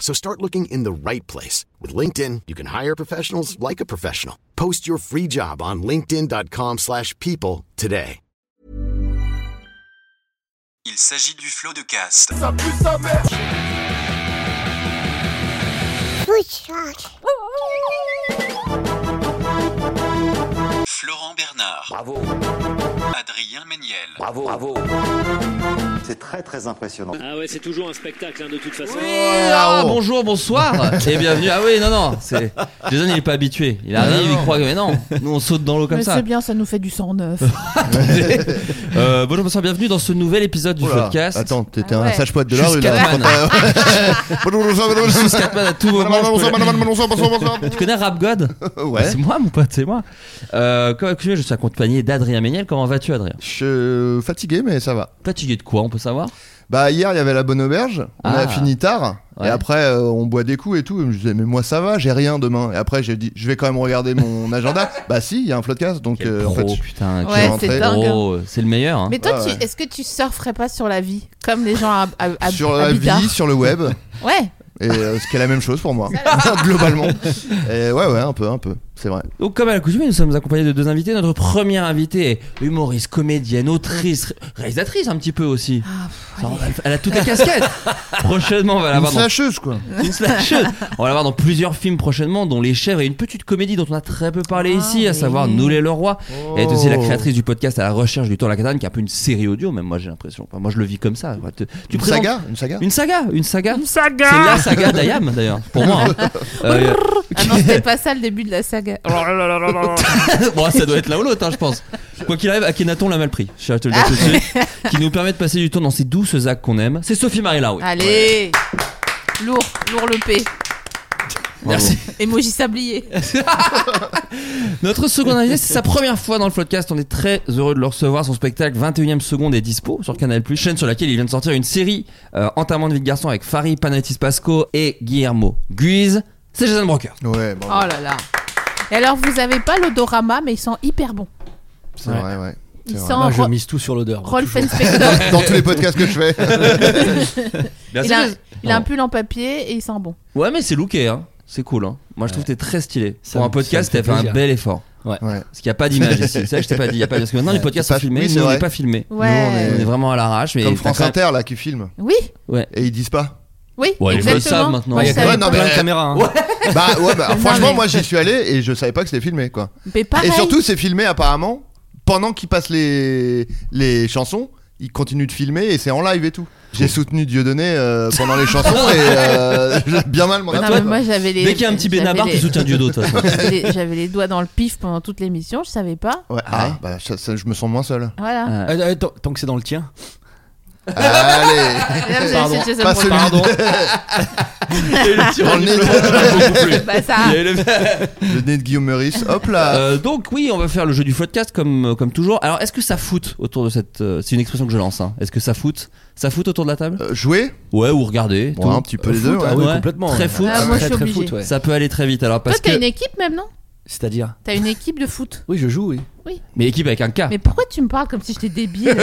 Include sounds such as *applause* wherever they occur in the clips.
So start looking in the right place. With LinkedIn, you can hire professionals like a professional. Post your free job on linkedin.com slash people today. Il s'agit du flot de cast. Florent Bernard, Bravo, Adrien Méniel, bravo, bravo. C'est très très impressionnant. Ah ouais, c'est toujours un spectacle hein, de toute façon. Ah, bonjour, bonsoir *laughs* et bienvenue. Ah oui, non, non, c'est Jason, il est pas habitué. Il arrive, il croit que mais non, nous on saute dans l'eau comme Mais ça. c'est bien, ça nous fait du 109. Euh, bonjour, bonsoir, bienvenue dans ce nouvel épisode du Oula. podcast. Attends, t'étais Ah un ouais. sage poète de la rue Jusqu'à là. Batman. *laughs* Bonjour, bonjour, bonjour, bonjour. Sous Scatman à tout moment. je peux- Bonsoir, bonsoir, bonsoir, Tu connais Rap God *laughs* Bah, bonsoir. Ouais. C'est moi, mon pote, c'est moi. Euh, comme accoutumé, je suis accompagné d'Adrien Méniel. Comment vas-tu, Adrien Je suis euh, fatigué, mais ça va. Fatigué de quoi, on peut savoir Bah, hier, il y avait la bonne auberge. On Ah. a fini tard. Ouais. Et après, euh, on boit des coups et tout. Et je disais, mais moi, ça va, j'ai rien demain. Et après, j'ai dit, je vais quand même *laughs* regarder mon agenda. Bah, si, il y a un floodcast. Donc, Quel euh, en pro, fait, je- putain, suis ouais, quel rentré c'est dingue. pro, euh, c'est le meilleur. hein. Mais toi, Ouais, tu- ouais. est-ce que tu surferais pas sur la vie Comme les gens à, à, à- sur à la Bidart vie, sur le web. Ouais. Et euh, ce qui est la même chose pour moi, *laughs* *laughs* globalement. Et ouais, ouais, un peu, un peu. C'est vrai. Donc comme à l'accoutumée, nous sommes accompagnés de deux invités. Notre première invitée est humoriste, comédienne, autrice, réalisatrice un petit peu aussi. Enfin, elle a toute la casquette. prochainement, on va la Une voir dans, slasheuse, quoi. une slasheuse. On va la voir dans plusieurs films prochainement, dont Les Chèvres et une petite comédie dont on a très peu parlé Ah, ici, à oui. savoir Nolé le Roi. Elle est aussi Oh. la créatrice du podcast à la recherche du Tour de la Catane, qui est un peu une série audio. Même moi, j'ai l'impression. Enfin, moi, je le vis comme ça. Tu, tu Une présentes- saga Une saga Une saga, une saga. C'est *laughs* la saga d'Ayam d'ailleurs, pour moi. hein. Euh, Ah non, c'était pas ça le début de la saga. *coughs* bon, ça doit être l'un ou l'autre, hein, je pense. Quoi qu'il arrive, Akhenaton l'a mal pris. Je te le dis tout de suite. Qui nous permet de passer du temps dans ces douces actes qu'on aime. C'est Sophie Marie Laroui. Ah. Allez Lourd, lourd le P. Merci. Emoji sablier. Notre second invité, c'est sa première fois dans le podcast. On est très heureux de le recevoir. Son spectacle 21ème seconde est dispo sur Canal+, chaîne sur laquelle il vient de sortir une série euh, entièrement de vie de garçon avec Farid Panatis Pasco et Guillermo Guise. C'est Jason Broker. Ouais, bon, Oh là là. Et alors, vous avez pas l'odorama, mais il sent hyper bon. c'est Ouais. vrai, ouais. Il C'est sent vrai. Moi, je Ro- mise tout sur l'odeur. Rolf Toujours. Inspector. *laughs* *laughs* Dans tous les podcasts que je fais. Il a, il a un Pardon. pull en papier et il sent bon. Ouais, mais c'est looké, hein. C'est cool, hein. Moi, je trouve que t'es très stylé. Ça Pour un me- podcast, ça t'as me fait fait un plaisir. bel effort. *laughs* Ouais. Parce qu'il n'y a pas d'image ici. Ça, je t'ai pas dit. il Y a pas... Parce que maintenant, les podcasts C'est sont pas- filmés. oui, c'est nous, on n'est vrai. pas filmés. Ouais. Nous, On est vraiment à l'arrache. Mais Comme t'as France quand même- Inter là qui filme Oui, et ils disent pas. oui, Ouais, les gens, ils exactement. savent maintenant. Moi, je Ouais, savais pas. ouais, non, mais- Plein de caméras. hein. Bah ouais bah Non, franchement mais- Ah moi j'y suis allé et je savais pas que c'était filmé quoi. Mais pareil. Et surtout c'est filmé apparemment pendant qu'ils passent les les chansons, ils continuent de filmer et c'est en live et tout. J'ai soutenu Dieudonné euh, pendant les chansons et euh, j'ai bien mal m'en Non, après, mais quoi. moi, j'avais les. Dès qu'il y a un petit j'avais Benabar les- qui soutient Dieu d'autre. J'avais les- J'avais les doigts dans le pif pendant toute l'émission, je savais pas. Ouais, ah, bah ça- ça, je me sens moins seul. Voilà. Euh, euh, tant- tant que c'est dans *laughs* le tien. Allez, Mesdames et Pardon. messieurs, Jason Ah. pas Brown. celui *laughs* de- le nez *laughs* Bah, ça. le nez de Guillaume Meurice. Hop là. Euh, donc oui, on va faire le jeu du podcast comme, euh, comme toujours. Alors est-ce que ça fout autour de cette... euh, c'est une expression que je lance. Hein. Est-ce que ça fout Ça fout autour de la table Euh, jouer Ouais, ou regardez. Bon, un petit peu les Foot, deux. ah hein. ouais. oui, Ouais. complètement. Très foot. Ah, moi, je très, suis très obligée. foot, ouais. Ça peut aller très vite alors parce Toi, t'as que... une équipe même, non C'est-à-dire T'as une équipe de foot. Oui, je joue, oui. Mais équipe avec un K. Mais pourquoi tu me parles comme si j'étais débile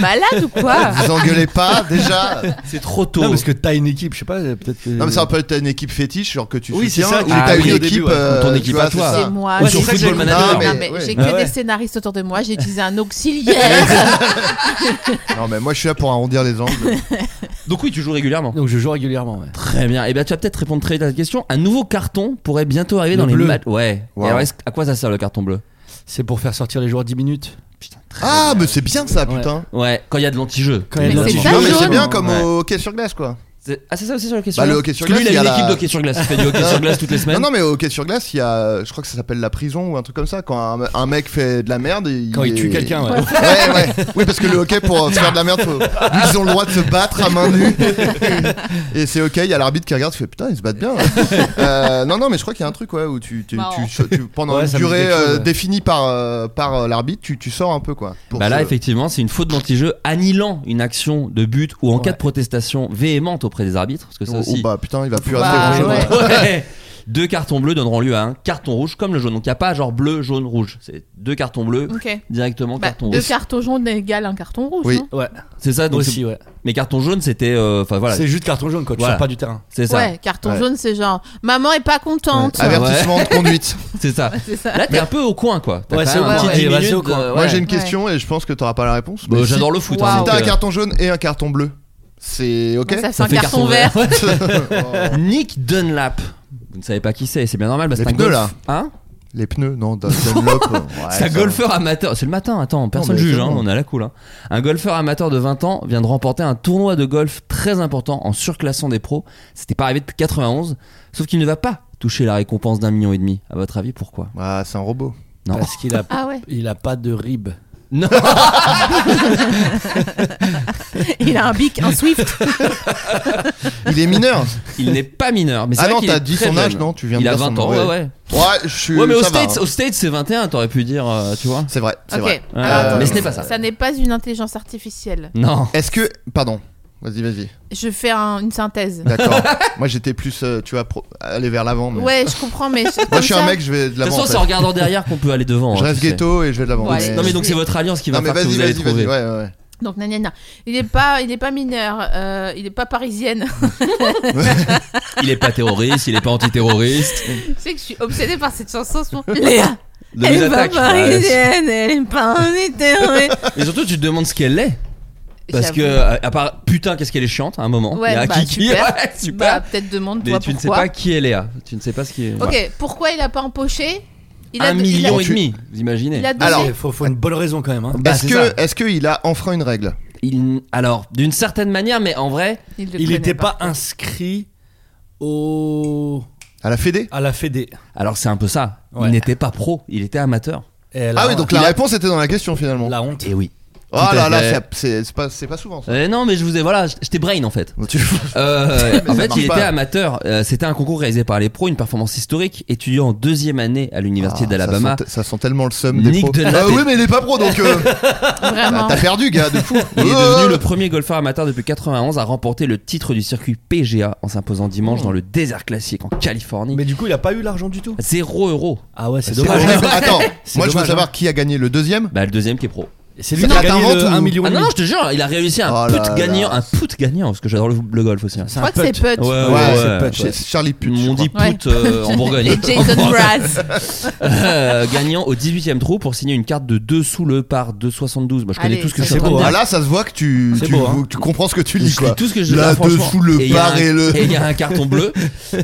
Malade ou quoi Vous engueulez pas déjà. C'est trop tôt. Non, parce que t'as une équipe, je sais pas, peut-être. Non mais ça peut être une équipe fétiche genre que tu Oui, c'est soutiens ça, ou que j'ai t'as compris une au début, équipe ouais. euh, Ton tu équipe vois, à toi. c'est C'est ça. moi. Ou j'ai- sur c'est ça que Football j'ai- Manager. Non, Non, mais- mais ouais. j'ai que Ah ouais. des scénaristes autour de moi, j'ai utilisé un auxiliaire. Non mais moi je suis là pour arrondir les angles. Donc oui, tu joues régulièrement. Donc je joue régulièrement, ouais. Très bien. Et bien, tu vas peut-être répondre très vite à cette question. Un nouveau carton pourrait bientôt arriver Le dans les bleu. matchs. Ouais. Wow. Et alors, est-ce- à quoi ça sert le carton bleu C'est pour faire sortir les joueurs 10 minutes. *laughs* Ah, mais c'est bien ça, Ouais. putain. Ouais, quand il y a de l'anti-jeu. Quand il y a de Mais c'est l'anti-jeu. ça, Non, mais le c'est jeu. bien comme Ouais. au hockey sur glace, quoi. C'est- Ah, c'est ça aussi sur le hockey sur Bah, glace le hockey sur Parce que glace, lui, il a il une y a équipe la- de hockey sur glace. Il fait du hockey *laughs* sur glace toutes les Non, semaines. non, mais au hockey sur glace, il y a. Je crois que ça s'appelle la prison ou un truc comme ça. Quand un, un mec fait de la merde. Quand il est- tue quelqu'un, ouais. Ouais, ouais. Oui, parce que le hockey, pour euh, faire de la merde, faut- ils ont le droit de se battre à main nue. Et c'est ok, il y a l'arbitre qui regarde, qui fait putain, ils se battent bien. ouais. Euh, non, non, mais je crois qu'il y a un truc, ouais, où tu, tu, Marrant. tu- tu- pendant Ouais, une ça me dit durée quelque chose, euh, ouais. définie par, euh, par euh, l'arbitre, tu, tu sors un peu, quoi. pour Bah ce- là, effectivement, c'est une faute d'anti-jeu annihilant une action de but ou en cas Ouais. de protestation véhémente auprès des arbitres. Parce que ça Oh, aussi. oh, bah putain, il va plus Bah, rester. au jeu, ouais. ouais. *laughs* Ouais. Deux cartons bleus donneront lieu à un carton rouge comme le jaune. Donc il n'y a pas genre bleu, jaune, rouge. C'est deux cartons bleus Ok. directement Bah, carton deux rouge. cartons jaunes égale un carton rouge. Oui. non Ouais, C'est ça. Donc c'est- aussi, ouais. mais carton jaune c'était euh, enfin voilà, C'est juste carton jaune, quoi. Tu Voilà. sors pas du terrain. c'est ça. Ouais, carton Ouais. jaune, c'est genre maman est pas contente. Avertissement de conduite. *laughs* C'est ça. C'est ça. Là t'es un peu au coin quoi. T'as Ouais, quand c'est même au un coin, petit ouais, 10 vas-y, minutes, au coin. euh, Moi ouais. j'ai une question et je pense que t'auras pas la réponse. Bah, mais J'adore si- le foot. Wow. hein, Si donc, t'as un euh, carton jaune et un carton bleu, c'est ok. Ça fait ça un fait carton, vert. *laughs* Oh. Nick Dunlap. Vous ne savez pas qui c'est, c'est bien normal. Bah, c'est Les un pneus, golf- là. Hein Les pneus, *laughs* non, Dun- Dunlop. ouais, C'est un ça va. golfeur amateur. C'est le matin, attends, personne mais juge, c'est hein, bon. on a la cool. hein. Un golfeur amateur de 20 ans vient de remporter un tournoi de golf très important en surclassant des pros. C'était pas arrivé depuis 91, sauf qu'il ne va pas toucher la récompense d'un million et demi. À votre avis, pourquoi Ah, c'est un robot. Non. Parce qu'il *laughs* a, Ah ouais. il a pas de rib. Non, Il a un bic, un Swift. Il est mineur. il n'est pas mineur. Mais c'est Ah vrai non, qu'il t'as est dit très son jeune. âge, non Tu viens de Il a dire son 20 ans, nom, ouais, ouais. ouais. Ouais, je suis. Ouais, mais aux ça va, States, hein. aux States, c'est 21, t'aurais pu dire, euh, tu vois. C'est vrai, c'est Ok. vrai. Euh, Alors, attendez. mais ce n'est pas ça. Ça n'est pas une intelligence artificielle. Non. Est-ce que. Pardon. *laughs* Vas-y, vas-y. Je fais un- une synthèse. D'accord. Moi j'étais plus, euh, tu vois, pro- aller vers l'avant. mais- Ouais, je comprends, mais. Moi je suis un mec, je vais de De toute l'avant. façon, en c'est fait. en regardant derrière qu'on peut aller devant. Je hein, reste tu sais. ghetto et je vais de l'avant. Ouais. mais- Non, mais donc c'est votre alliance qui va Non, mais faire que vas-y, vous allez vas-y, vas-y. trouver. Ouais, ouais. Donc, nanana. Il est pas, il est pas mineur, euh, il est pas parisienne. *laughs* Il est pas terroriste, il est pas antiterroriste. tu sais que je suis obsédée par cette chanson. en ce moment. Léa, De elle mes est pas attaques. parisienne, elle est pas antiterroriste. Et surtout, tu te demandes ce qu'elle est. Parce J'avoue. que, euh, à à part, putain, qu'est-ce qu'elle est chiante à un moment. Ouais, Il y a bah, Kiki, super. *laughs* ouais, Bah, super. peut-être Mais demande-toi tu ne sais pourquoi. pas qui elle est. ah. Tu ne sais pas ce qui est. Ok, Voilà. pourquoi il a pas empoché il Un a, million il et a, demi, vous imaginez il a donné- Alors, Il faut, faut une bonne raison quand même. hein. Bah, Est-ce c'est ça. que, est-ce qu'il a enfreint une règle Il- Alors, d'une certaine manière, mais en vrai, le Il connaît n'était pas inscrit au À la Fédé à la Fédé. alors c'est un peu ça. Ouais. Il n'était pas pro, il était amateur. Et la- Ah oui, donc la la, réponse était dans la question finalement. la honte. Et Eh oui. Oh Tout à là là, fait. c'est- c'est c'est pas, c'est pas souvent *laughs* ça. Euh, non, mais je vous ai. Voilà, j'étais brain en fait. Tu- Euh, Mais en ça fait, marche il pas. était amateur. Euh, C'était un concours réalisé par les pros, une performance historique. Étudiant en deuxième année à l'université Ah, d'Alabama. Ça, sent- ça sent tellement le seum des Nick pros. Dunlap Ah est- oui, mais il est pas pro *laughs* donc euh, Vraiment. t'as perdu, gars, de fou. Il est Euh, devenu le premier golfeur amateur depuis 91 à remporter le titre du circuit PGA en s'imposant dimanche dans le désert classique en Californie. Mais du coup, il a pas eu l'argent du tout. 0 euros. Ah ouais, c'est c'est dommage. *laughs* horrible. Attends, C'est moi je veux dommage, hein. savoir qui a gagné le deuxième. Bah le deuxième qui est pro. C'est lui Ça qui a t'a gagné inventé le ou- 1 million Ah et non, demi. non, je te jure, il a réussi un Oh put là gagnant, là. un put gagnant parce que j'adore le, le golf aussi. hein. Je C'est un crois que c'est pote. putt. Ouais, Ouais, ouais, c'est ouais. Putz, c'est Charlie Putz. je On dit crois. Ouais. put euh, en Bourgogne. Et *laughs* Jason Mraz. Euh, gagnant au 18ème trou pour signer une carte de 2 sous le par 2,72. Moi je connais Allez, tout ce que je ça, suis en train de c'est beau, hein. dire. Ah là, ça se voit que tu, C'est tu, beau, hein. tu comprends ce que tu Je lis lis quoi. tout ce que je Là, là, franchement. dessous le Et il y a par un- et le- Et il y a un carton bleu.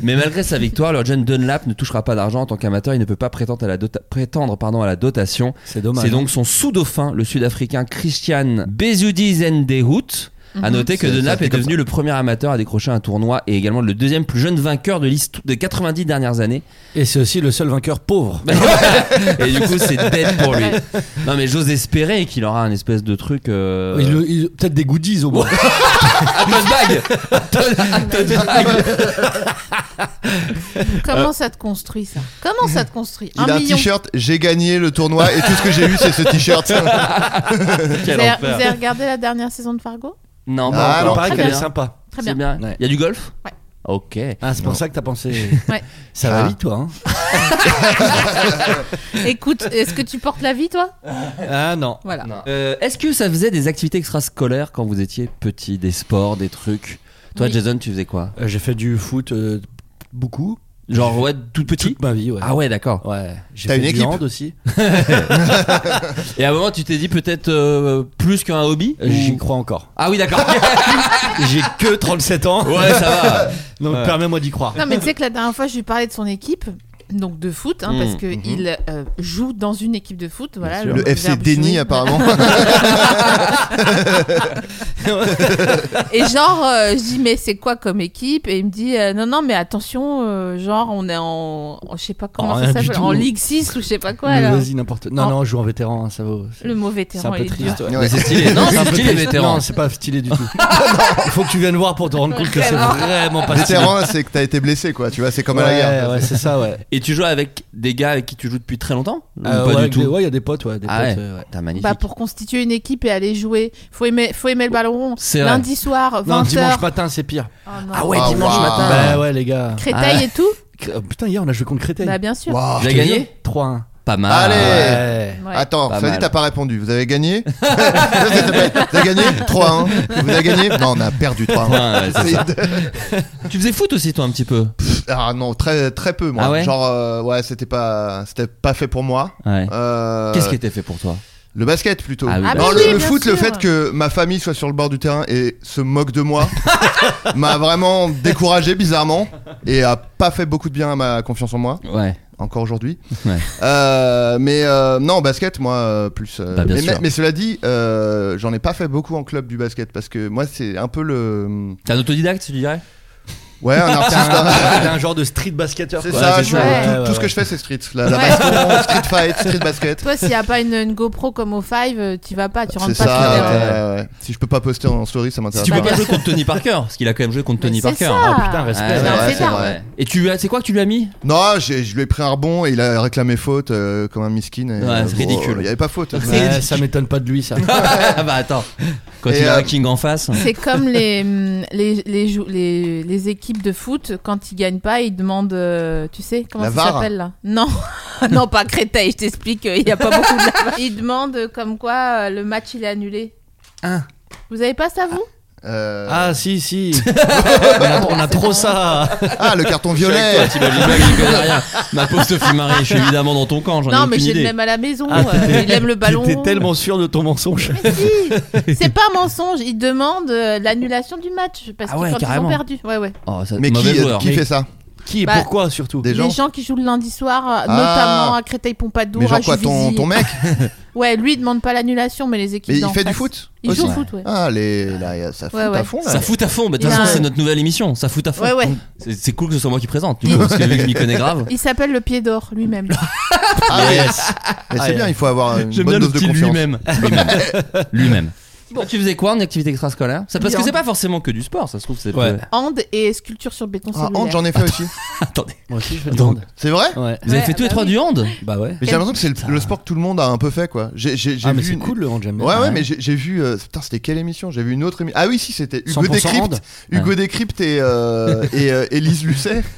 Mais malgré sa victoire, le jeune Dunlap ne touchera pas d'argent en tant qu'amateur. Il ne peut pas prétendre à la, dota- prétendre, pardon, à la dotation. C'est dommage. hein. C'est donc son sous-dauphin, le sud-africain Christian Bezoudizendehut. À noter que C'est- ça Dunlap fait est comme devenu le premier amateur à décrocher un tournoi et également le deuxième plus jeune vainqueur de l'histoire des 90 dernières années. Et c'est aussi le seul vainqueur pauvre. et du coup, c'est dead *laughs* pour lui. Non, mais j'ose espérer qu'il aura un espèce de truc. euh, Il- il- Peut-être des goodies au moins. Ah, tote bag *laughs* Ah, tote bag Comment ça te construit ça Comment ça te construit Il a un million. t-shirt, j'ai gagné le tournoi et tout ce que j'ai eu c'est *laughs* ce t-shirt. Vous Quel avez, vous enfer. avez regardé la dernière saison de Fargo Non, Ah, pas non. Il encore. paraît Très qu'elle est bien. sympa. Très C'est bien. bien. Ouais. Il y a du golf Ouais. Ok. Ah, c'est pour ça que t'as pensé. Ouais. Ça va Ah. vite, toi. hein. Écoute, est-ce que tu portes la vie toi Ah non. Voilà. Euh, Est-ce que ça faisait des activités extrascolaires quand vous étiez petit, des sports, des trucs Toi, Oui. Jason, tu faisais quoi Euh, J'ai fait du foot euh, beaucoup. Genre, ouais, tout petit Toute ma vie, ouais. Ah ouais, d'accord. Ouais. J'ai T'as fait une du équipe hand aussi. *laughs* *laughs* Et à un moment, tu t'es dit peut-être euh, plus qu'un hobby Euh, J'y Ou- crois encore. Ah oui, d'accord. *laughs* J'ai que 37 ans. ouais, ça va. Donc Ouais. *laughs* permets-moi d'y croire. Non mais tu sais que la dernière fois je lui parlais de son équipe donc de foot, hein, Mm. Mmh, parce que il euh, joue dans une équipe de foot. Voilà, sûr. Le FC verbe Déni, jouer. apparemment. *laughs* Et genre, euh, je dis mais c'est quoi comme équipe Et il me dit euh, non non mais attention, euh, genre on est en, en- je sais pas comment Oh, ça rien du s'appelle, tout. en Ligue 6 ou je sais pas quoi. Mais alors. Vas-y, n'importe. Non, Oh. non, on joue en vétéran, hein, ça vaut. Le mauvais C'est un terrain. peu triste. ouais. Ouais. C'est stylé. Non, *laughs* c'est stylé, triste. vétéran. Ah Non, c'est pas stylé du *laughs* tout. *laughs* Il faut que tu viennes voir pour te rendre compte que *laughs* c'est Vraiment. vraiment pas stylé. Vétéran, c'est que t'as été blessé, quoi. Tu vois, c'est comme à la guerre. Ouais, ouais, c'est ça, ouais. Et tu joues avec des gars avec qui tu joues depuis très longtemps Ou Euh, Pas du ouais, avec tout. des- Ouais, il y a des potes, ouais. Des Ah ouais. potes, euh, ouais. T'as magnifique. Bah, pour constituer une équipe et aller jouer, faut aimer, faut aimer le ballon rond. C'est vrai. Lundi soir, Non, 20h. dimanche matin, c'est pire. Ah ouais, Ah, dimanche waouh. matin. Bah ouais, les gars. Créteil Ah. et tout Euh, Putain, hier, on a joué contre Créteil. Bah bien sûr. Waouh. Vous avez gagné 3-1. Pas mal. Allez. Ah, Ouais. Ouais. Attends, Pas ça dit, mal. t'as pas répondu. Vous avez gagné *laughs* Vous avez gagné 3-1. Vous avez gagné Non, on a perdu 3-1. Ouais, ouais, *laughs* c'est ça. tu faisais foot aussi, toi, un petit peu Ah non, très, très peu, moi. Ah ouais Genre, euh, ouais, c'était pas, c'était pas fait pour moi. Ouais. Euh, Qu'est-ce qui était fait pour toi Le basket plutôt. Ah oui, Ah Non, bah le, oui, le bien foot, le sûr. fait que ma famille soit sur le bord du terrain et se moque de moi *laughs* m'a vraiment découragé bizarrement et a pas fait beaucoup de bien à ma confiance en moi Ouais. encore aujourd'hui. Ouais. Euh, mais euh, non, basket, moi, euh, plus. euh, Bah, bien mais, sûr. mais- mais cela dit, euh, j'en ai pas fait beaucoup en club du basket parce que moi, c'est un peu le. T'es un autodidacte, tu dirais Ouais, *laughs* un T'es artiste. un, Ah, t'es un genre de street basketteur. C'est quoi. ça, Ouais, je- ça. Ouais, tout, ouais, tout ce que ouais. je fais, c'est street. La, la Ouais. baston, street fight, street basket. Toi, s'il n'y a pas une, une GoPro comme au Five, euh, tu vas pas, *laughs* tu C'est rentres pas ça, sur le terrain. ouais, ouais, ouais. Si je peux pas poster en story, ça Si m'intéresse tu peux pas. pas jouer contre Tony Parker, parce qu'il a quand même joué contre Mais Bah, Tony c'est Parker. hein. Ah, ça. Oh putain, respect. Ouais, C'est un ouais, fêtard. c'est vrai. Et tu lui as, c'est quoi que tu lui as mis Non, j'ai- je lui ai pris un rebond et il a réclamé faute euh, comme un miskin. et, Ouais, euh, c'est bon, ridicule. Il n'y avait pas faute. Ouais, ça m'étonne pas de lui, *laughs* ça. Ah Bah attends, quand Et, il a euh, un king en face. C'est comme les, hum, les, les, jou- les, les équipes de foot, quand ils gagnent pas, ils demandent, euh, tu sais, comment La ça VAR. s'appelle là Non, *laughs* non, pas Créteil, je t'explique, euh, il n'y a pas beaucoup de la VAR. Ils demandent euh, comme quoi euh, le match il est annulé. Ah. Hein Vous avez pas ça, vous Euh, ah. Ah, si, si. *laughs* on, a, on a trop ça. ah, le carton Je suis avec violet. toi, t'imagines bien que j'y connais rien. Ma pauvre Sophie Marie, je suis évidemment dans ton camp, j'en ai Non, mais aucune j'ai idée. le même à la maison. Ah, euh, t'étais- il aime le ballon. T'es tellement sûr de ton mensonge. Mais si, c'est pas un mensonge. Ils demandent euh, l'annulation du match parce Ah que ouais, quand ils carrément. ont perdu. Ouais, ouais. Oh, ça, Mais mauvais euh, qui, joueur. qui Mais- fait ça Qui et Bah, pourquoi, surtout Des gens Les gens qui jouent le lundi soir, euh, Ah. notamment à Créteil-Pompadour, Mais à genre quoi, ton, Juvisy. ton mec Ouais, lui il demande pas l'annulation, mais les équipes. Mais il d'en fait du face. foot Il joue au aussi foot, ouais. Ah, les, là, y a- ça fout Ouais, à ouais. fond. Là. Ça fout à fond, mais de toute Il a façon, un- c'est notre nouvelle émission. Ça fout à fond. Ouais, ouais. C'est c'est cool que ce soit moi qui *laughs* présente, du coup, parce que vu que je m'y connais grave. Il s'appelle le pied d'or *laughs* lui-même. Ah, mais, mais Ah, c'est bien, yes. il faut avoir une J'aime bien bonne le dose de style confiance. lui-même. Lui-même. Lui-même. Bon, tu faisais quoi en activité extrascolaire Ça- Parce que Bien. c'est pas forcément que du sport, ça se trouve. c'est Ouais. Hand et sculpture sur béton Ah, cellulaire. hand, j'en ai fait aussi. Attendez. Moi aussi, je fais du du hand. C'est vrai Ouais. Vous avez Ouais, fait tous les bah trois oui. du hand Bah ouais. Mais j'ai l'impression que c'est le, le sport que tout le monde a un peu fait, quoi. J'ai j'ai- j'ai Ah, mais vu. c'est une- cool le hand, j'aime bien. bah Ouais, ouais, mais j'ai j'ai vu. euh, putain, c'était quelle émission J'ai vu une autre émission. Ah oui, si, c'était Hugo 100% Décrypte. hand. Hugo Décrypte et, euh, et euh, Élise Lucet. *laughs*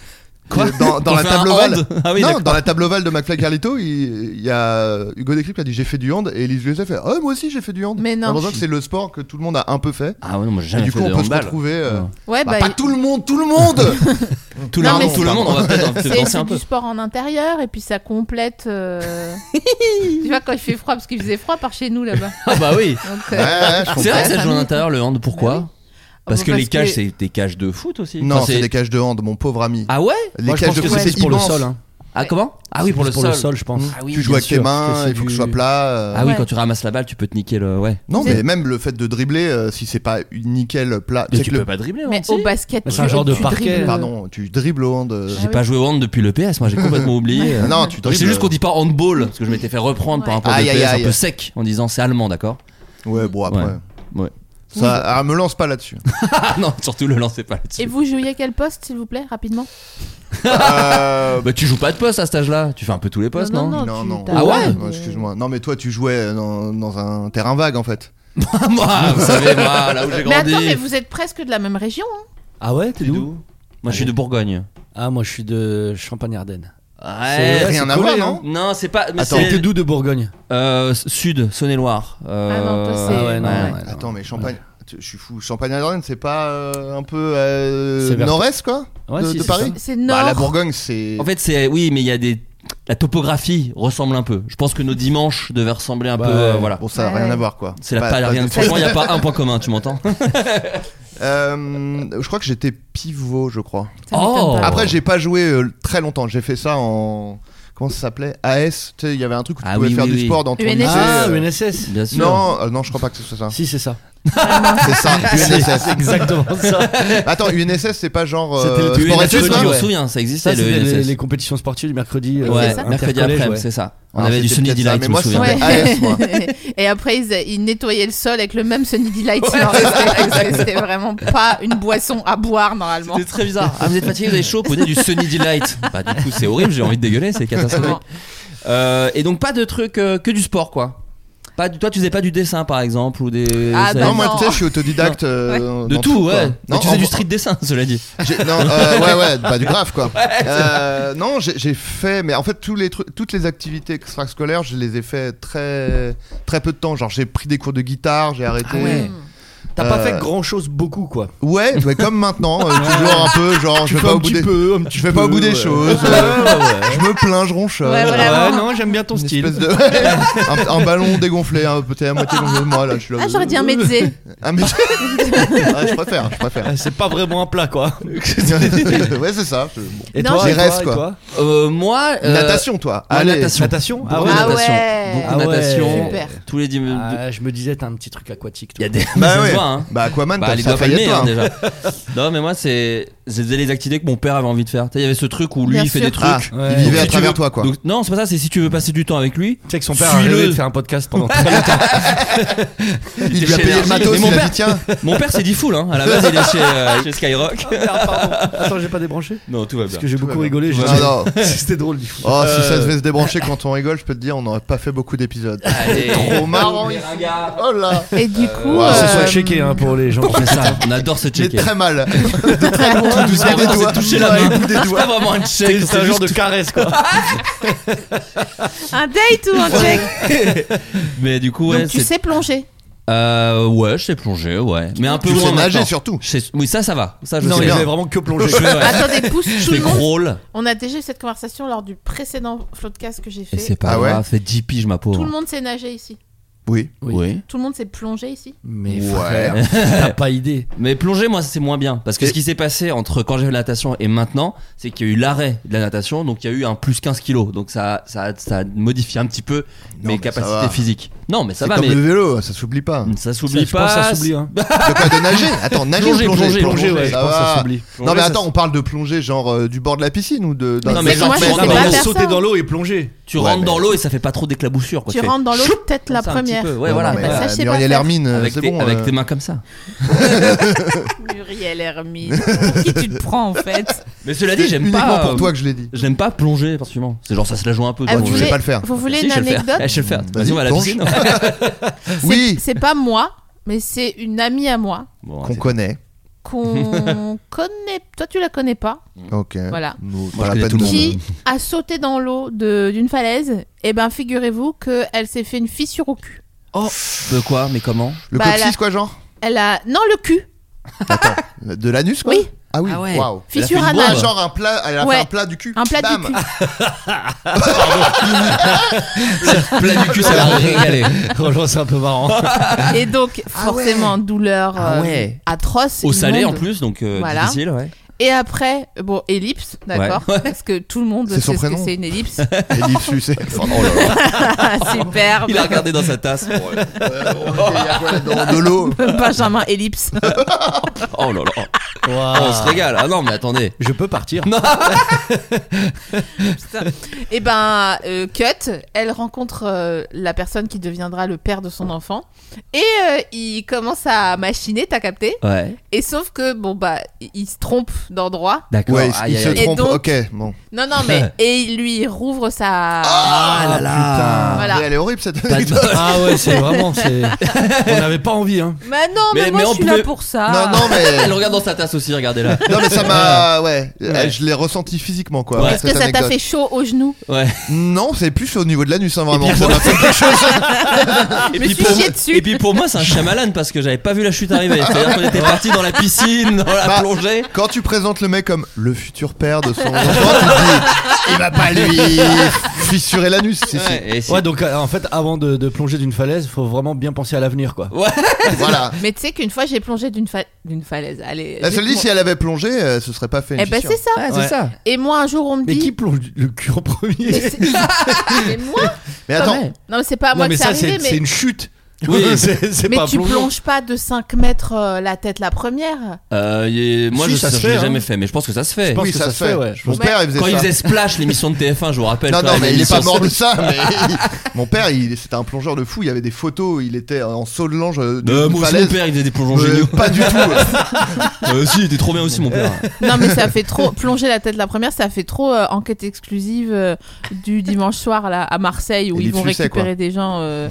Quoi Dans, dans On la fait un table hand ovale. Ah oui, non, d'accord. dans la table ovale de McFly Carlito, il, il y a euh, Hugo Décrypte qui a dit j'ai fait du hand et Élise Lucet fait oh moi aussi j'ai fait du hand. Mais non. J'ai l'impression que c'est le sport que tout le monde a un peu fait. Ah ouais, non, moi j'ai Et jamais du fait coup, on de peut se handball. retrouver. euh, Ouais. Ouais, bah, bah, pas il- tout le monde, tout *laughs* le monde Tout le Non, monde, mais tout le c'est- monde, on va peut-être peut-être c'est danser c'est un du peu. sport en intérieur et puis ça complète. *laughs* euh, tu vois quand il fait froid parce qu'il faisait froid par chez nous là-bas. Ah bah oui. Donc, euh, Ouais, ouais, je C'est comprends. vrai que ça Ouais, joue à famille. l'intérieur le hand, Bah pourquoi Parce Ah, que bah, les parce cages, que- c'est des cages de foot aussi. Non, Enfin, c'est des cages de hand, mon pauvre ami. Ah ouais les Moi, je cages pense de que foot, c'est plus pour le immense. sol. hein. Ah comment Ah C'est oui, pour plus le sol. je pense. Ah oui, tu joues bien avec sûr, tes parce mains, que il faut c'est que du- ce soit plat. euh, Ah oui, Ouais. quand tu ramasses la balle, tu peux te niquer le. Ouais. Non, Vous mais êtes- même le fait de dribbler, euh, si c'est pas nickel plat. Mais c'est tu que peux le- pas dribbler, Mais non Si. au basket, Bah, c'est tu- un genre de tu parquet, dribbles. Pardon, tu dribbles au hand. euh, Ah J'ai oui. pas joué au hand depuis le PS, moi j'ai complètement *laughs* oublié. euh. Non, tu dribbles. C'est juste qu'on dit pas handball, parce que je m'étais fait reprendre par un point de Aïe, aïe, PS un aïe. peu sec en disant c'est allemand, d'accord *laughs* euh, Ouais, bon, après. Ouais. Ouais. Ça, ah, me lance pas *laughs* là-dessus. Ah non, surtout le lancez pas Et là-dessus. vous jouiez quel poste, s'il vous plaît, rapidement Euh, Bah tu joues pas de poste à cet âge-là, tu fais un peu tous les postes, non *laughs* Non, tu- non. t'as- Ah ouais Non, excuse-moi. Non, mais toi, tu jouais dans, dans un terrain vague en fait. Ah, Moi, vous savez, moi, là où j'ai Mais grandi. attends, mais vous êtes presque de la même région. hein. Ah ouais, t'es d'où Moi je suis de Bourgogne. Ah, moi, je suis de Champagne-Ardenne. Ouais. C'est rien c'est à voir, collé, non hein. Non, c'est pas. mais Attends, c'est- t'es d'où de Bourgogne Euh, sud, Saône-et-Loire. Euh, Ah non, toi, c'est- Ah ouais, non, ouais, non. Attends, mais Champagne. tu- Je suis fou. Champagne-Ardenne, c'est pas euh, un peu euh, C'est vers- nord-est quoi Ouais, De, si, de c'est Paris ça. C'est Bah, nord. la Bourgogne, c'est. En fait, c'est oui, mais il y a des la topographie ressemble un peu. Je pense que nos dimanches devaient ressembler un Bah, peu. euh, ouais. voilà. Bon, ça a Ouais. rien à voir quoi. C'est la Pas- Ah, pas, pas rien. du tout. Franchement, il n'y a pas un point commun, tu m'entends Euh, je crois que j'étais pivot, je crois. Ça m'étonne Oh. pas. Après, j'ai pas joué euh, très longtemps. J'ai fait ça en. Comment ça s'appelait AS. Tu sais, il y avait un truc où tu Ah pouvais oui, faire oui, du oui. sport dans ton UNSS. lycée. Ah, euh, UNSS. Bien sûr. Non, euh, non, je crois pas que ce soit ça. Si, c'est ça. C'est ça, UNSS. C'est exactement ça. Attends, UNSS, c'est pas genre. C'était le euh, truc sport UNSS, études, ouais. je me hein souviens, ça Ça, existait c'est le les, les- NSS. les compétitions sportives du mercredi. euh, Ouais, c'est ça. mercredi intercollège, après, ouais. c'est ça. On Alors, avait du c'était Sunny peut-être ça, Delight, mais je me moi, souviens. c'est- AS, moi. *laughs* Et après, ils, ils nettoyaient le sol avec le même Sunny Delight. sur leur tête, parce que C'était vraiment pas une boisson à boire normalement. *laughs* C'était très bizarre. Ah, vous êtes fatigué, vous avez chaud, prenez du Sunny Delight. Bah, du coup, c'est horrible, j'ai envie de dégueuler, c'est catastrophique. Euh, et donc, pas de truc, euh, que du sport, quoi. Pas du- toi, tu faisais pas du dessin, par exemple, ou des. Ah, ça- bah Non, moi, non. tu sais, je suis autodidacte. euh, de dans tout, ouais. quoi. Mais Non, tu faisais en- du street dessin, cela dit. J'ai- *laughs* Non, euh, ouais, ouais, bah, du graphe, quoi. Euh, non, j'ai j'ai fait, mais en fait, tous les trucs, toutes les activités extrascolaires, je les ai fait très, très peu de temps. Genre, j'ai pris des cours de guitare, j'ai arrêté. Ah ouais. T'as pas Euh, fait grand chose beaucoup, quoi. Ouais, mais comme maintenant, euh, toujours un peu, genre, je Tu vais fais pas un au bout petit des, peu, un petit je vais pas au peu, bout des ouais. choses. euh, je me plains, je ronchonne. Ouais, voilà, Ouais, vraiment. non, j'aime bien ton Une style. espèce de- un, un ballon dégonflé, hein, peut-être à moitié gonflé. Moi, là, je suis là. euh, Ah, j'aurais dit un médecin. Un métier. Ah, je préfère, je préfère. *laughs* Ah, C'est pas vraiment un plat, quoi. ouais, c'est ça. je- bon. Et Non, toi, j'ai et toi, reste, et quoi. toi Euh, moi. euh, Natation, toi. moi, Allez. natation. Natation Ah Beaucoup ouais. de Ah natation. ouais. Beaucoup de Ah ouais. natation. Super. Tous les dim- Ah, je me disais, t'as un petit truc aquatique. Il y toi. a *laughs* des. ça Bah se ouais. voit, hein. Bah Aquaman, Bah, t'as les ça doigts faillait palmés, toi. hein, déjà. non, mais moi, c'est. C'était les activités que mon père avait envie de faire. Tu sais, Il y avait ce truc où lui, Bien il fait sûr. des trucs. Ah, Ouais. il vivait Donc, à si tu travers veux- toi, quoi. Donc, non, c'est pas ça, c'est si tu veux passer du temps avec lui. Tu sais que son père a Suis-le. rêvé de faire un podcast *laughs* pendant très longtemps. il était lui a chez payé le Energy. matos, Mais il mon a père- dit tiens. *laughs* Mon père, c'est dit full, hein. À la base, il est chez, euh, chez Skyrock. Attends, j'ai pas débranché Non, tout va Parce bien. que j'ai beaucoup va rigolé. j'ai- Ah, Non, non. *laughs* C'était drôle, du coup. Oh, si Euh. ça devait se débrancher quand on rigole, je peux te dire, on n'aurait pas fait beaucoup d'épisodes. Allez. Trop marrant ici. Oh là. Et du coup. wow. Ce euh, soit checké hein, pour les gens qui font ça. On adore se J'ai checker. très mal. De très loin, tout doucement, des doigts. Ah, touché la Ouais, main. le bout des C'est doigts. pas vraiment un check. C'est un genre de caresse, quoi. Un date ou un check Mais du coup, ouais, Donc tu c'est- sais plonger. Euh, ouais, je sais plonger, ouais. Mais un peu Tu loin sais nager maintenant. surtout. Je sais- Oui, ça, ça va. Ça, je Non, sais il bien. avait vraiment que plongé. Je fais, *laughs* ouais. Attendez, pousse Je tout fais le monde. crawl. On a déjà eu cette conversation lors du précédent floodcast que j'ai Et c'est hein. fait. pas Ah ouais grave, c'est 10 piges, ma pauvre. Tout le monde sait nager ici. Oui. Oui. Tout le monde sait plonger ici. Mais Ouais. frère, t'as pas idée. Mais plonger, moi, c'est moins bien. Parce que Et- ce qui s'est passé entre quand j'ai fait la natation et maintenant, c'est qu'il y a eu l'arrêt de la natation. Donc, il y a eu un plus 15 kilos. Donc, ça, ça, ça a modifié un petit peu Non, mes mais ça va. capacités physiques. Non, mais ça C'est va, comme mais le vélo, ça s'oublie pas. ça Ça, s'oublie je pense que pas. ça s'oublie. Hein. De quoi de nager Attends, nager Plonger, ou plonger plonger, Plonger, ouais, je ça pense que va. ça s'oublie. Non mais ça- attends, on parle de plonger genre euh, du bord de la piscine ou de Non, d'un- mais d'un moi, jardin, je quoi. sais pas Vraiment faire ça. sauter dans l'eau et plonger. Tu Ouais, rentres mais- dans l'eau et ça fait pas trop des claboussures. quoi. Tu Tu fais rentres dans l'eau, choup, peut-être la comme ça, un petit première. peu. Ouais, Non, voilà. mais, Bah, ça, euh, je sais pas Muriel faire. Hermine, euh, Avec, c'est tes, bon. avec euh, tes mains comme ça. Muriel Hermine. Pour qui tu te prends en fait Mais cela dit, j'aime uniquement pas. euh, pour toi que je l'ai dit. J'aime pas plonger, particulièrement. C'est genre, ça se la joue un peu. Ah, dans Toi, vous le- tu sais voulez- pas le faire. Vous voulez Si, une je vais le faire. anecdote Eh, Je vais le faire. Vas-y, Vas-y, on va à la plonge. piscine. *laughs* C'est- Oui, C'est pas moi, mais c'est une amie à moi Bon, qu'on c'est- connaît. *laughs* qu'on connaît. Toi, tu la connais pas. Ok. Euh, Voilà. Nous, Moi, pas je la connais peine tout le de- Qui a sauté dans l'eau de- d'une falaise. Et ben, figurez-vous qu'elle s'est fait une fissure au cul. De quoi Mais *laughs* comment Le Bah, coccyx là. quoi genre Elle a. Non, le cul. De l'anus quoi Oui. Ah oui. Ah ouais. Waouh. Fissure Elle a fait une anale. Ah, genre un plat, elle a Ouais. fait un plat du cul. Un plat Bam. du cul. Plat du cul, ça l'a régalé. *laughs* Franchement, c'est un peu marrant. Et donc, forcément, douleur Ah euh, ouais. atroce. Au salé en immonde. plus, donc euh, Voilà. difficile, ouais. Et après, euh, bon, ellipse, d'accord Ouais. Parce que tout le monde C'est sait son ce que prénom. c'est une *laughs* ellipse. *laughs* Et il suce. Enfin, oh là là. Superbe. Il a regardé dans sa tasse. Oh là Ok, il y a quoi là-dedans De l'eau. *laughs* Benjamin Ellipse. oh là, là. Oh, on se Waouh. régale. Ah non, mais attendez. Je peux partir. Et ben, euh, Cut, elle rencontre euh, la personne qui deviendra le père de son enfant. Et euh, il commence à machiner, t'as capté *laughs* Ouais, Et sauf que, bon, bah, il il se trompe d'endroit. d'accord. Ouais, Aïe, il aïe, se aïe. Et trompe. donc- Ok, bon. Non, non, *laughs* mais. Et il lui rouvre sa. Ah là là. Voilà. Mais Elle est horrible cette *laughs* T'as le anecdote. Ah ouais, c'est vraiment. c'est- *laughs* On n'avait pas envie. Hein. Mais Bah non, mais, Mais- moi mais on je suis pouvait- là pour ça. Ah. Non, non, mais. Elle regarde dans sa tasse aussi, regardez-la. Non, mais *laughs* ça m'a. Ouais. Ouais. Je l'ai ressenti physiquement, quoi. Ouais. Est-ce que cette ça t'a anecdote. fait chaud aux genoux Ouais. Non, c'est plus au niveau de l'anus, hein, vraiment. Et puis- Ça m'a fait quelque chose. Ah, Et me suis pour, chiée moi- dessus. et puis pour moi, c'est un chamalane parce que j'avais pas vu la chute *laughs* arriver. C'est-à-dire qu'on était parti dans la piscine, dans la Bah, plongée. *laughs* Quand tu présentes le mec comme le futur père de son enfant, tu te dis il va pas lui *laughs* fissurer l'anus. si, si. Ouais, et si- Ouais, donc euh, en fait, avant de, de plonger d'une falaise, faut vraiment bien penser à l'avenir, quoi. Voilà. Mais tu sais qu'une fois j'ai plongé d'une fa- d'une falaise. Allez. Elle se j'ai- le dit, si elle avait plongé, euh, ce serait pas fait. une Eh ben fissure. c'est ça. Ouais, c'est Ouais. ça. Et moi un jour on me Mais qui dit. plonge le cul *laughs* en Mais *laughs* premier c'est- Mais moi Mais attends, Non mais c'est pas à moi Non, mais que ça, c'est arrivé. c'est mais- c'est une chute. Oui. *laughs* c'est c'est Mais pas tu plongeant. plonges pas de 5 mètres euh, la tête la première. Euh, y- Moi, Si, je ça se je l'ai fait, hein. jamais fait, mais je pense que ça se fait. pense oui, que ça, se fait. ouais. Mon Mais- père, il faisait Quand ça. il faisait Splash, l'émission de TF1, je vous rappelle. Non, quand non, même, mais il est pas l'émission- mort de ça. Mais mon père, il c'était un plongeur de fou. Il y avait des photos. Il était en saut de l'ange euh, d'une Euh, moi aussi, mon falaise. père, il faisait des plongeons Euh, géniaux. pas *laughs* du tout. Euh, si, il était trop bien aussi, mon père. Non mais ça fait trop plonger la tête la première, ça fait trop euh, enquête exclusive euh, du dimanche soir là à Marseille où Et ils les vont Français, récupérer des gens euh,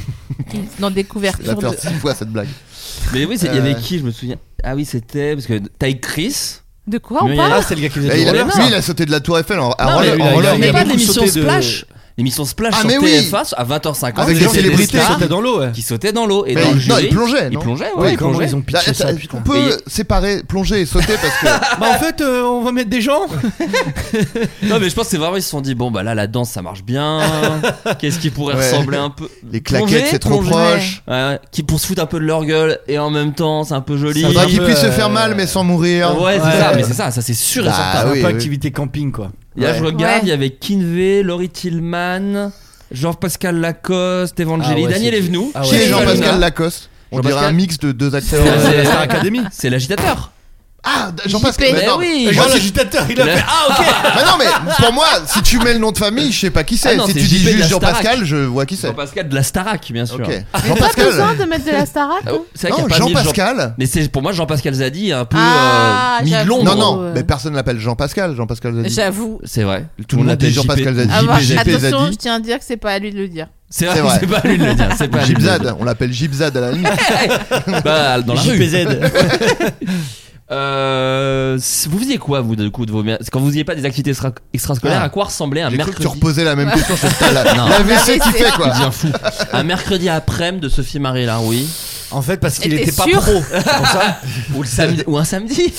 dans des Il a couvertures. faire De... six fois cette blague. *laughs* Mais oui, c'est- il y Euh. avait qui, je me souviens Ah oui, c'était. Parce que Ty Chris. de quoi Mais on il y a- parle Ah, c'est le gars qui faisait Et du il a, roller. non. lui, il a sauté de la tour Eiffel en, en Non, roller- il a- il en a- roller. il a mais pas beaucoup de l'émission sauté de- Splash. L'émission Splash Ah, sur mais oui. TF1 à 20h50. Avec des c'était célébrités, stars C'était Ah, dans l'eau, ouais. qui sautaient dans l'eau. Et Mais dans le il- non, jury, il plongeait, Ils non plongeaient, Ouais, ouais, ils comment plongeaient. ils ont Là, pitché ça, attends, putain. on Mais peut séparer plonger et sauter parce que Bah, en fait, euh, on va mettre des gens. Non, mais je pense que c'est vraiment, ils se sont dit, bon, bah là, la danse, ça marche *laughs* bien. Qu'est-ce qui pourrait Ouais. ressembler un peu les claquettes Plonger, c'est trop plonger. proche. Ouais, qui pour se foutre un peu de leur gueule et en même temps c'est un peu joli. Ça Il va faudrait qu'il un peu, puisse se euh, faire mal mais sans mourir. Ouais, c'est Ouais. ça, mais c'est ça, ça c'est sûr et hein. Bah, certain. Ah oui, pas oui. activité camping, quoi. Là, je Ouais. regarde, Ouais. il y avait Kinvey, Laurie Tillman, Jean-Pascal Lacoste, Evangélie, Ah ouais, Daniel c'est- Evenou. Ah ouais. Qui est Ouais. Jean-Pascal Lacoste On dirait Jean-Pascal- un mix de deux acteurs. C'est- Euh, c'est- Star Academy. C'est l'agitateur. Ah, Jean-Pascal. JP. mais Eh non. oui, Mais Jean moi, si- l'agitateur, il a Le- fait. Ah, ok mais non, mais pour moi, si tu mets le nom de famille, je sais pas qui c'est. Ah non, si c'est tu dis JP de la juste Starac. Jean-Pascal, je vois qui c'est. Jean-Pascal de la Starac, bien sûr. Ok. Pas besoin Jean-Pascal. de mettre de la starac. Ah, c'est vrai qu'il Non, y a pas mis le Jean- Jean-Pascal. Mais c'est pour moi Jean-Pascal Zadi est un peu Ah, euh, mis j'avoue. long. Non, Londres. non, Euh. mais personne l'appelle Jean-Pascal. J'en-Pascal Zadi. hein. J'avoue. C'est vrai. Tout le monde dit l'appelle Jean-Pascal JP. Zadi. Ah, bah, JP, attention, Zadi. je tiens à dire que c'est pas à lui de le dire. C'est C'est vrai, vrai. c'est pas à lui de le dire. C'est pas à lui de le dire. Gibzad, on l'appelle Gibzad à la limite. Bah, dans la rue. JPZ. *laughs* Euh, vous faisiez quoi vous du coup de vos mer- quand vous faisiez pas des activités extra- extrascolaires Ah. à quoi ressemblait un J'ai cru que mercredi tu reposais la même *laughs* question sur ta- la, Non. la WC qui fait quoi. Bien fou. un mercredi après-midi de Sophie Marie Laroui En fait, parce qu'il Et t'es était pas sûr pro. c'est pour ça. ou le samedi ou un samedi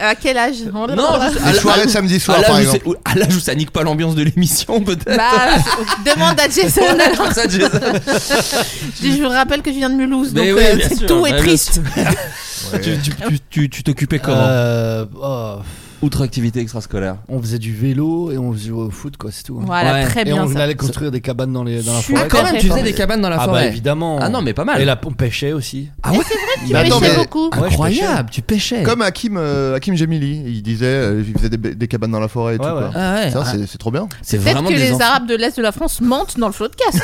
À quel âge Oh On- Non, juste à Les la- soirées de samedi à soir l'âge par où exemple. c'est- où- à l'âge où ça nique pas l'ambiance de l'émission peut-être. Bah, demande à Jason. alors. Ça, Jason. Je dis, je vous rappelle que je viens de Mulhouse, donc Mais oui, euh, bien sûr. tout est Ouais, triste. Tu- *laughs* tu- tu- tu- Tu t'occupais comment Euh, oh, Outre activité extrascolaire. on faisait du vélo et on faisait au foot, quoi, c'est tout. hein. Voilà, Ouais. très Et bien on ça. allait construire des cabanes dans, les, dans la Super. forêt. Ah, quand même, tu faisais des cabanes dans la Ah, bah évidemment. Ah non, mais pas mal. Et là, on pêchait aussi. Ah ouais Tu Mais attends, pêchais mais- beaucoup. Ah ouais, je pêchais. Incroyable, tu pêchais. Comme Hakim, euh, Hakim Gemili, il disait, euh, il faisait des, des cabanes dans la forêt et Ouais, tout. ouais. quoi. Ah ouais. Ça, Ah, c'est- c'est trop bien. C'est Peut-être vraiment que des les enfants. Arabes de l'Est de la France mentent dans le flot de casse.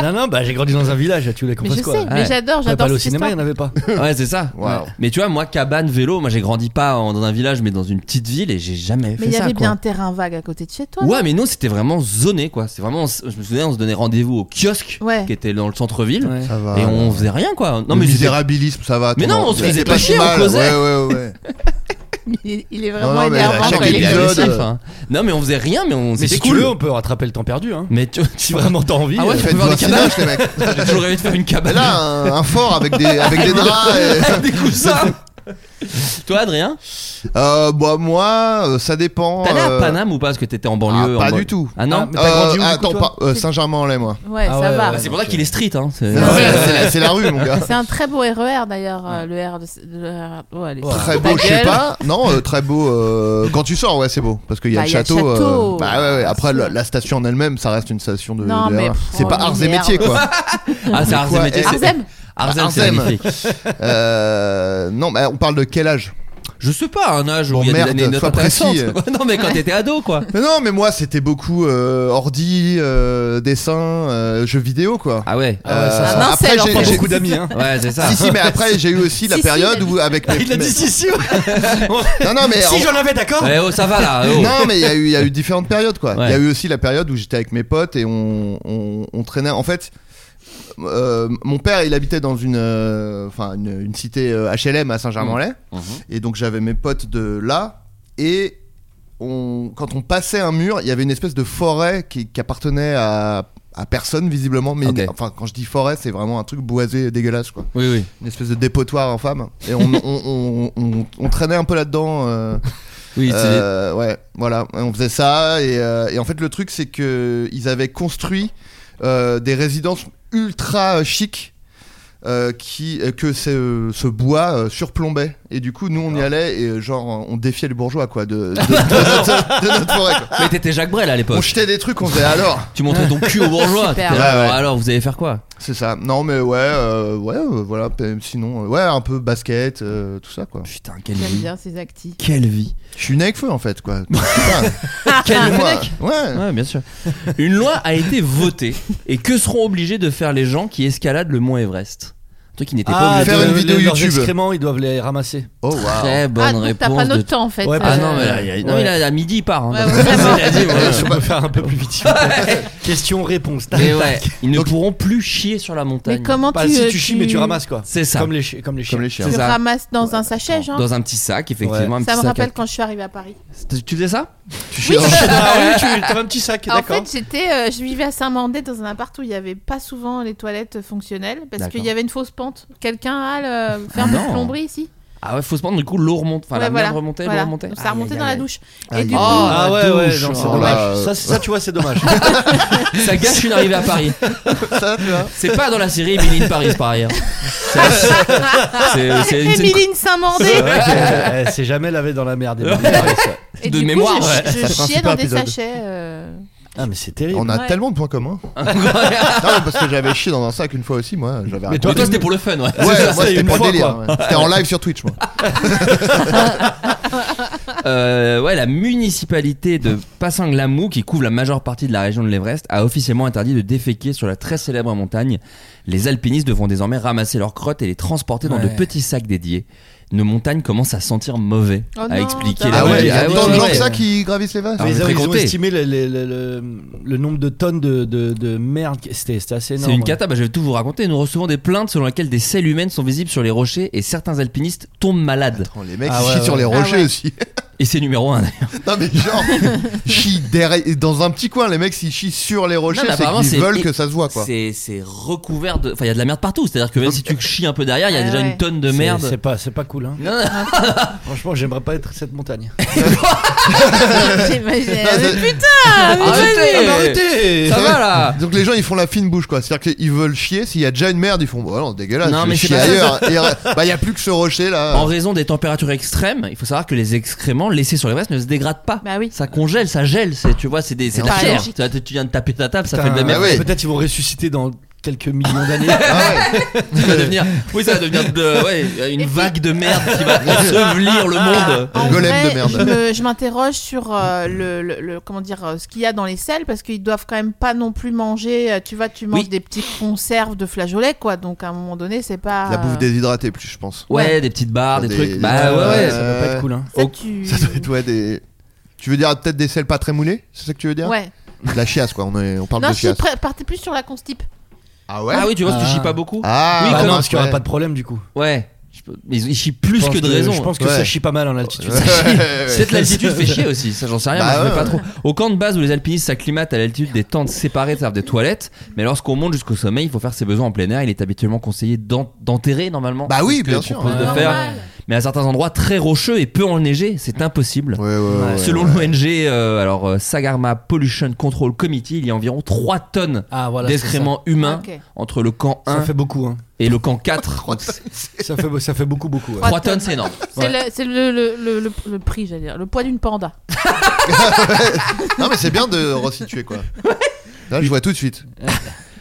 Non, non, bah j'ai grandi dans un village, tu voulais qu'on mais je fasse quoi sais, mais Ouais. j'adore, Après, pas j'adore aller au cette cinéma, il n'y histoire. en avait pas. *laughs* Ouais, c'est ça. Waouh. Ouais. Mais tu vois, moi, cabane, vélo, moi j'ai grandi pas en- dans un village, mais dans une petite ville et j'ai jamais fait Mais il y ça. avait quoi. bien un terrain vague à côté de chez toi. Ouais, mais nous c'était vraiment zoné quoi. C'est vraiment, on s- je me souviens, on se donnait rendez-vous au kiosque Ouais. qui était dans le centre-ville Ça va. et on faisait rien quoi. Non, le mais c'était- misérabilisme, ça va. Mais tout non, le on monde. se faisait C'est pas chier, si on mal. causait. Ouais, *laughs* ouais, ouais. non Il est, il est Non, vraiment non, mais à énervant chaque quand il est Il est épisode- agressif. agressif, hein. Non, mais on faisait rien, mais on Mais c'était si tu cool. veux, on peut rattraper le temps perdu. Hein. Mais tu, tu Si vraiment t'as envie. Ah ouais, euh, tu peux Faites-vous voir un des cabanes. sinage, les mecs. J'ai toujours rêvé de faire une Mais cabane. là, euh, un, un fort *laughs* avec des, avec des draps. et- des *laughs* coussins. Toi, Adrien, Euh, bah, moi, euh, ça dépend. t'allais à euh, Paname ou pas Parce que t'étais en banlieue. Ah, en pas banlieue. du tout. Ah non Ah, mais t'as Euh, grandi où, du Attends, coup, toi pas- euh, Saint-Germain-en-Laye, moi. Ouais, Ah ça ouais, va. ouais. C'est pour ça qu'il est street. Hein. C'est- C'est la- c'est la rue, mon gars. C'est un très beau RER d'ailleurs, euh, le R de. de- de- oh, allez. Très Ta beau, je sais gueule. pas. Non, euh, très beau. euh, quand tu sors, ouais, c'est beau. Parce qu'il y a Bah, le il y a le château. euh, château. bah ouais, ouais. Après, Bien la, sûr. la station en elle-même, ça reste une station de. Non, de mais R1. c'est oh, pas arts et merde. métiers, *laughs* quoi. Ah, c'est Arzem quoi, Métier, eh, c'est- Arzem Arzem, c'est Arzem. magnifique. Euh, non, mais on parle de quel âge Je sais pas, un âge où Bon, il y a merde, des anecdotes sois précis. intéressantes. Ouais, *laughs* non, mais quand t'étais ado, quoi. mais Non, mais moi, c'était beaucoup euh, ordi, euh, dessin, euh, jeux vidéo, quoi. Ah ouais. Ah ouais, ça, Euh, ça. non, c'est après, leur j'ai- Pas *laughs* j'ai- beaucoup d'amis. Hein. Ouais, c'est *laughs* ça. Si, si, mais après, j'ai eu aussi la Si, si, *laughs* période il a dit- où, avec mes. Il a dit mes- si, si. Non, non, mais. en- Si j'en avais, d'accord Eh, Ouais, oh, ça va là. oh. Non, mais il y, a eu- il y a eu différentes périodes, quoi. Il y a Ouais. eu aussi la période où j'étais avec mes potes et on, on, on traînait. En fait, euh, mon père, il habitait dans une, euh, enfin, une, une cité euh, HLM à Saint-Germain-en-Laye. Mhm. Et donc, j'avais mes potes de là. Et on, quand on passait un mur, il y avait une espèce de forêt qui, qui appartenait à, à personne, visiblement. Mais Ok. enfin, quand je dis forêt, c'est vraiment un truc boisé et dégueulasse, quoi Oui, oui. une espèce de dépotoir infâme et on, on, on, on- on traînait un peu là-dedans euh, Oui, c'est- Euh, ouais, voilà, on faisait ça et, euh, et en fait le truc c'est que ils avaient construit euh, des résidences ultra euh, chic. euh, qui euh, que ce, ce bois euh, surplombait et du coup nous on y allait et euh, genre on défiait les bourgeois quoi *laughs* de, de- de notre, de notre forêt quoi. Mais t'étais Jacques Brel à on l'époque. jetait des trucs on faisait alors Tu montrais ton cul aux *laughs* bourgeois. Super. t'étais là, Ah Ouais, ouais. alors, alors, vous allez faire quoi c'est ça non mais ouais euh, ouais euh, voilà p- sinon euh, ouais un peu basket euh, tout ça quoi Putain, quelle *laughs* J'aime vie. bien ces actifs. Quelle vie. je suis né avec feu en fait Ah, quoi Putain. Quel Moi, mec. ouais Ouais, bien sûr. Une loi a été votée. Et que seront obligés de faire les gens qui escaladent le mont Everest Un truc qui n'était pas Ah, obligé. faire une vidéo leurs YouTube. excréments, ils doivent les ramasser. oh waouh Très bonne ah, donc t'as pas réponse. notre de- temps en fait. Ouais, Ah non, Euh, mais là, il y a- non, Ouais. mais là, à midi, il part. hein. *laughs* Ouais, ouais, vraiment. Il a dit, voilà. Je peux faire un peu plus *laughs* vite. Question-réponse. Mais ouais, ils ne pourront plus chier sur la montagne. Mais comment Pas tu. si euh, tu chies, mais tu ramasses quoi. C'est ça. Comme les, chi- comme les chiens. comme les chiens Tu C'est ça. ramasses dans un sachet, genre. Dans un petit sac, effectivement. un Ça petit me sac rappelle à- quand je suis arrivée à Paris. Tu- Tu faisais ça Tu chies dans- Ah oui, tu t'as un petit sac, En d'accord. fait, j'étais, euh, je vivais à Saint-Mandé dans un appart où il n'y avait pas souvent les toilettes fonctionnelles parce D'accord. qu'il y avait une fausse pente. Quelqu'un a le ferme non. de plomberie ici Ah ouais, faut se prendre, du coup, l'eau remonte. Enfin, Ouais, la voilà. merde remontait, Voilà. l'eau remontait. Donc, Ça remontait dans la douche. Aïe. Et du Oh. coup, *laughs* Ah ouais, ouais, non, c'est Oh dommage. là. Ça, ça, tu vois, c'est dommage. Ça gâche une arrivée à *laughs* Paris. ça tu vois C'est pas dans la série Emily in Paris, par ailleurs. C'est- C'est c'est une scène Émiline Saint-Mandé C'est vrai qu'elle elle s'est jamais lavée dans la merde. Emily Harris. Et de du coup, je- mémoire, ouais. Je, C'est le chiais dans des principal épisode. sachets. euh, Ah, mais c'est terrible. On a Ouais. tellement de points communs. non, mais parce que j'avais chié dans un sac une fois aussi, moi. J'avais Mais raconté- Toi, toi, c'était pour le fun, ouais. Ouais, C'est ça, moi c'est c'était une pour le fois, délire. quoi. ouais. C'était en live sur Twitch, moi. Euh, ouais, la municipalité de Passanglamou, qui couvre la majeure partie de la région de l'Everest, a officiellement interdit de déféquer sur la très célèbre montagne. Les alpinistes devront désormais ramasser leurs crottes et les transporter dans de Ouais. petits sacs dédiés. Nos montagnes commencent à sentir mauvais, Oh a non, expliqué t'as- la Ah ouais, il y Ah a ouais, tant de ouais, gens ouais. que ça qui gravissent les vaches. Mais ils, mais ont- très ils ont compté. estimé le, le- le- le- le nombre de tonnes de, de, de merde. C'était c'était assez énorme. C'est une cata, bah, je vais tout vous raconter. Nous recevons des plaintes selon lesquelles des selles humaines sont visibles sur les rochers et certains alpinistes tombent malades. Attends, les mecs Ah ils ouais, chient sur ouais. les Ah rochers ouais. aussi. Et c'est numéro 1 *laughs* non mais genre, chient derrière, dans un petit coin. Les mecs ils chient sur les rochers, Non, mais c'est apparemment, qu'ils c'est- veulent et- que ça se voit quoi. C'est c'est recouvert de. Enfin, il y a de la merde partout. C'est-à-dire que même si tu chies un peu derrière, il y a Ouais, déjà ouais. une tonne de C'est- merde. hein. C'est pas, c'est pas cool. Hein. Non, non, non. Franchement, j'aimerais pas être *laughs* cette montagne. j'imagine. Ah, Mais c'est- putain, Ah, mais vas-y. Arrêtez Ah, bah, Arrêtez Ça va là *laughs* Donc les gens ils font la fine bouche quoi, c'est-à-dire qu'ils veulent chier, s'il y a déjà une merde ils font bon non dégueulasse, Non, je mais chie c'est pas ailleurs. Et re- bah il y a plus que ce rocher là. En raison des températures extrêmes, il faut savoir que les excréments laissés sur les l'Everest ne se dégradent pas. Bah oui. Ça congèle, ça gèle, c'est tu vois, c'est des c'est de la Pas pierre. logique. Tu vois, Tu viens de taper ta table, ça fait Putain, de la merde. Ah ouais. Peut-être ils vont ressusciter dans quelques millions *laughs* d'années. Ah ouais. Ça va devenir, oui, ça va devenir de- ouais, une Et puis- Ah. vague de merde qui va ensevelir le monde. En Golem vrai, de merde. je me- Je m'interroge sur euh, le, le- le- comment dire euh, ce qu'il y a dans les selles parce qu'ils doivent quand même pas non plus manger. euh, Tu vois, tu manges Oui. des petites conserves de flageolets quoi. Donc à un moment donné, c'est pas. La bouffe euh, déshydratée plus je pense. Ouais, des petites barres, des, Des- trucs. des- Bah ouais, ouais. ça doit pas être cool. Hein. ça, Oh, tu- Ça doit être ouais, des. Tu veux dire peut-être des sels pas très moulés, c'est ça que tu veux dire Ouais. La chiasse quoi, on, est- on parle Non, de je chiasse. suis prêt- partez plus sur la constip. Ah ouais Ah oui, tu vois, si tu Ah. chies pas beaucoup. Ah, Bah bah non, mince, parce qu'il y aura ouais. *laughs* pas de problème du coup. Ouais. Je peux- mais Ils ils chient plus que de raison. hein. Je pense que Ouais. ça chie pas mal en altitude. Ouais, ouais, ouais. Peut-être *laughs* l'altitude fait chier aussi, ça j'en sais rien, Bah mais je ouais, sais pas ouais. trop. Au camp de base où les alpinistes s'acclimatent à l'altitude des tentes séparées servent des toilettes, mais lorsqu'on monte jusqu'au sommet, il faut faire ses besoins en plein air. Il est habituellement conseillé d'en- d'enterrer normalement. Bah oui, C'est ce que bien tu sûr. proposes de Ouais. faire. Normal. Mais à certains endroits très rocheux et peu enneigés, c'est impossible. Ouais, ouais, ouais, Selon ouais. l'ONG, euh, alors euh, Sagarma Pollution Control Committee, il y a environ 3 tonnes Ah voilà. c'est d'excréments humains Ok. entre le camp Ça, Ça 1 fait beaucoup. Hein. et le camp *laughs* 4. Ça, fait, be- ça fait beaucoup, beaucoup. ouais. 3 tonnes, c'est énorme. C'est le, c'est le, le, le, le- le prix, j'allais dire. Le poids d'une panda. Non, mais c'est bien de resituer quoi. Là, je vois tout de suite.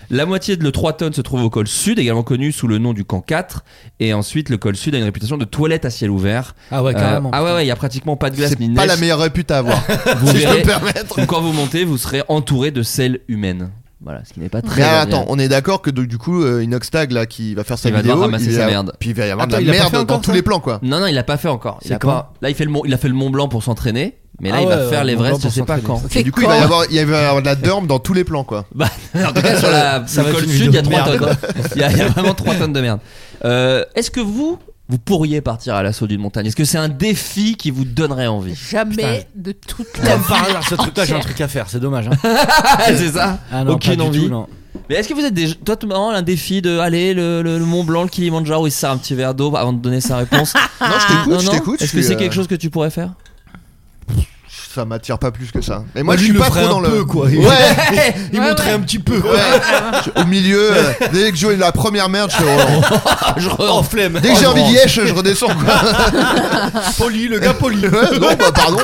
La moitié de le 3 tonnes se trouve au col sud, également connu sous le nom du camp 4. Et ensuite, le col sud a une réputation de toilette à ciel ouvert. Ah ouais, Euh, carrément. ah ouais, ouais, il y a pratiquement pas de glace C'est ni de pas neige. la meilleure répute à avoir, Vous si je peux verrez. me permettre. *laughs* Donc, quand vous montez, vous serez entouré de sel humaine. Voilà, ce qui n'est pas très. Mais attends, agréable. on est d'accord que du coup, euh, Inoxtag là qui va faire sa Il va vidéo, devoir ramasser il sa va- merde. puis il va y avoir Attends, de il a la pas fait merde dans encore, tous ça les plans quoi. Non, non, il l'a pas fait encore. Il C'est a comment pas- Là, il fait le Mont, il a fait le Mont Blanc pour s'entraîner, mais là, Ah il ouais, va faire Mont l'Everest. Je Blanc sais pour pas s'entraîner. quand. Et du coup, il va y avoir, il va y avoir de la derme dans tous les plans quoi. Bah, *laughs* en tout cas, sur la, Ça le va être col une sud, il y a vidéo de 3 merde. tonnes. Il y, a- il y a vraiment 3 tonnes de merde. Euh, Est-ce que vous, vous pourriez partir à l'assaut d'une montagne Est-ce que c'est un défi qui vous donnerait envie Jamais de toute la Comme vie. par hasard, ce truc-là, j'ai un truc à faire, c'est dommage. Hein. Ah, c'est ça *laughs* Ah *laughs* non, Aucune pas du envie. tout, non. Mais est-ce que vous êtes des... Toi, tout marrant, un défi de aller le, le- le Mont Blanc, le Kilimanjaro, il se sert un petit verre d'eau avant de donner sa réponse. Ah. Non, *laughs* je t'écoute, non, je non t'écoute. je Est-ce que suis, c'est euh, quelque chose que tu pourrais faire ça m'attire pas plus que ça. Et Bah, moi, je lui, suis le pas ferait trop dans un le. peu, quoi. Il- *laughs* Ouais, Il Ouais, montrait ouais. un petit peu. ouais. Je- Au milieu, euh, dès que Joe est la première merde, je, fais, oh, Ah, Je en flemme. dès que j'ai oh, envie d'y être, Oh, je redescends. Quoi. Poli, le gars poli. Ouais, non, bah pardon.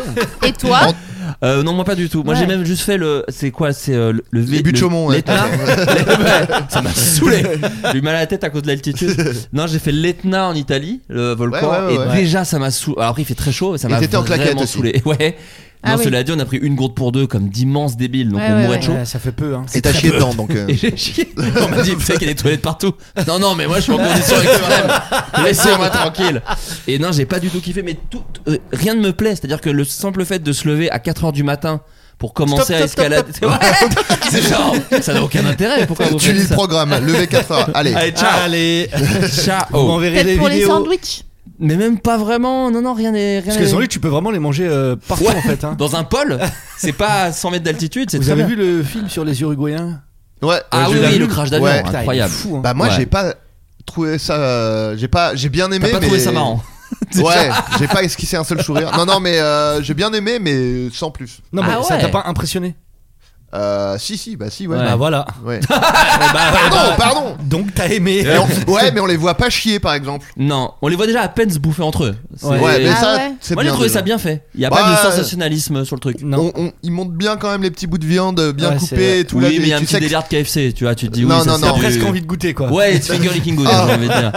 Et toi Euh, non, moi pas du tout. Moi Ouais. j'ai même juste fait le. C'est quoi C'est euh, le, le V- Les buts de le- Chaumont, ouais. *laughs* l'Etna. L'Etna. *laughs* Ça m'a saoulé. J'ai eu mal à la tête à cause de *laughs* l'altitude. Non, j'ai fait l'Etna en Italie, le volcan. Ouais, ouais, ouais, et ouais. déjà ça m'a saoulé. Alors après il fait très chaud, mais ça Et m'a t'étais en claquette vraiment aussi. saoulé. *laughs* Ouais. Ah non, oui. cela dit, on a pris une gourde pour deux comme d'immenses débiles, donc Ouais, on ouais, mourait de ouais. chaud. ça fait peu, hein. Et t'as chié dedans, donc. euh, Et j'ai chié. *laughs* On m'a dit, vous savez qu'il y a des toilettes partout. Non, non, mais moi *laughs* je suis en condition extrême. Laissez-moi tranquille. Et non, j'ai pas du tout kiffé, mais tout, euh, rien ne me plaît. C'est-à-dire que le simple fait de se lever à 4h du matin pour commencer Stop, stop, à escalader. *laughs* Ouais, c'est genre, ça n'a aucun intérêt. Pourquoi vous Tu faites lis le ça programme, hein. levez 4 heures. Allez. Allez, ciao. Allez, vous Ciao. m'enverrez Peut-être les pour les vidéos. sandwichs. Mais même pas vraiment. Non, non, rien n'est. rien Parce que les n'est- sandwichs, tu peux vraiment les manger euh, partout Ouais. en fait. hein. Dans un pôle, c'est pas à 100 mètres d'altitude, c'est Vous très avez bien. vu le film sur les Uruguayens Ouais. Ah je oui, l'ai oui, vu. le crash d'avion, Ouais. Putain, il est incroyable. fou, hein. Bah moi Ouais. j'ai pas trouvé ça euh, j'ai pas j'ai bien aimé T'as pas mais trouvé ça *laughs* marrant. Ouais, j'ai pas esquissé un seul sourire. Non non mais euh, j'ai bien aimé mais sans plus. Non, mais Ah ça ouais. t'a pas impressionné Euh, si si bah si ouais. Ouais. Bah voilà. Ouais. Eh bah. pardon, *laughs* pardon. Donc t'as aimé. Et on- ouais, mais on les voit pas chier par exemple. Non, on les voit déjà à peine se bouffer entre eux. C'est- Ouais. Ouais, mais Ah ça ouais. c'est Moi j'ai bien. trouvé déjà. ça bien fait. Il y a Bah, pas de euh, sensationnalisme sur le truc. Non. On- on- ils montent bien quand même les petits bouts de viande bien Ouais, coupés c'est- et tout oui, là. mais il y a un tu petit sais que- délire de KFC, tu vois, tu te dis Non, oui, ça, non, c'est non, T'as du- presque envie de goûter quoi. Ouais, it's finger licking *laughs* good, Ah. j'ai envie de dire.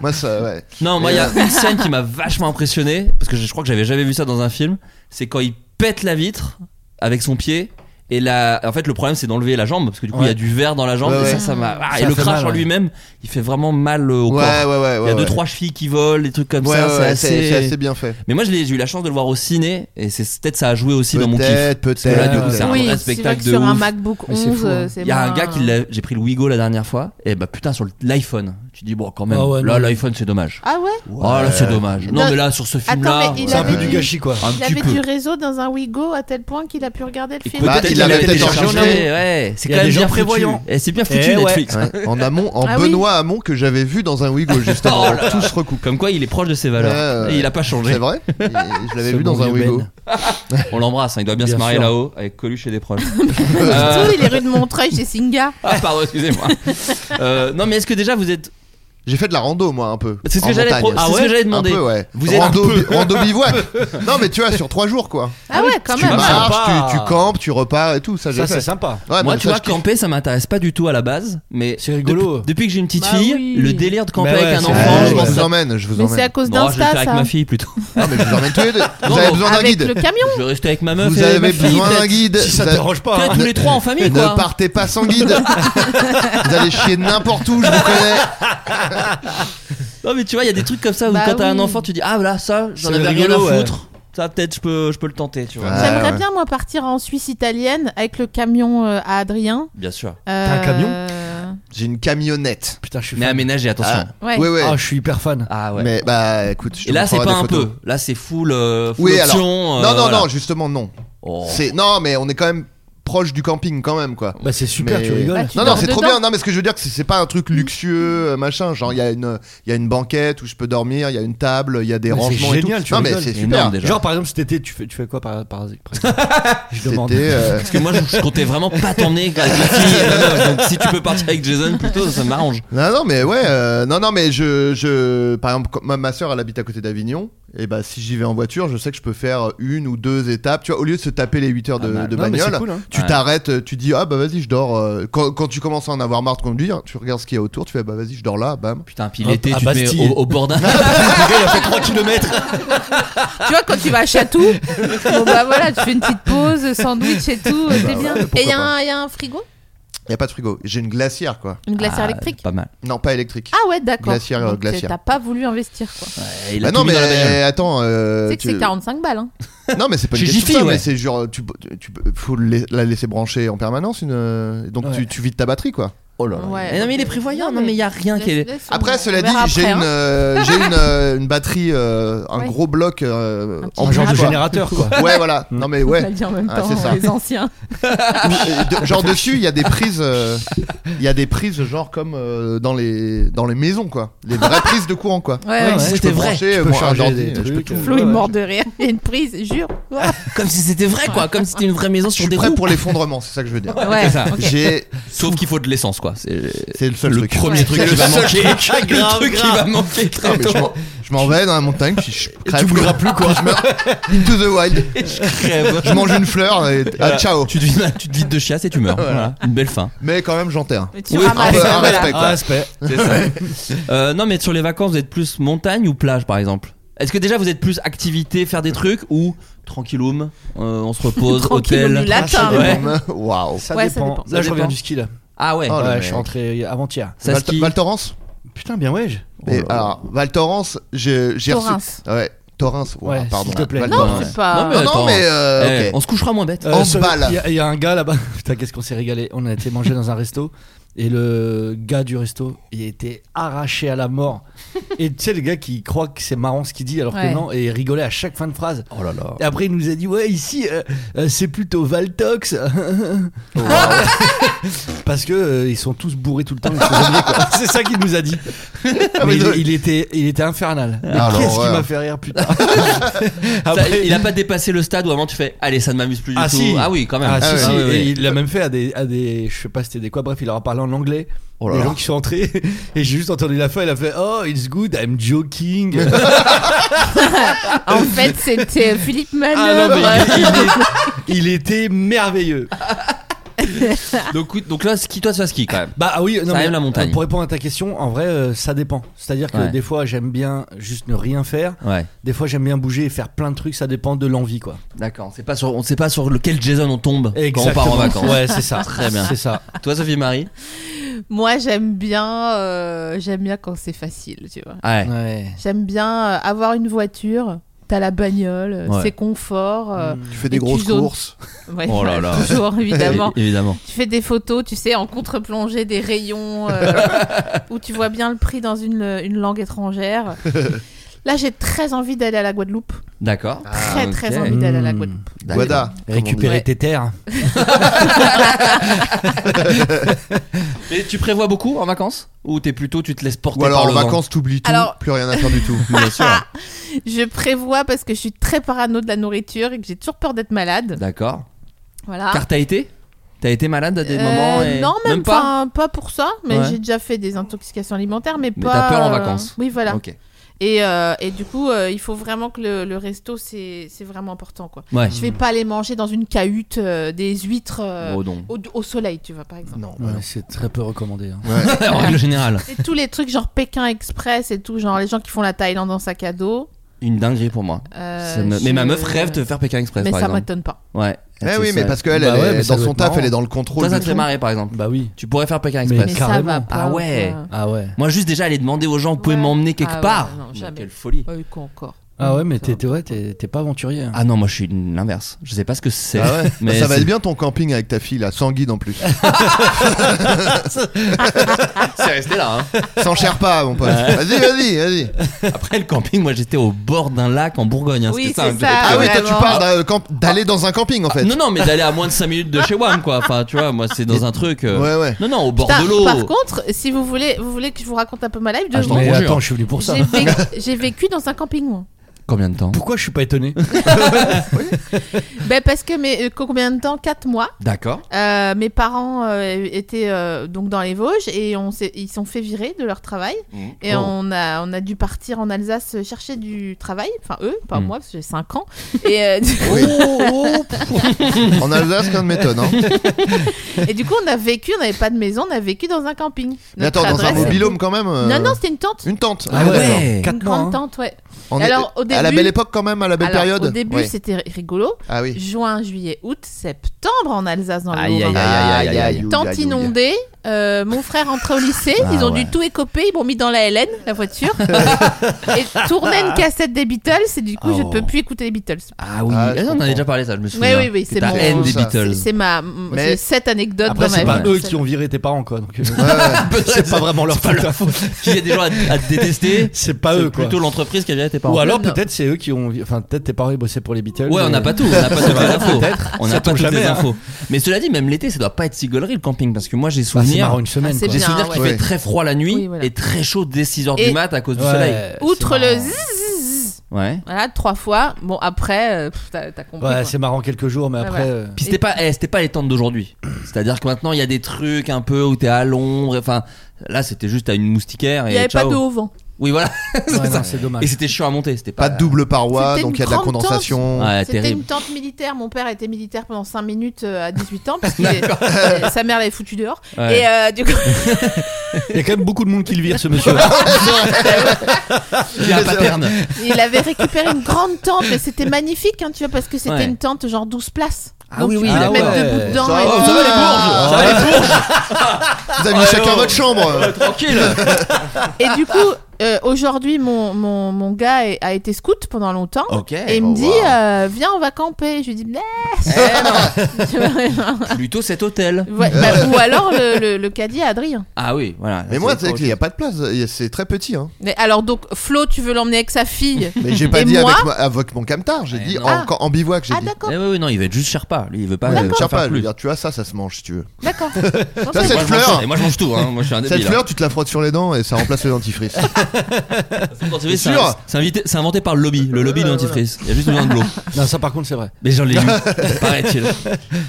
Moi ça ouais. Non, moi il y a une scène qui m'a vachement impressionné parce que je, je crois que j'avais jamais vu ça dans un film, c'est quand il pète la vitre avec son pied. Et là, en fait, le problème, c'est d'enlelever la jambe, parce que du coup, il y a Ouais. du verre dans la jambe, Ouais, et ouais. ça, ça m'a. Ah, et Ça le fait crash mal, en ouais. lui-même, il fait vraiment mal euh, au Ouais, corps. ouais ouais il ouais. y a deux, ouais. trois chevilles qui volent, des trucs comme Ouais, ça, ouais, c'est ouais, assez. c'est c'est assez bien fait. Mais moi, je l'ai- j'ai eu la chance de le voir au ciné, et c'est peut-être ça a joué aussi dans mon kiff. Peut-être Parce que là, peut-être. du coup, c'est un oui, vrai c'est vrai spectacle que de sur un ouf. MacBook Mais c'est 11, fou, hein. euh, c'est Il y a un moins- gars qui l'a. J'ai pris le Wigo la dernière fois, et bah putain, sur l'iPhone. Tu dis, bon, quand même, Ah ouais, là, non. l'iPhone, c'est dommage. Ah ouais Ah là, c'est dommage. Non, Non. mais là, sur ce film-là. Attends, mais il C'est un peu avait du eu- gâchis quoi. un Il petit avait peu. du réseau dans un Wigo à tel point qu'il a pu regarder le Et film. Bah, peut-être il qu'il l'avait l'avait peut-être téléchargé, téléchargé. ouais. C'est Il y quand a même des gens bien foutus. prévoyant. Et c'est bien foutu Eh ouais. Netflix. Ouais, en amont, en Ah oui. Benoît Hamon que j'avais vu dans un Wigo justement, *laughs* Oh là là. tout se recoupe. Comme quoi, il est proche de ses valeurs. Ouais, ouais. Et il a pas changé. C'est vrai *laughs* Et Je l'avais Ce vu dans bon un vieux Wigo. Ben. On l'embrasse, hein, il doit bien, Bien se marrer sûr. là-haut avec Coluche et *laughs* des proches. Surtout, Euh, il est rue de Montreuil chez Singa. Ah, pardon, excusez-moi. Euh, non, mais est-ce que déjà vous êtes. J'ai fait de la rando moi un peu. C'est ce En que j'allais montagne. pro- c'est ce que j'allais demander. Un peu, ouais. Ah Vous êtes rando, un peu- bi- rando *laughs* bivouac. non mais tu vois sur trois jours quoi. Ah ouais, quand Tu même. vas hein. marches, sympa. marches, tu, tu campes, tu repars et tout. Ça, j'ai Ça c'est fait. sympa. Ouais, Moi, Ah, mais tu ça, vois, je kiffe. camper, ça m'intéresse pas du tout à la base. Mais C'est rigolo. Depuis, depuis que j'ai une petite Bah fille, oui. le délire de camper Mais ouais, avec un c'est- enfant, Ouais, je je pense vous ça. emmène, je vous Mais c'est à emmène. cause Bon, je vais le d'Insta, faire avec ça. ma fille plutôt. Non mais je vous emmène tous les deux. Vous Non, avez non, besoin d'un Avec le guide. camion. Je vais rester avec ma meuf. Vous et ma avez fille, besoin d'un peut-être. guide. Si ça Vous avez- t'arrange pas. hein. Peut-être tous les trois en famille, Ne quoi. partez pas sans guide. vous allez chier n'importe où, je vous connais. Non, mais tu vois, il y a des trucs comme ça où Bah quand t'as un oui. enfant, tu dis Ah, voilà, ça, C'est j'en avais rien à rigolo, ouais. foutre. Ça, peut-être, je peux, je peux le tenter, tu vois. Ouais. *laughs* J'aimerais ouais. bien, moi, partir en Suisse italienne avec le camion euh, à Adrien. Euh, Bien sûr. T'as un camion J'ai une camionnette. Putain, je suis Mais fan. aménager, attention. Ouais. Ouais ouais. Ah, je suis hyper fan. Ah ouais. Mais bah écoute, je te Et là, c'est montrerai pas des un photos. peu. Là, c'est full, euh, Oh. full Oui, alors. option. Non, non, non, justement, non. non. C'est non, mais on est quand même proche du camping quand même quoi. Bah c'est super, Mais- tu rigoles. Bah, tu non, non, dors c'est trop dedans. bien. Non, mais ce que je veux dire, c'est que c'est pas un truc luxueux, euh, machin. Genre, il y, a une- il y a une banquette où je peux dormir, il y a une table, il y a des Mais c'est rangements génial, et tu tout. Non, mais rigoles. c'est Énorme, super. déjà. Genre par exemple cet été tu fais tu fais quoi par par *laughs* Je C'était. demande. *laughs* euh, Parce que moi, je, je comptais vraiment pas t'emmener avec la fille et ma meuf. Donc, si tu peux partir avec Jason plutôt, ça m'arrange. Non, non, mais ouais. euh, non, non, mais je, je. Par exemple, quand- ma, ma soeur, elle habite à côté d'Avignon. Et bah, si j'y vais en voiture, je sais que je peux faire une ou deux étapes. Tu vois, au lieu de se taper les 8 heures de, Pas mal. de Non, mais bagnole, c'est cool, hein. tu Ouais. t'arrêtes, tu dis, ah bah vas-y, je dors. euh, Quand, quand tu commences à en avoir marre de conduire, tu regardes ce qu'il y a autour, tu fais, bah vas-y, je dors là, bam. Putain, puis Hop, l'été, à tu te mets Bastille. au, au bord d'un. *laughs* il a fait 3 km. Tu vois, quand tu vas à Chatou, bon bah voilà, tu fais une petite pause, sandwich et tout, euh, t'es ouais, bien. pourquoi Et il y, a un- y a un frigo Y a pas de frigo. J'ai une glacière, quoi. Une glacière Ah, électrique Pas mal. Non, pas électrique. Ah ouais, d'accord. Glacière, euh, Donc, t'es- glacière. T'as pas voulu investir, quoi. Ouais, il a Bah tout non mis mais dans la bagnole. attends, euh, tu sais que tu- c'est 45 balles, hein. non mais c'est pas une Chez question de Jiffy, ça, mais ouais. c'est genre tu, tu- tu- faut la laisser brancher en permanence, une, euh, donc Ouais. tu, tu vides ta batterie quoi. Oh là là. Ouais. Eh non mais il est prévoyant, Non, non mais il y a rien qui est. Laisse- laisse, on- Après, on cela dit, verra j'ai après, une, hein. euh, j'ai une, euh, une batterie, euh, un Ouais. gros bloc euh, Un petit en Un genre Ah, bah. de plus, quoi. *laughs* générateur, quoi. Ouais, voilà. Non mais On l'a *laughs* *laughs* ouais. dit en même Ah, temps, hein, c'est ça. les anciens. Et de- genre dessus, il y a des prises, euh, il y a des prises genre comme euh, dans les dans les maisons quoi, les vraies prises de courant quoi. Ouais, ouais, ouais. Si je c'était peux vrai. brancher, Tu peux moi, un charger ordi, des je peux trucs, tout. euh, Flo, Ouais, il ouais. mord de rire. Il y a une prise, jure. Comme si c'était vrai quoi, comme si c'était une vraie maison Je sur suis des prêt roues. pour l'effondrement, c'est ça que je veux dire. Ouais, ça. ok. J'ai, Sauf qu'il faut de l'essence quoi. C'est c'est le seul le truc. premier Ouais. truc C'est qui le va seul manquer. truc. *laughs* Le truc qui va manquer Ah, très mais je m'en- tôt. je m'en vais dans la montagne, puis je crève. bougeras plus, quoi. *laughs* Je meurs. Into the wild. Crève. Je mange une fleur et ah, *laughs* ciao. Tu te vides, tu te vides de chiasse et tu meurs. Voilà. bah, Une belle fin. Mais quand même, j'enterre. Mais tu Oui, Un, ramasses. peu- ça, un voilà. respect. Ah, quoi. respect. C'est ça. *laughs* Euh, non, mais sur les vacances, vous êtes plus montagne ou plage, par exemple Est-ce que déjà vous êtes plus activité, faire des trucs ou tranquilloum, euh, on *laughs* se repose, Tranquillum hôtel du latin. Des Ouais. bombes. Waouh. Ça, Ouais, ça dépend. dépend. Là, Ça je reviens dépend. du ski, là. Ah ouais. Oh, le ouais, mec. je suis rentré avant-hier. Ça Val, skie. Val Thorens Putain, bien, ouais. je- Et alors, Val Thorens, j'ai j'ai reçu. Torrens. Ouais, Torrens. Ouais, Ouais, pardon. s'il te plaît. Val Non, Thorens. Non, c'est pas. Non, Non, non, Attends. mais euh, Eh, ok. On se couchera moins bête. Euh, En balle. Il y a- il y, a un gars là-bas. *laughs* Putain, qu'est-ce qu'on s'est régalé. On a été manger dans un resto. Et le gars du resto, il était arraché à la *laughs* mort. Et tu sais, le gars qui croit que c'est marrant ce qu'il dit, alors Ouais. que non, et il rigolait à chaque fin de phrase. Oh là là. Et après, il nous a dit Ouais, ici, euh, euh, c'est plutôt Valtox. Oh, *laughs* Parce que euh, ils sont tous bourrés tout le temps. ils se faisaient nier, *laughs* quoi. C'est ça qu'il nous a dit. Mais il, il était, il était infernal. Mais Ah, qu'est-ce qui l'horreur. m'a fait rire, *laughs* putain Ça, Après, il a pas dépassé le stade où avant tu fais Allez, ça ne m'amuse plus du Ah, tout. si. Ah oui, quand même. Ah, si, ouais. si, Ah, ouais, et ouais. il l'a même fait à des, à des. Je sais pas c'était des quoi, bref, il leur a parlé en anglais. Oh là les là. gens qui sont entrés, *laughs* et j'ai juste entendu la fin, il a fait Oh, it's good, I'm *laughs* joking. En fait, c'était Philippe ah non, Manœuvre. mais il, il est- il était merveilleux. *laughs* Donc, oui, donc là, ski, toi, ça ski quand même. Bah ah oui, non, Ça mais, aime la montagne. Pour répondre à ta question, en vrai, euh, ça dépend. C'est-à-dire que Ouais. des fois, j'aime bien juste ne rien faire. Ouais. Des fois, j'aime bien bouger et faire plein de trucs. Ça dépend de l'envie, quoi. D'accord. On sait pas sur, on sait pas sur lequel Jason on tombe quand on part en vacances. Ouais, c'est ça. Très bien. C'est ça. Toi, Sophie Marie. Moi, j'aime bien, euh, j'aime bien quand c'est facile, tu vois. Ouais. Ouais. J'aime bien euh, avoir une voiture. T'as la bagnole, euh, Ouais. c'est confort. euh, Tu fais des Et tu grosses zones. courses. ouais, Oh là là. *laughs* Toujours, évidemment. Évidemment. tu fais des photos, tu sais, en contre-plongée des rayons *laughs* euh, où tu vois bien le prix dans une, une langue *laughs* étrangère. Là, j'ai très envie d'aller à la Guadeloupe. D'accord. Très, très Ah, ok. envie d'aller à la Mmh. Guadeloupe. D'accord. Guada. Récupérer Ouais. tes terres. Et tu prévois beaucoup en vacances Ou t'es plutôt, tu te laisses porter Ou alors par le en vent vacances, t'oublies tout, Alors- plus rien à faire du tout. Bien sûr. Je prévois parce que je suis très parano de la nourriture et que j'ai toujours peur d'être malade. D'accord. Voilà. Car t'as été T'as été malade à des Ah. Euh, moments et... Non, même, pas. enfin, pas. pour ça, mais Ouais. j'ai déjà fait des intoxications alimentaires, mais, Mais pas. t'as peur en euh, vacances. Oui, voilà. Ok. Et, euh, et du coup, euh, il faut vraiment que le, le resto, c'est c'est vraiment important, quoi. Ouais. Je vais pas aller manger dans une cahute euh, des huîtres euh, Hmm. Oh non. au, au soleil, tu vois, par exemple. Non, Ouais, c'est très peu recommandé. hein. *laughs* en règle générale. Et tous les trucs genre Pékin Express et tout, genre les gens qui font la Thaïlande en sac à dos. Une dinguerie pour moi. euh, Ça me- je- Mais ma meuf rêve de faire Pékin Express Mais par ça exemple. m'étonne pas. Ouais. Eh oui, mais parce qu'elle, Bah elle ouais, est- mais ça dans doit son être taf, marrant. elle est dans le contrôle. Toi, ça de te tout. fait marrer par exemple. Bah oui. Tu pourrais faire Pékin Mais Express. Mais ça Carrément. va pas. Ah ouais. quoi. Ah ouais. Moi, juste déjà aller demander aux gens, vous pouvez Ouais. m'emmener quelque Ah ouais, part non, Mais jamais. Quelle folie. Pas eu Bah quoi encore. Ah ouais, mais Ça t'es va. t'es- ouais, t'es- t'es pas aventurier. hein. Ah non, moi je suis l'inverse. Je sais pas ce que c'est. Ah ouais. *laughs* Mais ça va c'est- être bien ton camping avec ta fille là, sans guide *laughs* en plus. C'est resté là. hein. sans Sherpa, mon pote. Vas-y, vas-y, vas-y. Après le camping, moi j'étais au bord d'un lac en Bourgogne. hein. Oui, C'était ça. c'est un- ça. Ah, oui, toi vraiment. tu parles d'un camp- d'aller dans un camping en Ah, fait. Non, non, mais d'aller à moins de 5 minutes de chez WAM, quoi. Enfin, tu vois, moi, c'est dans un truc. euh, Ouais, ouais. Non, non, au bord Putain, de l'eau. Par contre, si vous voulez, vous voulez que je vous raconte un peu ma life de Ah, je t'en vous- mais conjure. attends, je suis venu pour ça. J'ai vécu, j'ai vécu dans un camping. moi. Combien de temps *laughs* Pourquoi je suis pas étonné Ben parce que mes, euh, combien de temps 4 mois. D'accord. Euh, mes parents euh, étaient euh, donc dans les Vosges et on s'est- ils se sont fait virer de leur travail Mmh. et Oh. on a on a dû partir en Alsace chercher du travail. Enfin eux, pas Mm. moi parce que j'ai 5 ans. Et, euh, *laughs* du- Oh, Oui. en Alsace, rien ne m'étonne. Hein. et du coup on a vécu, on n'avait pas de maison, on a vécu dans un camping. Mais Notre attends, dans un adresse, mobilhome quand même. euh, Non non c'était une tente. Une tente. Ah ouais. Quatre Une mois, hein. grande tente ouais. On est- Alors, au début, à la début- belle époque quand même, à la belle Alors, période. Au début, Ouais. c'était ri- rigolo. Ah oui. Juin, juillet, août, septembre en Alsace, dans le Aïe, Haut-Rhin. aïe, aïe. Tant inondé, euh, mon frère entrait au lycée, Ah ils ont ouais. dû tout écoper, ils m'ont mis dans la LN, la *laughs* voiture, et tournait une cassette des Beatles, et du coup je Oh. peux plus écouter les Beatles. Ah oui, Ah, Ah, je on en comprends. a déjà parlé ça, je me Oui, souviens. oui, oui, Que c'est ta mon... haine des ça. Beatles. c'est- C'est ma... m- c'est Mais- cette anecdote Après, dans c'est ma pas vie. eux qui ont viré tes parents, quoi. Donc, euh, *laughs* C'est c'est pas vraiment leur pas faute. leur faute. Il y a des gens à, à te détester. *laughs* C'est pas c'est eux, quoi. plutôt l'entreprise qui a viré tes parents. Ou alors, Non. peut-être, c'est eux qui ont. vi- Enfin, peut-être tes parents ils bossaient pour les Beatles. euh, Ouais, on et- n'a pas tout, on n'a *laughs* pas toutes les infos. On n'a pas Ça tombe toutes les jamais, hein. infos. Mais cela dit, même l'été, ça doit pas être si gaulerie le camping parce que moi j'ai Bah, c'est souvenir, marrant une semaine. Ah, c'est quoi. j'ai Bien, souvenir qu'il ouais. fait très froid la nuit Oui, voilà. et très chaud dès 6 h du Et- mat à cause du Ouais, soleil. c'est Outre le marrant. zzzz, Ouais. voilà, trois fois, bon après, euh, pff, t'as t'as compris. Ouais, quoi. c'est marrant quelques jours, mais Ouais, après. voilà. euh, Puis c'était pas, eh, c'était pas les tentes d'aujourd'hui. C'est-à-dire que maintenant il y a des trucs un peu où t'es à l'ombre. Enfin, là c'était juste à une moustiquaire et Il n'y avait ciao. pas de haut vent. Oui voilà. *laughs* *laughs* C'est ouais, ça. non, C'est Et dommage. c'était chiant à monter. C'était pas, Pas de double paroi, C'était donc une il y a de la grande tente. condensation. Ouais, C'était terrible. une tente militaire. Mon père était militaire pendant 5 minutes euh, à 18 ans *laughs* parce que euh, sa mère l'avait foutu dehors. Ouais. Et euh, du coup, Il y a quand même beaucoup de monde qui le vire, *laughs* ce monsieur. Il y a un pattern. il avait récupéré une grande tente, mais c'était magnifique, hein, tu vois, parce que c'était Ouais. une tente genre 12 places. Ah Donc oui, tu oui, pouvais te mettre d'accord. debout dedans. Ça et va, Oh, tout. Ah. ça va, les bourges Ça *laughs* va, les Vous aviez chacun votre chambre. Tranquille. Et du coup, euh, aujourd'hui, mon, mon, mon gars est- a été scout pendant longtemps. Ok. Et il oh, me dit, wow. euh, viens, on va camper. Je lui dis, mais *laughs* non. Plutôt cet hôtel. Ouais, bah, ou alors le, le, le caddie à Adrien. Ah oui, voilà. Mais moi, il n'y a pas de place, il y a- c'est très petit. Hein. Mais alors donc, Flo, tu veux l'emmener avec sa fille Mais j'ai pas Et dit moi avec, ma- avec mon camtar, j'ai Ouais, dit non. en, en bivouac, j'ai Ah dit. d'accord, Eh oui, oui, non, il veut être juste Sherpa. Lui, il veut pas. Ouais, il veut tiens pas pas, faire lui plus. dire, tu vois, ça, ça se mange si tu veux. d'accord. Non, Ça, c'est- cette Moi, je mange fleur. ça, et moi je mange tout, hein. moi je suis un Cette débile. fleur, tu te la frottes sur les dents et ça remplace le *laughs* dentifrice. hein. Dentifrice, c'est c'est sûr. un- c'est invité- c'est inventé par le lobby, le lobby du Ouais, dentifrice. Il y a juste besoin de l'eau. Non, ça, par contre, c'est vrai. Mais j'en *laughs* ai lu, paraît-il.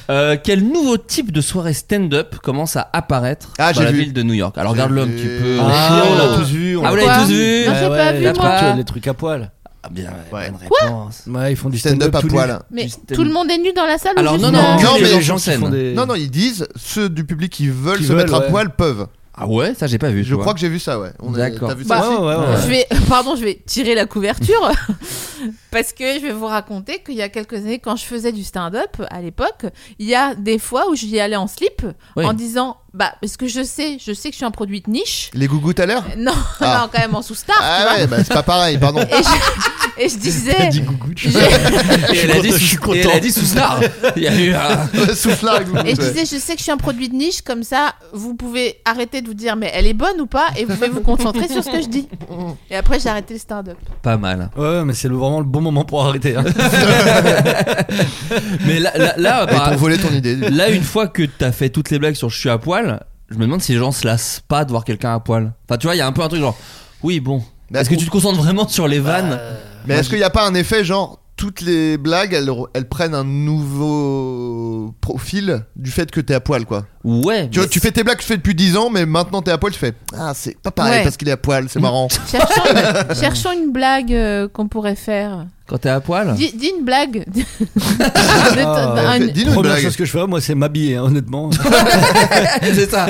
Euh, quel nouveau type de soirée stand-up commence à apparaître Ah, dans j'ai la vu. ville de New York Alors J'ai regarde l'homme vu. qui peut. Ah, chiant. on l'a tous vu. on Ah, vous l'a- l'avez Quoi tous vu Non, j'ai Ouais, pas ouais, vu, les moi. trucs- Les trucs à poil. Ah, bien, Ouais. bonne réponse. Ouais, ils font du Stand-up stand-up à tout poil. nu. Mais Du stand- tout le monde est nu dans la salle euh, Alors, ou non, juste non, un- non, mais les les gens qui scène. font des- non, non, ils disent, ceux du public qui veulent Qui se veulent, mettre à ouais. poil peuvent. Ah ouais, ça j'ai pas vu. Je crois que j'ai vu ça, ouais. On est- D'accord. T'as vu ça Bah, aussi ouais, ouais, Ouais. ouais. Je vais, *laughs* pardon, je vais tirer la couverture *laughs* parce que je vais vous raconter qu'il y a quelques années, quand je faisais du stand-up à l'époque, il y a des fois où j'y allais en slip Oui. en disant bah parce que je sais, je sais que je suis un produit de niche. *laughs* Les gougouttes à l'air Non, Ah. non, quand même en sous-star. tu Ah vois. ouais, bah c'est pas pareil, pardon. *laughs* Et je, *laughs* et je disais, j'ai- *laughs* Et elle a dit, Je suis sous- content. et elle a dit sous star. *laughs* Il y a eu un- Soufflard et gougouttes. et je ouais. disais, je sais que je suis un produit de niche, comme ça, vous pouvez arrêter de vous dire, mais elle est bonne ou pas, et vous pouvez vous concentrer sur ce que je dis. Et après, j'ai arrêté le stand-up. Pas mal. Ouais, ouais, mais c'est le- vraiment le bon moment pour arrêter. hein. Mais là, là, là, Ils t'ont par- volé ton idée. du coup. là, une fois que t'as fait toutes les blagues sur je suis à poil, je me demande si les gens se lassent pas de voir quelqu'un à poil. Enfin, tu vois, il y a un peu un truc genre, oui, bon. Mais Est-ce que tu te concentres vraiment sur les vannes Mais est-ce qu'il n'y a pas un effet genre toutes les blagues elles, elles prennent un nouveau profil du fait que t'es à poil quoi. Ouais. Tu, mais vois, tu fais tes blagues que tu fais depuis 10 ans mais maintenant t'es à poil tu fais ah c'est pas pareil Ouais. parce qu'il est à poil *laughs* c'est marrant. Cherchons une, cherchons une blague euh, qu'on pourrait faire. Quand t'es à poil Dis, dis une blague. *laughs* De- Ah, de- Fais- une- Dis-nous une Première blague. chose que je fais, moi, c'est m'habiller, hein, honnêtement. *laughs* c'est ça.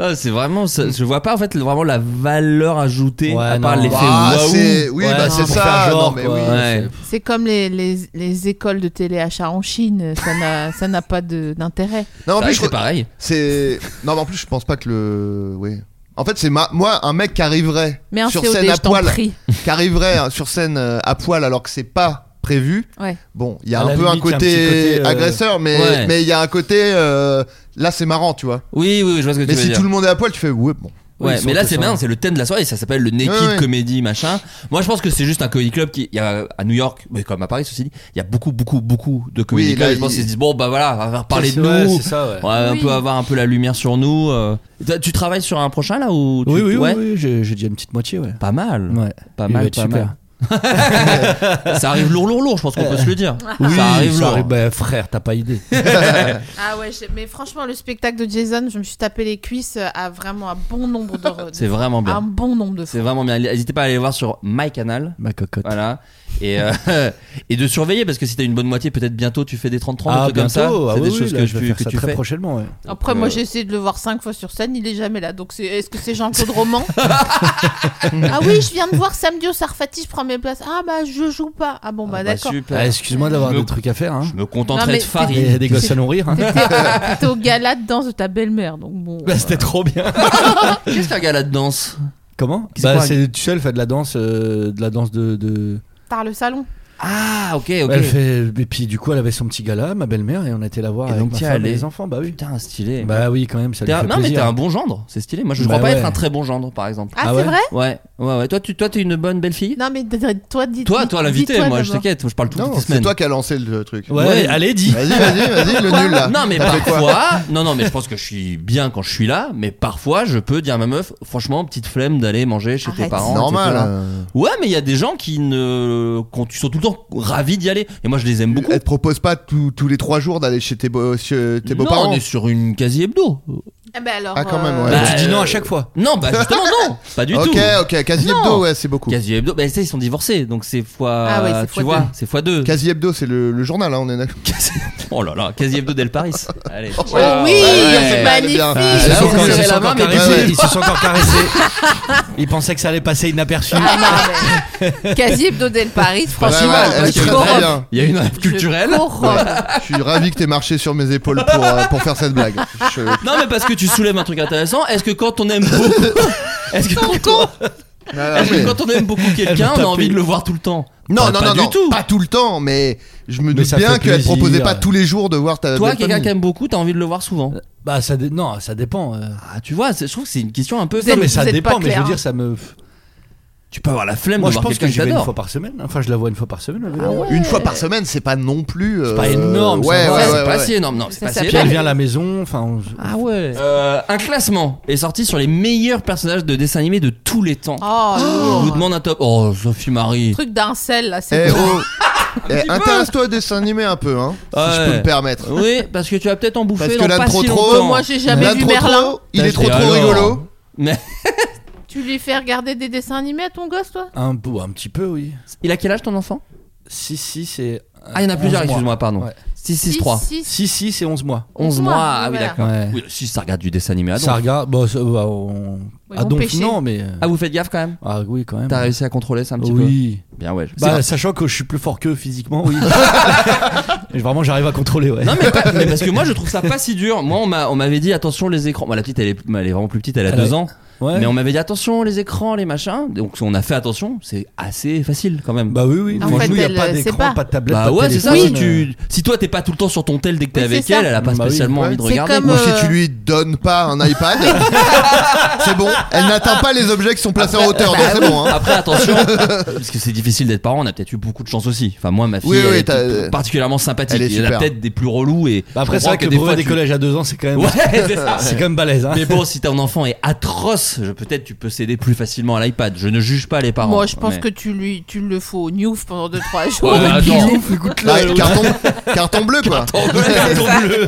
Non, c'est vraiment. ça- Je vois pas en fait vraiment la valeur ajoutée Ouais, à part non. l'effet Ah, waouh. c'est- oui Ouais, bah non, c'est pour ça faire genre, non mais quoi. oui. Ouais. C'est comme les, les, les écoles de télé achat en Chine, ça n'a- ça n'a pas de- d'intérêt. Non en C'est vrai plus que je- c'est pareil. c'est non mais en plus je pense pas que le oui. En fait c'est ma... moi un mec qui arriverait Mais un sur COD, scène à je t'en poil prie. qui arriverait hein, sur scène euh, à poil alors que c'est pas prévu. Ouais. Bon, il y a À un la peu un limite, il y a un côté, petit côté, euh, agresseur, mais Ouais. mais il y a un côté euh, là c'est marrant, tu vois. Oui, oui, oui, je vois ce que Mais tu veux si dire. tout le monde est à poil, tu fais ouais bon. Ouais, Ils sont mais là tous c'est ça. hein. bien, c'est le thème de la soirée, ça s'appelle le Naked Ouais, ouais. Comedy machin. Moi je pense que c'est juste un comedy club qui, il y a à New York, mais comme à Paris ceci dit, il y a beaucoup beaucoup beaucoup de comedy Oui, là, clubs. je pense il- qu'ils se disent bon bah voilà, on va parler de Ouais, nous, c'est ça, ouais. on va un Oui. peu avoir un peu la lumière sur nous. euh. T'as- Tu travailles sur un prochain là ou tu... Oui, oui, oui, ouais oui, j'ai j'ai déjà une petite moitié, ouais. Pas mal, Ouais. pas Il va mal, être pas super. mal. ça arrive lourd lourd lourd, je pense qu'on peut se le dire. Oui, ça arrive lourd. bah, frère, t'as pas idée. Ah ouais, j'ai- mais franchement, le spectacle de Jason, je me suis tapé les cuisses à vraiment un bon nombre *laughs* de. C'est vraiment bien. Ah. Un bon nombre de C'est fois. vraiment bien. N'hésitez pas à aller voir sur my canal. Ma Bah, cocotte. Voilà. et, euh, *laughs* et de surveiller parce que si t'as une bonne moitié, peut-être bientôt tu fais des 30-30, Ah, des trucs comme ça. bientôt, ah C'est des oui, choses là, que, je vais tu- faire que ça tu très fais. prochainement. ouais. Après, Euh. moi, j'ai essayé de le voir cinq fois sur scène, il est jamais là. Donc, c'est... est-ce que c'est Jean-Claude *laughs* Roman Ah oui, je viens de voir Samedi au Sarfati, je prends mes places. Ah bah, je joue pas. Ah bon, bah, Ah, bah, d'accord. super. Ah, Excuse-moi d'avoir Je me- des trucs à faire. Hein. Je me Non, contenterai mais de t'es- Il y a farine. des gosses à *laughs* nourrir. hein. T'étais, t'étais au gala de danse de ta belle-mère, donc bon. euh, Bah, C'était trop bien. Qu'est-ce qu'un gala de danse *laughs* Comment C'est Bah, quoi, c'est tu sais, elle fait de la danse, euh, de la danse de. de- Par le salon. Ah, ok, ok. Elle fait. Et puis du coup, elle avait son petit gala, ma belle-mère, et on était la voir Et avec donc, ma t'y es femme et allé. les enfants. Bah oui. Putain, stylé. Bah oui, quand même, ça T'es lui un- fait non, mais t'es plaisir. un bon gendre, c'est stylé. Moi, je Bah crois pas ouais. être un très bon gendre, par exemple. Ah, Ah c'est ouais vrai Ouais, ouais, ouais. Toi, tu, toi, t'es une bonne belle-fille. Non, mais d- d- toi, dis Toi, dis- toi, l'invité. dis-toi Moi, je d'abord. t'inquiète. Moi, je parle tout- toutes Non, les c'est semaines. toi qui a lancé le truc. Ouais, Ouais. allez, dis. Vas-y, vas-y, vas-y, le nul là. Non mais T'as fait quoi parfois, non non mais je pense que je suis bien quand je suis là, mais parfois je peux dire à ma meuf, franchement petite flemme d'aller manger chez tes Arrête. parents. Normal. etc. euh, Ouais mais il y a des gens qui ne, qu'on- qui sont tout le temps ravis d'y aller et moi je les aime beaucoup. hein. Elle te propose pas tous tous les trois jours d'aller chez tes beaux chez tes non beaux-parents. on est sur une quasi hebdo. Ah, bah alors. Ah, quand même, euh, ouais. Bah, tu dis non euh, à chaque fois. Non bah justement non, pas du Ok, tout. ok, quasi Non. hebdo, ouais, c'est beaucoup. Quasi hebdo, bah tu sais, ils sont divorcés donc c'est fois, Ah oui, c'est tu fois vois, deux. c'est fois deux. Quasi hebdo, c'est le, le journal, hein, on est d'accord. Quasi- Oh là là, quasi hebdo d'El *laughs* Paris. Allez. Oh Oui, Ouais. magnifique. Bien. Ils se Là, sont on encore- dirait ils se la main, sont encore mais tu caressés, sais. Ils se sont encore caressés. *laughs* Ils pensaient que ça allait passer inaperçu. *laughs* Ah non, *laughs* mais... Quasi hebdo del Paris, Bah, franchement. euh, ouais, elle je serait corrompe. très bien. Il y a une rêve Je culturelle. corrompe. Je suis ravi que t'aies marché sur mes épaules pour, euh, pour faire cette blague. Je- Non mais parce que tu soulèves un truc intéressant. Est-ce que quand on *laughs* aime beaucoup, est-ce que, quand, Ah, est-ce que mais- quand on aime beaucoup quelqu'un, on a envie de le voir tout le temps Non, Pas- non, pas non, du non, tout. pas tout le temps, mais je me Mais doute ça bien fait qu'elle plaisir. proposait pas tous les jours de voir ta. Toi, belle quelqu'un famille. qui aime beaucoup, t'as envie de le voir souvent. Bah ça dé- non, ça dépend. euh. Ah, tu vois, c'est- je trouve que c'est une question un peu. Non êtes- mais ça vous êtes pas dépend, mais je veux clair. dire ça me. Tu peux avoir la flemme Moi de je voir pense que quelqu'un que Ah j'y vais une t'adores. fois par semaine. Enfin je la vois une fois par semaine. la vérité. Une fois par semaine, c'est pas non plus. euh, pas énorme, ça Ouais, va. Ça, ouais, c'est ouais, pas ouais. si énorme. Non, c'est Ça pas si s'appelle- Puis elle énorme. vient à la maison. Enfin. on- Ah ouais. un classement est sorti sur les meilleurs personnages de dessins animés de tous les temps. Oh, Je vous non. demande un top. Oh, Sophie Marie. Truc d'un sel, là, c'est Eh bon. *laughs* oh Eh, Intéresse-toi au dessin animé un peu, hein, si Ah je ouais. peux me permettre. Oui, parce que tu vas peut-être en bouffer Parce que dans là, pas trop, si trop, longtemps. Moi, j'ai jamais Là, vu trop, Merlin. trop, il est trop Et trop alors rigolo. Mais Tu lui fais regarder des dessins animés à ton gosse, toi Un peu, un petit peu oui. il a quel âge ton enfant Si si c'est. Ah, il y en a plusieurs, excuse-moi, pardon. Ouais. 6-6-3. Si, si, Si si c'est 11 mois. 11 mois, ah oui, voilà. d'accord. Ouais. Oui, si ça regarde du dessin animé à Ça donf. regarde. Bon ça va. on- Ils Ah vont donc pêcher. non mais. euh, Ah, vous faites gaffe quand même Ah oui quand même. T'as réussi à contrôler ça un petit Oui. peu Bien, ouais. je- Bah, sachant que je suis plus fort qu'eux physiquement, *laughs* oui. Mais Vraiment, j'arrive à contrôler, ouais. Non, mais, *laughs* pas- mais parce que moi je trouve ça pas si dur. Moi on m'a- on m'avait dit attention les écrans. Moi la petite elle est, elle est vraiment plus petite, elle a Elle 2 a- ans. Ouais. Mais on m'avait dit attention les écrans, les machins. Donc on a fait attention, c'est assez facile quand même. Bah oui, oui. En mais fait, nous, y a elle, pas euh, d'écran, sait pas. pas. de tablette. Bah pas de ouais, c'est ça. Si, téléphone, euh, tu, si toi t'es pas tout le temps sur ton tel dès que t'es Oui, avec c'est ça. elle, elle a pas Bah oui. spécialement envie de C'est regarder. comme, Ou euh, si tu lui donnes pas un *laughs* iPad, c'est bon. Elle n'atteint pas les objets qui sont placés en hauteur, donc Bah c'est bon. Hein. Après, attention, parce que c'est difficile d'être parent, on a peut-être eu beaucoup de chance aussi. Enfin, moi, ma fille, Oui, elle oui, est t'as- euh, particulièrement sympathique. elle est Il y en a super. peut-être des plus relous et. bah après, je c'est comprends vrai que le des brevet fois, des tu- collèges à deux ans, c'est quand même. Ouais, c'est ça. *laughs* C'est quand même balèze, hein. Mais bon, si ton enfant est atroce, je- peut-être tu peux céder plus facilement à l'iPad. Je ne juge pas les parents. Moi, je pense mais- que tu lui, tu le fais au Newf pendant 2-3 jours. Ouais, attends. *laughs* Là, hein. carton, carton bleu, quoi. Oh,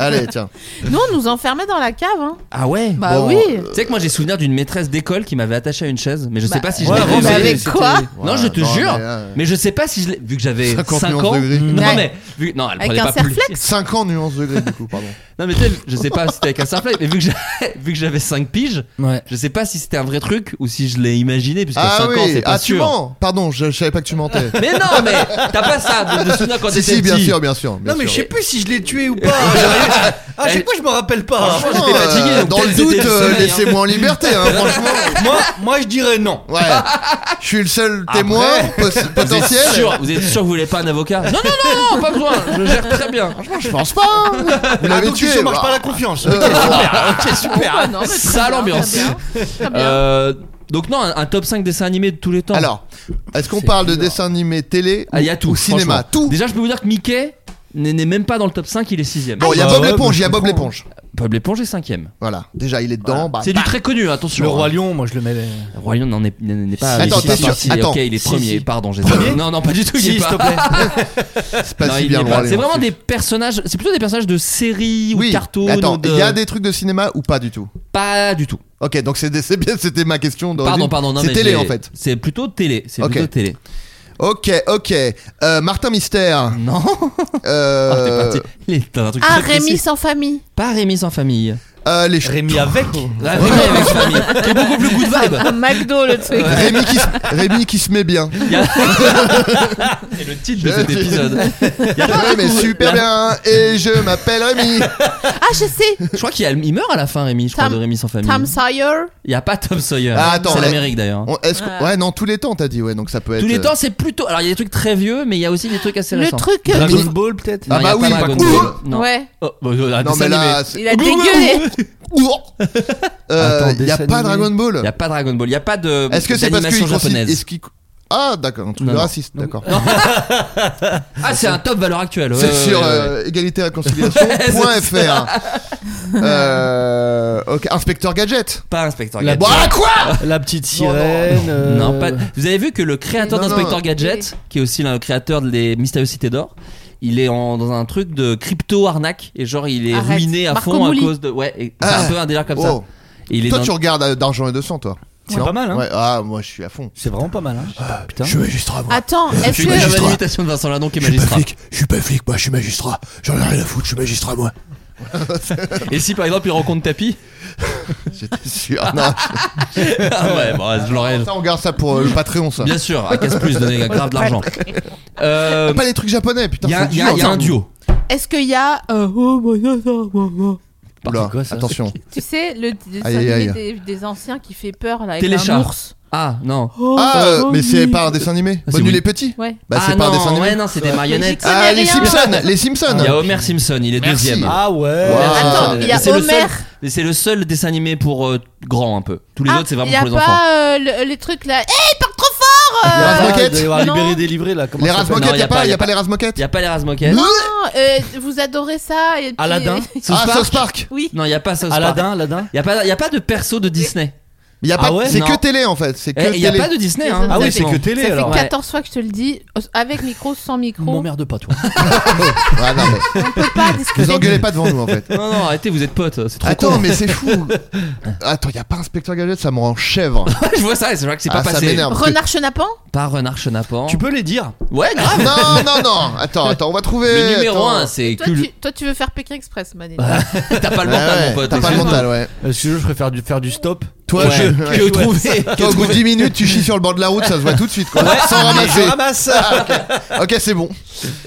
Allez, tiens. Nous, on nous enfermait dans la cave. Hein. Ah ouais. Bah Bon, oui. Tu sais que moi j'ai souvenir d'une maîtresse d'école qui m'avait attaché à une chaise, mais je sais Bah, pas si je ouais, l'ai vraiment, fait. mais c'est- avec c'était- quoi Non, je te Non, jure. mais euh, là, Mais je sais pas si je l'ai. Vu que j'avais 50 5 nuances ans. degrés. Non, Ouais. mais. Vu... Non, elle Avec prenait un pas surf plus- flex 5 ans nuance degré, du coup, pardon. Non, mais tu sais, je sais pas si c'était avec un surf flex, mais vu que j'avais- *laughs* vu que j'avais 5 piges, Ouais. Je sais pas si c'était un vrai truc ou si je l'ai imaginé, puisque Ah 5 ans, oui, c'est pas ah, tu sûr. mens. Pardon, je, je savais pas que tu mentais. mais non, mais t'as pas ça de, de souvenir quand si, t'étais si, bien petit. sûr, bien sûr. bien sûr. plus si je l'ai tué *laughs* ou pas. J'arrive- À chaque fois, je me rappelle pas. euh, Franchement, j'étais fatigué, donc dans le peut-être c'était doute, le euh, sommeil, hein. laissez-moi en liberté, hein, franchement. *laughs* Moi, moi, je dirais non. Ouais, je suis le seul témoin pos- Vous êtes, potentiel. sûr, vous êtes sûr que vous voulez pas un avocat Non, non, non, non, pas besoin, je gère très bien. *laughs* Je pense pas. hein. Vous Ah, l'avez donc, tu tué. marche pas bah. la confiance. Euh, ok, Ah super. non, mais très Sale bien, ambiance. très bien. Très bien. Euh, donc, non, un, un top 5 dessins animés de tous les temps. Alors, est-ce qu'on C'est parle de dur. dessin animé télé Ah, il y a ou- tout. ou cinéma franchement. Tout. Déjà, je peux vous dire que Mickey n'est n'est même pas dans le top 5, il est 6ème. Bon, il y a bah Bob ouais, l'éponge, bah, il y a je Bob comprends. l'éponge. Bob l'éponge est 5ème. Voilà, déjà il est dedans. bah, C'est du bah. très connu, attention. Le hein. roi lion, moi, je le mets. Le Roi Lion n'en est, n'est n'est pas. il Attends, est t'es sûr- parti, attends. Ok, il est Si, premier. si. Pardon, j'ai Premier Non, non, pas du tout. il Si, est s'il te pas. plaît. c'est pas Non, si il bien est le pas. Roi Lion. C'est vraiment des personnages. C'est plutôt des personnages de séries ou Oui, de cartoons. mais attends, ou de- il y a des trucs de cinéma ou pas du tout Pas du tout. Ok, donc c'est des- c'est bien, c'était ma question. d'origine. Pardon, pardon. non, C'est mais télé j'ai- en fait. C'est plutôt télé. *laughs* C'est Ok. plutôt télé. Ok, ok. Euh, Martin Mystère. Non. Euh, *laughs* Ah, t'es parti. Il est dans un truc Ah, très précis. Rémi sans *laughs* famille. Pas Rémi sans famille. euh, les ch- Rémi avec Ah, Rémi avec famille. C'est beaucoup plus good *laughs* vibe. Un McDo, le truc. Rémi, *laughs* qui se... Rémi qui se met bien. Il y a- *laughs* Et le titre de cet épisode. Il y a- Ouais, mais super bien. Et je *laughs* m'appelle Rémi. Ah, je sais. Je crois qu'il y a- il meurt à la fin, Rémi, je crois, Tom- de Rémi sans famille. Tom Sawyer. Il n'y a pas Tom Sawyer. Ah, attends, c'est ouais. l'Amérique d'ailleurs. On- est-ce qu'on- Ouais. Ouais, non, tous les temps, t'as dit. Ouais, donc ça peut être. Tous les euh, temps, c'est plutôt. Alors, il y a des trucs très vieux, mais il y a aussi des trucs assez Le récents. truc. Dragon Mais- Ball peut-être Non, Ah il y a bah pas oui, Dragon par contre. Ball. Non. Ouais. Oh, bah, euh, Non, dessin mais animé. là. c'est- Il a dégueulé. Euh, Attends, Il n'y a dessin pas animé. Dragon Il n'y Ball. a pas Dragon Ball. Il n'y a pas de. Est-ce que c'est parce d'animation qu'il japonaise. considère. est-ce qu'il- Ah, d'accord, un truc Non, de non. raciste, d'accord. Ah, c'est un top valeur actuelle. ouais, C'est ouais, sur ouais, ouais. euh, *laughs* égalitéréconciliation.fr. euh, ok, inspecteur gadget. Pas Inspecteur La- Gadget. Bon, ah, quoi La petite sirène. euh, Non, pas... Vous avez vu que le créateur Non, d'Inspecteur non. Gadget, qui est aussi le créateur des Mystérieuses Cités d'Or, il est en- dans un truc de crypto arnaque et genre il est Arrête. ruiné à Marco fond Mouli. à cause de ouais et c'est Ah. un peu un délire comme ça. Oh. Et il est Toi, dans- tu regardes euh, d'argent et de sang, toi. C'est pas mal, hein Ouais, ah, moi, je suis à fond. *laughs* C'est vraiment pas mal, hein Putain. suis magistrat, Attends, est-ce Je suis que. une imitation de Vincent Lindon qui est magistrat. je suis pas flic, moi, je suis magistrat. J'en ai rien à foutre, je suis magistrat, moi. Et si par exemple il rencontre Tapi J'étais sûr. Non, Ah ouais, bon, je l'aurais. ça, on garde ça pour euh, le Patreon, ça. Bien sûr, à casse plus, donner grave de l'argent. Euh, Ah, Pas les trucs japonais, putain. Il y a, c'est il y a- dur, il y a ça. un duo. Est-ce qu'il y a. euh, oh, my God, oh, my God. Oula, C'est quoi, ça attention. Tu sais, le dessin Aïe, aïe, animé aïe. Des, des anciens qui fait peur là, avec Téléchat. un ours. Ah non. Oh, Ah, euh, oh, mais c'est oui. pas un dessin animé. Ah, c'est Bonne nuit oui. les petits. Ouais. Bah, ah c'est pas un non, dessin ouais, animé. non, c'est des marionnettes. Ah, Ah, connais les rien. Simpsons, les Simpsons. Il y a Homer Simpson, il est Merci. deuxième. Ah ouais Wow. Attends, il y a C'est le Homer. seul- mais c'est le seul dessin animé pour euh, grand un peu. Tous les Ah, autres, c'est vraiment y a pour les pas, enfants. euh, le- les trucs là. Eh, il part trop fort Il y a euh, Ralph Moquette. Il doit y avoir Non. libéré, délivré là. Comment Les ça Razz s'appelle Moquettes, il y y a a pas, pas, y y a a pas les Razz Moquettes. Il n'y a pas les Razmoken. Non, euh, vous adorez ça. et puis- Aladdin Ah, South Park. *laughs* *laughs* Oui. Non, il n'y a pas South Park. Aladdin, Aladdin. Il n'y a, pas- y a pas de perso de Disney. Il y a Ah pas, ouais c'est Non. que télé en fait, c'est que Eh, Il n'y a télé. *laughs* pas de Disney. hein. Ah oui, c'est Exactement. télé Ça fait alors. 14 fois que je te le dis, avec micro, sans micro, M'emmerde pas, toi. Ah, non, *laughs* mais on peut pas discuter. vous engueulez pas devant nous en fait. Non, non, arrêtez, vous êtes potes. C'est trop Attends, con. mais c'est fou. *laughs* Attends, il y a pas Inspecteur Gadget, ça me rend chèvre. je vois ça et c'est vrai que *laughs* c'est Ah, pas ça passé. m'énerve. parce que- Renard Chenapan Par Renard Chenapan. Tu peux les dire Ouais, grave. *laughs* Non, non, non. Attends, attends, on va trouver. Le numéro Eh, attends. 1, c'est toi cul- Ah, tu, toi, tu veux faire Pékin Express, Mané. T'as pas le mental, Ouais, Ah ouais, mon pote. T'as pas le excuse-moi. mental, ouais. Parce que je préfère du, faire du stop. Toi, Ouais, je- que ouais. trouver. que Toi, au bout de trouver. 10 minutes, tu chies sur le bord de la route, ça se voit tout de suite, quoi. Sans ramasser. Ah, ramasse Ok, c'est bon.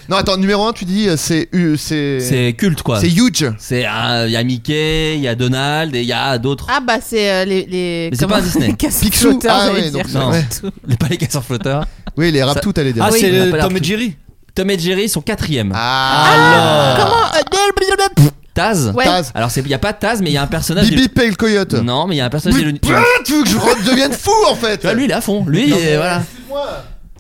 Non, attends, numéro 1, tu dis, euh, c'est. euh, C'est C'est culte, quoi. c'est huge. C'est un- il y a Mickey, il y a Donald et il y a d'autres. Ah bah c'est euh, les *laughs* les Mais c'est comment- pas Disney. casse-flotteurs, Picsou. Ah j'allais ouais, dire. donc Non. ouais. Les pas les casseurs flotteurs. Oui, les rap tout, t'allais dire. Ah, Oui, c'est on a le pas l'air Tom et fou. Jerry. Tom et Jerry sont quatrième. Ah, Comment euh, Taz. Ouais. Taz. Alors c'est- il y a pas Taz mais il y a un personnage. Bibi Pale Coyote. Il- Non mais il y a un personnage. Putain, il- il- tu veux que je redevienne fou en fait Tu vois lui il est à fond. Lui il est- voilà.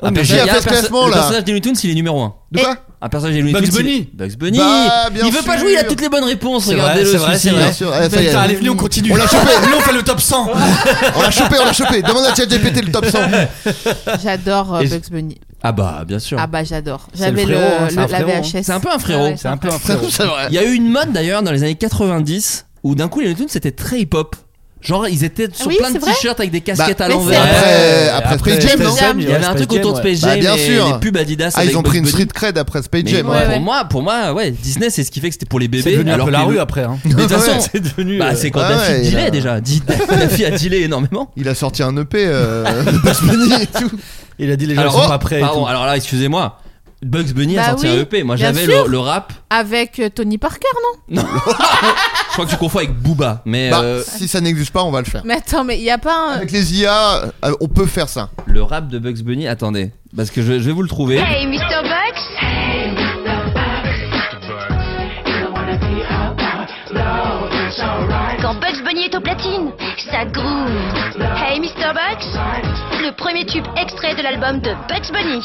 Un mais perso- j'ai il y a fait un ce perso- classement, Le là. personnage des Looney Tunes il est numéro 1 De quoi Un personnage des Looney Tunes. Bugs c'est- Bunny. Bugs Bunny. Bah, bien il veut pas sûr. jouer, il a toutes les bonnes réponses. C'est vrai, Regardez c'est le vrai, souci. c'est vrai. Bien sûr. Ah, ça y est. Putain, allez, venez, on continue. On l'a chopé. Venez, on fait le top 100. On l'a chopé, on l'a chopé. Demande à ChatGPT le *laughs* top 100. J'adore euh, Et- Bugs Bunny. Ah bah bien sûr. Ah bah j'adore. C'est J'avais le le, frérot, hein, c'est le- la un frérot, hein. VHS. C'est un peu un frérot. Ouais, ouais, C'est un peu un frérot. C'est vrai. Il y a eu une mode d'ailleurs dans les années 90 où d'un coup les Looney Tunes c'était très hip hop. Genre ils étaient sur Ah Oui, plein de c'est vrai. t-shirts avec des casquettes à mais c'est l'envers. Bah, Après- après Space Jam, non Il y avait un truc autour de Space Jam Bah, bien et sûr. les pubs Adidas Ah, avec ils ont pris une Bugs Bunny. street cred après Space Mais Jam. pour, *laughs* ouais, ouais. moi, pour moi, ouais, Disney c'est ce qui fait que c'était pour les C'est bébés. devenu un alors peu que la les- rue après. hein. Mais de *laughs* toute façon, c'est devenu. bah, euh, c'est quand ouais, Daffy ouais, dilait il a- déjà. *laughs* Di- Daffy a dilé énormément. Il a sorti un EP euh, *laughs* de Bugs Bunny et tout. bah, Il a dit les gens Alors, sont oh, pas prêts. et pardon, tout. alors là, excusez-moi. Bugs Bunny a Bah sorti oui, un EP. Moi bien j'avais sûr. le, le rap. Avec euh, Tony Parker, non Je crois que tu confonds avec Booba. Mais Bah, euh, si ça n'existe pas, on va le faire. Mais attends, mais il y a pas un Avec les IA, euh, on peut faire ça. le rap de Bugs Bunny, attendez. Parce que je, je vais vous le trouver. *laughs* Hey, Mr. Bucks. Hey, Mr. Bucks. Quand Bugs Bunny est au platine, ça groove. Hey Mr. Bucks, le premier tube extrait de l'album de Bugs Bunny.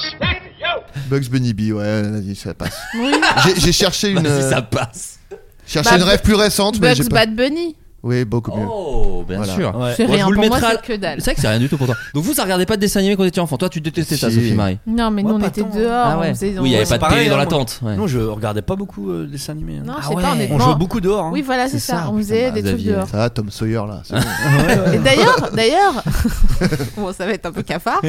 Bugs Bunny B, ouais, vas-y, ça passe. *laughs* J'ai- J'ai cherché une, Vas-y, euh, ça passe. cherché Bah, une rêve plus récente, mais j'ai Bugs pas. Bad Bunny Oui, beaucoup mieux. Oh, bien Voilà. sûr. Ouais. C'est Moi, je rien, vous le pour moi, mettrai à- c'est que dalle. C'est vrai que c'est rien du tout pour toi. Donc vous, ça regardait pas de dessin animé quand vous étiez enfant. Toi, tu détestais ça, Si. Sophie Marie. Non, mais Moi, nous, on pas était tant. dehors. Ah ouais. on faisait- Oui, il n'y on- avait pas de pareil, télé dans hein, la moi. tente. ouais. Non, je regardais pas beaucoup euh, les dessins animés. hein. Non, Ah je sais pas, ouais. On honnêtement. joue beaucoup dehors. hein. Oui, voilà, c'est C'est ça. ça, On faisait putain, des trucs Ah, Xavier. dehors. Ça, Tom Sawyer là. c'est bon. Et d'ailleurs, d'ailleurs, *laughs* bon, ça va être un peu cafard,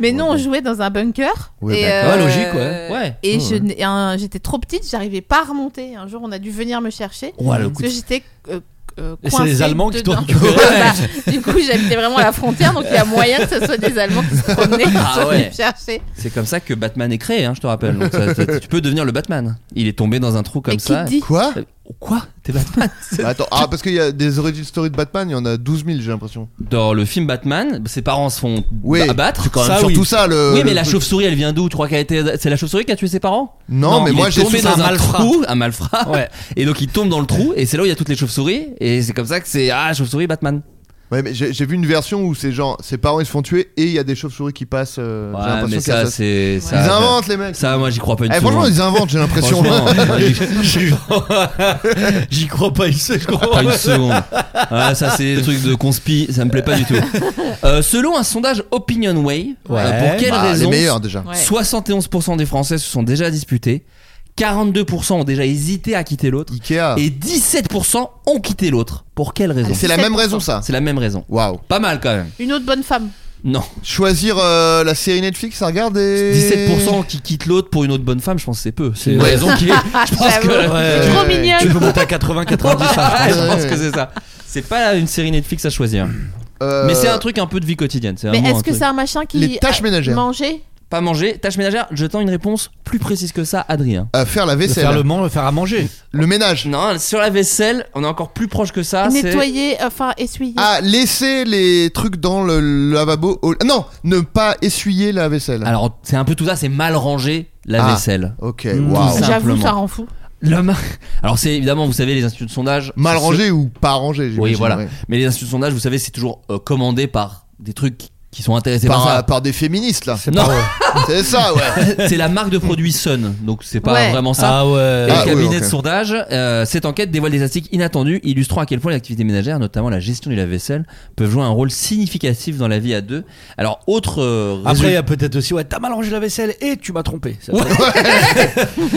mais nous on jouait dans un bunker. Ouais, et euh, d'accord. Ouais, logique, ouais. Ouais. Et Ouais, je ouais. n'ai- un- j'étais trop petite, j'arrivais pas à remonter. Un jour, on a dû venir me chercher. Ouais, le parce coup que de- j'étais. euh, euh, Et c'est coincée les Allemands qui t'ont dedans. *laughs* récupéré. Bah, Du coup, j'habitais vraiment à la frontière, donc il y a moyen que ce soit des Allemands qui se promenaient, qui Ah soient ouais. venus me chercher. C'est comme ça que Batman est créé, hein, je te rappelle. Donc ça- ça- tu peux devenir le Batman. Il est tombé dans un trou comme Mais qui ça. te dit Quoi Oh, Quoi T'es Batman Bah, Attends, ah parce qu'il y a des origin story de Batman, il y en a 12 000 j'ai l'impression. Dans le film Batman, ses parents se font Oui, ba- abattre. Quand même, surtout ça le. Oui, mais le la truc. chauve-souris, elle vient d'où Tu crois qu'elle a été C'est la chauve-souris qui a tué ses parents Non, mais il moi est j'ai tombé su- dans un un, malfrat. trou, un malfrat. Ouais. *laughs* Et donc il tombe dans le trou et c'est là où il y a toutes les chauves-souris et c'est comme ça que c'est ah chauve-souris Batman. Ouais, mais j'ai j'ai vu une version où c'est genre ses parents ils se font tuer et il y a des chauves-souris qui passent. euh, j'ai Ouais, l'impression mais qu'il y a ça c'est Ils ça. inventent les mecs. Ça moi j'y crois pas une Eh, seconde. franchement, hein. ils inventent, j'ai l'impression. Bah, *laughs* Franchement, *laughs* j'y- J'y crois pas, il se Pas une seconde. Ah, ça, c'est des trucs de conspi, ça me plaît pas du *laughs* tout. Euh, selon un sondage OpinionWay, Ouais. euh, pour quelle Bah, les raison meilleurs déjà. Ouais. 71% des Français se sont déjà disputés, 42% ont déjà hésité à quitter l'autre, Ikea. et 17% ont quitté l'autre. Pour quelle raison Et c'est la même raison ça. C'est la même raison. Waouh. Pas mal quand même. Une autre bonne femme. Non. Choisir euh, la série Netflix, ça regarde et. 17% qui quittent l'autre pour une autre bonne femme, je pense que c'est peu. C'est une Ouais. raison qui est. Je pense J'avoue. que. Ouais. Trop Tu mignonne. peux monter à 80, 90. Ah, je pense Ouais. que c'est ça. C'est pas une série Netflix à choisir. Euh, Mais c'est un truc un peu de vie quotidienne. Mais vraiment est-ce un que truc. c'est un machin qui. Les tâches ménagères. Manger Pas manger, tâche ménagère, je tends une réponse plus précise que ça, Adrien. euh, faire la vaisselle. Faire, le le... man- faire à manger. ménage. Non, sur la vaisselle, on est encore plus proche que ça. Ah, c'est- Nettoyer, enfin essuyer. Ah, laisser les trucs dans le lavabo. au- Non, ne pas essuyer la vaisselle. Alors, c'est un peu tout ça, c'est mal rangé la Ah. vaisselle. Ok, Mm. waouh. Ça- J'avoue, simplement. ça rend fou. Le ma- *laughs* Alors, c'est évidemment, vous savez, les instituts de sondage. Mal c'est- rangé ou pas rangé, j'imagine. Oui, voilà. ouais. Mais les instituts de sondage, vous savez, c'est toujours euh, commandé par des trucs qui sont intéressés par, Par, euh, ça. par des féministes, là. Non, C'est ça, *laughs* ouais. c'est la marque de produit Sun, donc c'est pas Ouais. vraiment ça. Et ouais. Ah, le oui, cabinet ok. de sondage, euh, cette enquête dévoile des statistiques inattendues illustrant à quel point l'activité ménagère, notamment la gestion du lave-vaisselle, peuvent jouer un rôle significatif dans la vie à deux. Alors, autre euh, Après, il y résultat- a peut-être aussi, ouais, t'as mal rangé la vaisselle et tu m'as trompé. *laughs* Ça peut-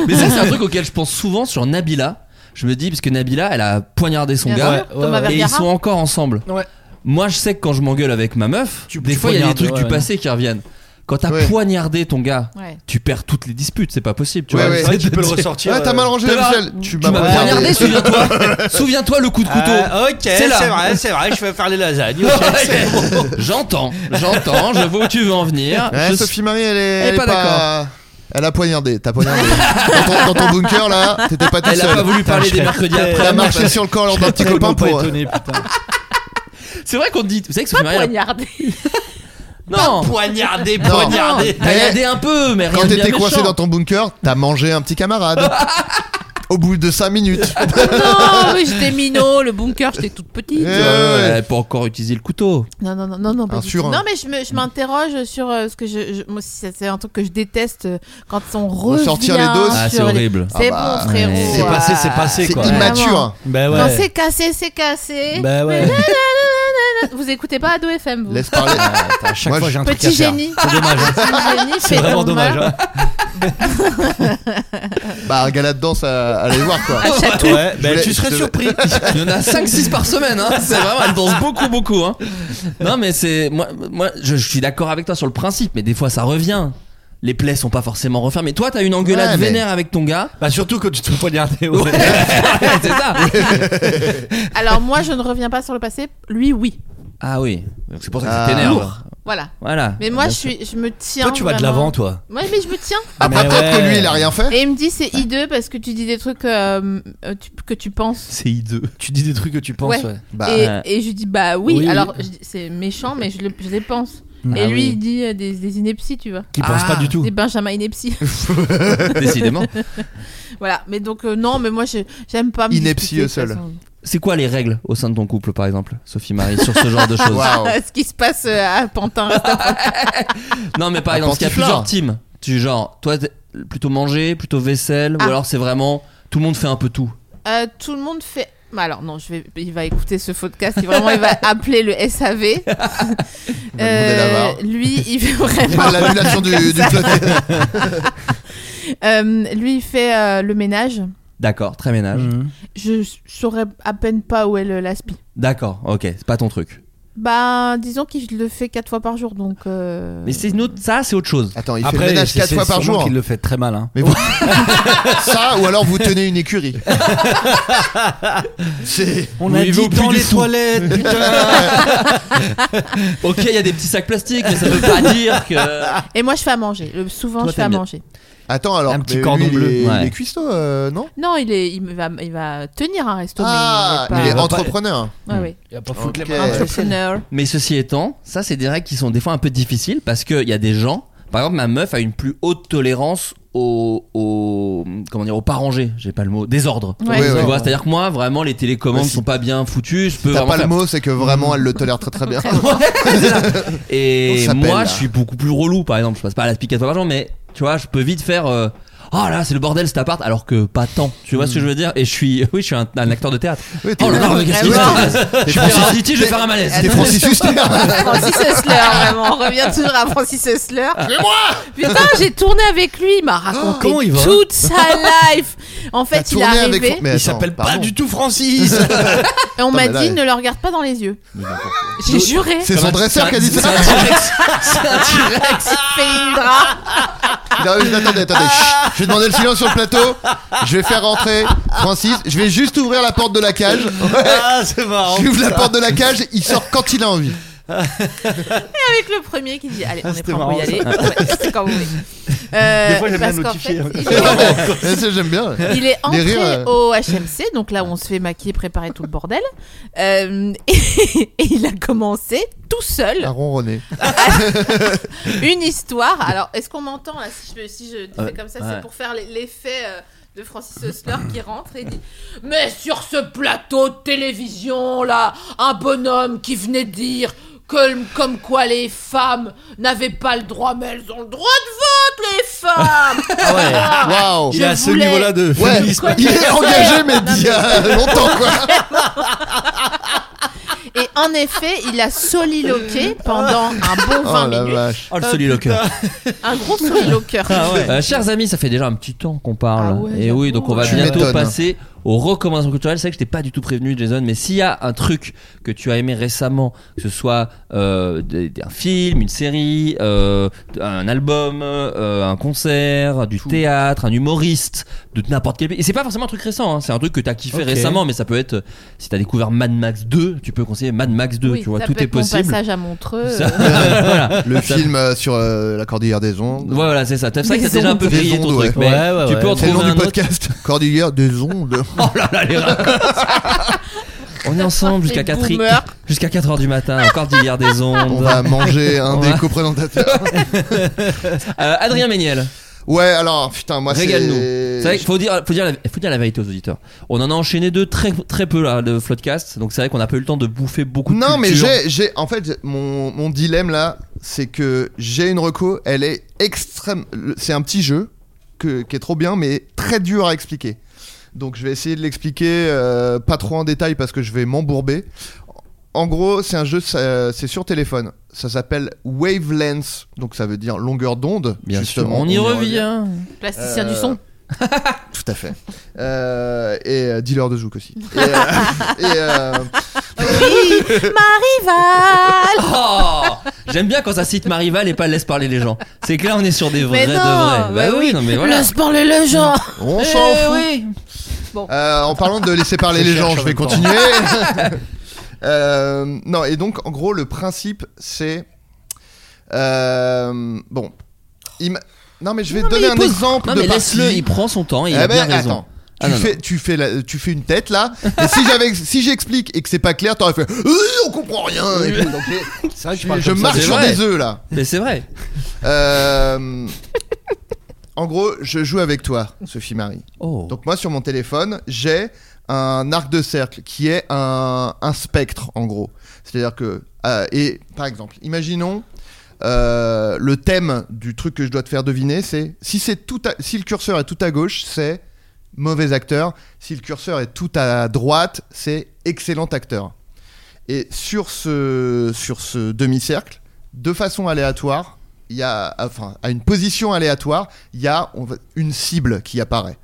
mais ça c'est un truc auquel je pense souvent sur Nabila. Je me dis parce que Nabila, elle a poignardé son Bien gars sûr, Thomas ouais, et ils Vergara. sont encore ensemble. Ouais. Moi, je sais que quand je m'engueule avec ma meuf, Tu- des tu fois il y a des poignardes, trucs ouais, du ouais. passé qui reviennent. Quand t'as Ouais. poignardé ton gars, Ouais. tu perds toutes les disputes, c'est pas possible. *laughs* Tu Ouais, vois, ouais. C'est Ouais, tu de peux le dire- ressortir. euh. Ah, t'as mal rangé la T'as- vaisselle. Tu Tu m'as m'as poignardé, *laughs* regardé. souviens-toi. souviens-toi le coup de couteau. Ah, ok, C'est c'est là. vrai, c'est vrai, je *laughs* vais faire les lasagnes. *laughs* ok, c'est bon. J'entends, j'entends, je vois où tu veux en venir. Ouais, Je- Sophie Marie, elle est, Elle est pas Elle a poignardé. *laughs* T'as poignardé. dans, ton, dans ton bunker, là, t'étais pas tout Elle seul. a pas voulu parler des mercredis très- T'as après. marché sur le corps lors d'un petit Très copain bon, pas euh, pour. euh, étonné, *laughs* putain. C'est vrai qu'on te dit, vous savez que Sophie Marie. elle a- Poignarder. Non, Poignardé, Non. poignardé. t'as regardé un peu, mais rien Quand de bien t'étais coincé méchant. dans ton bunker, t'as mangé un *laughs* petit camarade. Au bout de 5 minutes. Oh Non, mais j'étais minot, le bunker, j'étais toute petite. Eh Ouais, ouais, ouais. Elle a pas encore utilisé le couteau. Non, non, non, non, non, pas Un du sur tout. un. Non, mais je me- je m'interroge sur euh, ce que je. je- moi, si ça, c'est un truc que je déteste euh, quand on revient. Ressortir les doses. Ah, c'est sur les- horrible. C'est Ah bon, bah, frérot. ouais. C'est ah. passé, c'est passé, C'est quoi. imma- immature. Bah Ben Quand ouais. c'est cassé, c'est cassé. Ben ouais. Vous écoutez pas Ado FM, vous Laisse parler. À chaque Moi, fois, je- j'ai un truc Petit à faire. génie. C'est dommage. hein. Petit génie, C'est fais vraiment ton dommage. mal. hein. Bah, un gala de danse à, à aller voir, *laughs* quoi. Ouais, ben, voulais- tu je serais te- surpris. Il y *laughs* en a 5-6 par semaine, hein. c'est vraiment, elle danse beaucoup, beaucoup. Hein. Non, mais c'est. Moi, moi je, je suis d'accord avec toi sur le principe, mais des fois ça revient. Les plaies sont pas forcément refermées. Toi, t'as une engueulade Ouais, mais- vénère avec ton gars. Bah, surtout quand tu te fais poignarder. ouais. c'est ça. hein. Alors, moi, je ne reviens pas sur le passé. Lui, oui. *laughs* Ah oui. Donc, C'est pour ça que Ah. ça t'énerve. Lourd. Voilà. Voilà. Mais moi, je, suis, je me tiens. Toi, tu vas de vraiment. l'avant, toi. Ouais, mais je me tiens. Après, Mais peut-être ouais. que lui, il a rien fait. Et il me dit c'est hideux parce que tu dis des trucs euh, euh, tu- que tu penses. C'est hideux. Tu dis des trucs que tu penses, Ouais. ouais. Bah, et, ouais. et je lui dis bah oui, Oui. alors je dis- c'est méchant mais je, le- je les pense. Mm. Et Ah lui oui. il dit euh, des, des inepties, tu vois. Qui pense Ah. pas du tout. Des Benjamin inepties. *laughs* *laughs* Décidément. voilà, mais donc euh, non, mais moi je- j'aime pas me Ineptie disputer, de toute seule. façon. C'est quoi les règles au sein de ton couple, par exemple, Sophie Marie, sur ce genre de *laughs* choses waouh. *laughs* Ce qui se passe euh, à Pantin. reste *laughs* à- Non, mais par Un exemple, parce qu'il y a plusieurs pantiflard. teams. Tu genre, toi, t'es plutôt manger, plutôt vaisselle, Ah. ou alors c'est vraiment tout le monde fait un peu tout. Euh, tout le monde fait Bah alors non, je vais, il va écouter ce podcast, il, vraiment, il va appeler le SAV. *laughs* demander la barre. Euh, lui, il fait Il va à vraiment. Bah, l'annulation du, du flotté. Euh, lui, il fait euh, le ménage. D'accord, très ménage. Mhm. Je saurais à peine pas où est le l'aspi. D'accord, ok, c'est pas ton truc. Bah, disons qu'il le fait quatre fois par jour, donc. euh, Mais c'est une autre- ça, c'est autre chose. Attends, il fait Après, le ménage c'est- 4 c'est fois par sûrement jour. qu'il le fait très mal. hein. Mais vous... ça, ou alors vous tenez une écurie. C'est. On Oui, a il va au dit puits dans du les fou. *laughs* toilettes. Ok, il y a des petits sacs plastiques, mais ça veut pas dire que. Et moi, je fais à manger. Le- Souvent, Toi, je fais à t'aimes bien. manger. Attends, alors. Un petit mais cordon lui, il bleu. est- Ouais. Il est cuistot, euh, non Non, il est, il va, il va tenir un resto. Ah, mais il il est est pas- entrepreneur. Ouais, ouais. Il a pas foutu Ok. les Euh, mains. dans la vaisselle. Entrepreneur. Mais ceci étant, ça, c'est des règles qui sont des fois un peu difficiles parce qu'il y a des gens. Par exemple, ma meuf a une plus haute tolérance au, au- comment dire, au pas rangé, j'ai pas le mot, désordre. Ouais. Ouais, Tu ouais. vois, c'est-à-dire que moi, vraiment, les télécommandes Ouais, si- sont pas bien foutues. Je peux T'as vraiment pas le faire- *laughs* mot, c'est que vraiment elle le tolère *laughs* très très bien. *laughs* Et On s'appelle, moi, là. je suis beaucoup plus relou, par exemple. Je passe pas à la pique à toi par jour, mais tu vois, je peux vite faire. euh, oh là, c'est le bordel cet appart, alors que pas tant. Tu vois ce que je veux dire Et je suis, *laughs* oui, je suis un, un acteur de théâtre. Oui, Hmm. *laughs* t'es- Ah Oh là là, mais qu'est-ce qui se passe Je suis Francis- Arditi, je vais faire un malaise. *laughs* T'es Francis *laughs* Huster. Francis Hussler, vraiment. On revient toujours à Francis Hussler. C'est moi Putain, j'ai tourné avec lui. Il m'a raconté comment il va toute sa life. En fait, il est tourné arrivé avec- mais Il attends, s'appelle pas pardon. du tout Francis. et on m'a mais là, dit ouais. ne le regarde pas dans les yeux. J'ai juré. *laughs* C'est son dresseur qui a dit ça. C'est un *laughs* T-Rex. C'est un T-Rex. Peindra. Non, mais attendez, attendez. chut. Je vais demander le silence sur le plateau. Je vais faire rentrer Francis. Je vais juste ouvrir la porte de la cage. Ah, c'est Oh, marrant. J'ouvre la porte de la cage. Il sort quand il a envie. Avec le premier qui dit Allez, on est Ah, prêt C'était pour y marrant, aller. Ouais, C'est quand vous voulez. Euh, *laughs* Des fois, j'aime bien parce qu'en notifier. *laughs* fait, il est- Ça, J'aime bien. Oh, Il est entré rires, euh. au HMC, donc là où on se fait maquiller, préparer tout le bordel. Euh, *laughs* et, et il a commencé tout seul À ronronner. une histoire. Alors, est-ce qu'on m'entend là Si je, si je dis Ouais, comme ça, ouais. c'est pour faire l- l'effet euh, de Francis Hussler qui rentre et dit Mais sur ce plateau de télévision là, un bonhomme qui venait dire. Que, comme quoi les femmes n'avaient pas le droit, mais elles ont le droit de vote, les femmes Ah, Waouh. Il Je est à ce voulais- niveau-là de Ouais. féminisme. Il est engagé, mais il y a longtemps quoi. Et en effet, il a soliloqué pendant un bon 20 Oh la minutes. vache. Oh, le soliloqueur. Un gros soliloqueur. Euh, chers amis, ça fait déjà un petit temps qu'on parle. Ah ouais, et oui, donc on va Tu bientôt m'étonnes. passer aux recommandations culturelles. C'est vrai que je t'ai pas du tout prévenu, Jason, mais s'il y a un truc que tu as aimé récemment, que ce soit euh, des- des- un film, une série, euh, un album, euh, un concert, du théâtre, un humoriste, de n'importe quel pays. Et c'est pas forcément un truc récent, hein. c'est un truc que t'as kiffé Ok. récemment, mais ça peut être, si t'as découvert Mad Max 2, tu peux conseiller Mad Max 2, Oui, tu vois, ça tout peut est être mon possible. passage à Montreux. Ça- euh, *laughs* voilà, Le film euh, sur euh, la cordillère des ondes. voilà c'est ça. C'est vrai que t'as Des déjà un peu ondes. grillé Des ton ondes, truc, ouais. mais Ouais, ouais, tu peux ouais. en C'est trouver le nom un du autre. podcast. Cordillère des ondes. Oh là là, les raccords. On est ensemble jusqu'à Les 4 boomers. jusqu'à 4 heures du matin, encore d'hier des On ondes. va manger un On des va- coprésentateurs. Euh, Adrien Méniel, Ouais, alors putain, moi c'est. régale-nous. C'est vrai qu'il faut dire, faut, dire la, faut dire la vérité aux auditeurs. On en a enchaîné deux très, très peu là de Floodcast, donc c'est vrai qu'on n'a pas eu le temps de bouffer beaucoup de Non, mais culture. j'ai, j'ai, en fait, mon, mon dilemme là, c'est que j'ai une reco, elle est extrême. le- C'est un petit jeu que, qui est trop bien, mais très dur à expliquer. Donc je vais essayer de l'expliquer, euh, pas trop en détail parce que je vais m'embourber. En gros, c'est un jeu, ça- c'est sur téléphone. Ça s'appelle Wavelength, donc ça veut dire longueur d'onde. Bien sûr, justement. on y revient. Plasticien Euh, du son. *laughs* Tout à fait. Euh, et euh, dealer de jouk aussi. *laughs* Et, euh, et, euh, Oui, Marival Oh J'aime bien quand ça cite Marival et pas laisse parler les gens. C'est que là on est sur des Mais vrais de non, vrais. bah oui, non mais voilà. Laisse parler le gens on Eh s'en fout. oui. Euh, en parlant de laisser parler *laughs* Je les gens, cherche je en vais même temps. continuer. *laughs* *laughs* Euh, non, et donc en gros, le principe, c'est. euh, bon. Im- Non, mais je vais te donner il un pose- exemple Non de mais laisse-le, partie. il prend son temps et il Eh a bien ben, raison. attends. Ah, tu, non, non. fais, tu, fais la- tu fais une *laughs* tête là, et si, j'avais, si j'explique et que c'est pas clair, t'aurais fait Euh, on comprend rien. Et puis, donc, j'ai- *laughs* C'est vrai que tu je parles comme Ah, ça. marche c'est sur vrai. des œufs là. Mais c'est vrai. Euh, en gros, je joue avec toi, Sophie Marie. Oh. Donc moi sur mon téléphone, j'ai un arc de cercle qui est un, un spectre en gros. C'est-à-dire que euh, et par exemple, imaginons euh, le thème du truc que je dois te faire deviner, c'est si c'est tout à- si le curseur est tout à gauche, c'est mauvais acteur. Si le curseur est tout à droite, c'est excellent acteur. Et sur ce, sur ce demi-cercle, de façon aléatoire, il y a, enfin, à une position aléatoire, il y a on va- une cible qui apparaît.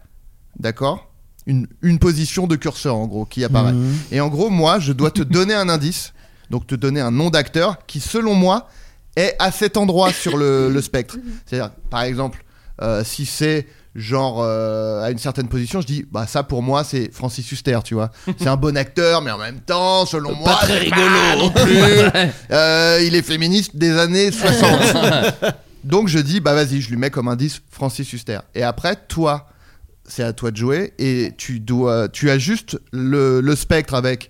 D'accord une, une position de curseur, en gros, qui apparaît. Et en gros, moi, je dois te donner un indice, donc te donner un nom d'acteur qui, selon moi, est à cet endroit sur le, le spectre. C'est-à-dire, par exemple, euh, si c'est genre euh, à une certaine position, je dis, bah ça pour moi, c'est Francis Huster, tu vois. C'est un bon acteur, mais en même temps, selon moi, très c'est rigolo. pas non plus. Euh, il est féministe des années 60. Donc je dis, bah vas-y, je lui mets comme indice Francis Huster. Et après, toi, c'est à toi de jouer et tu dois, tu ajustes le, le spectre avec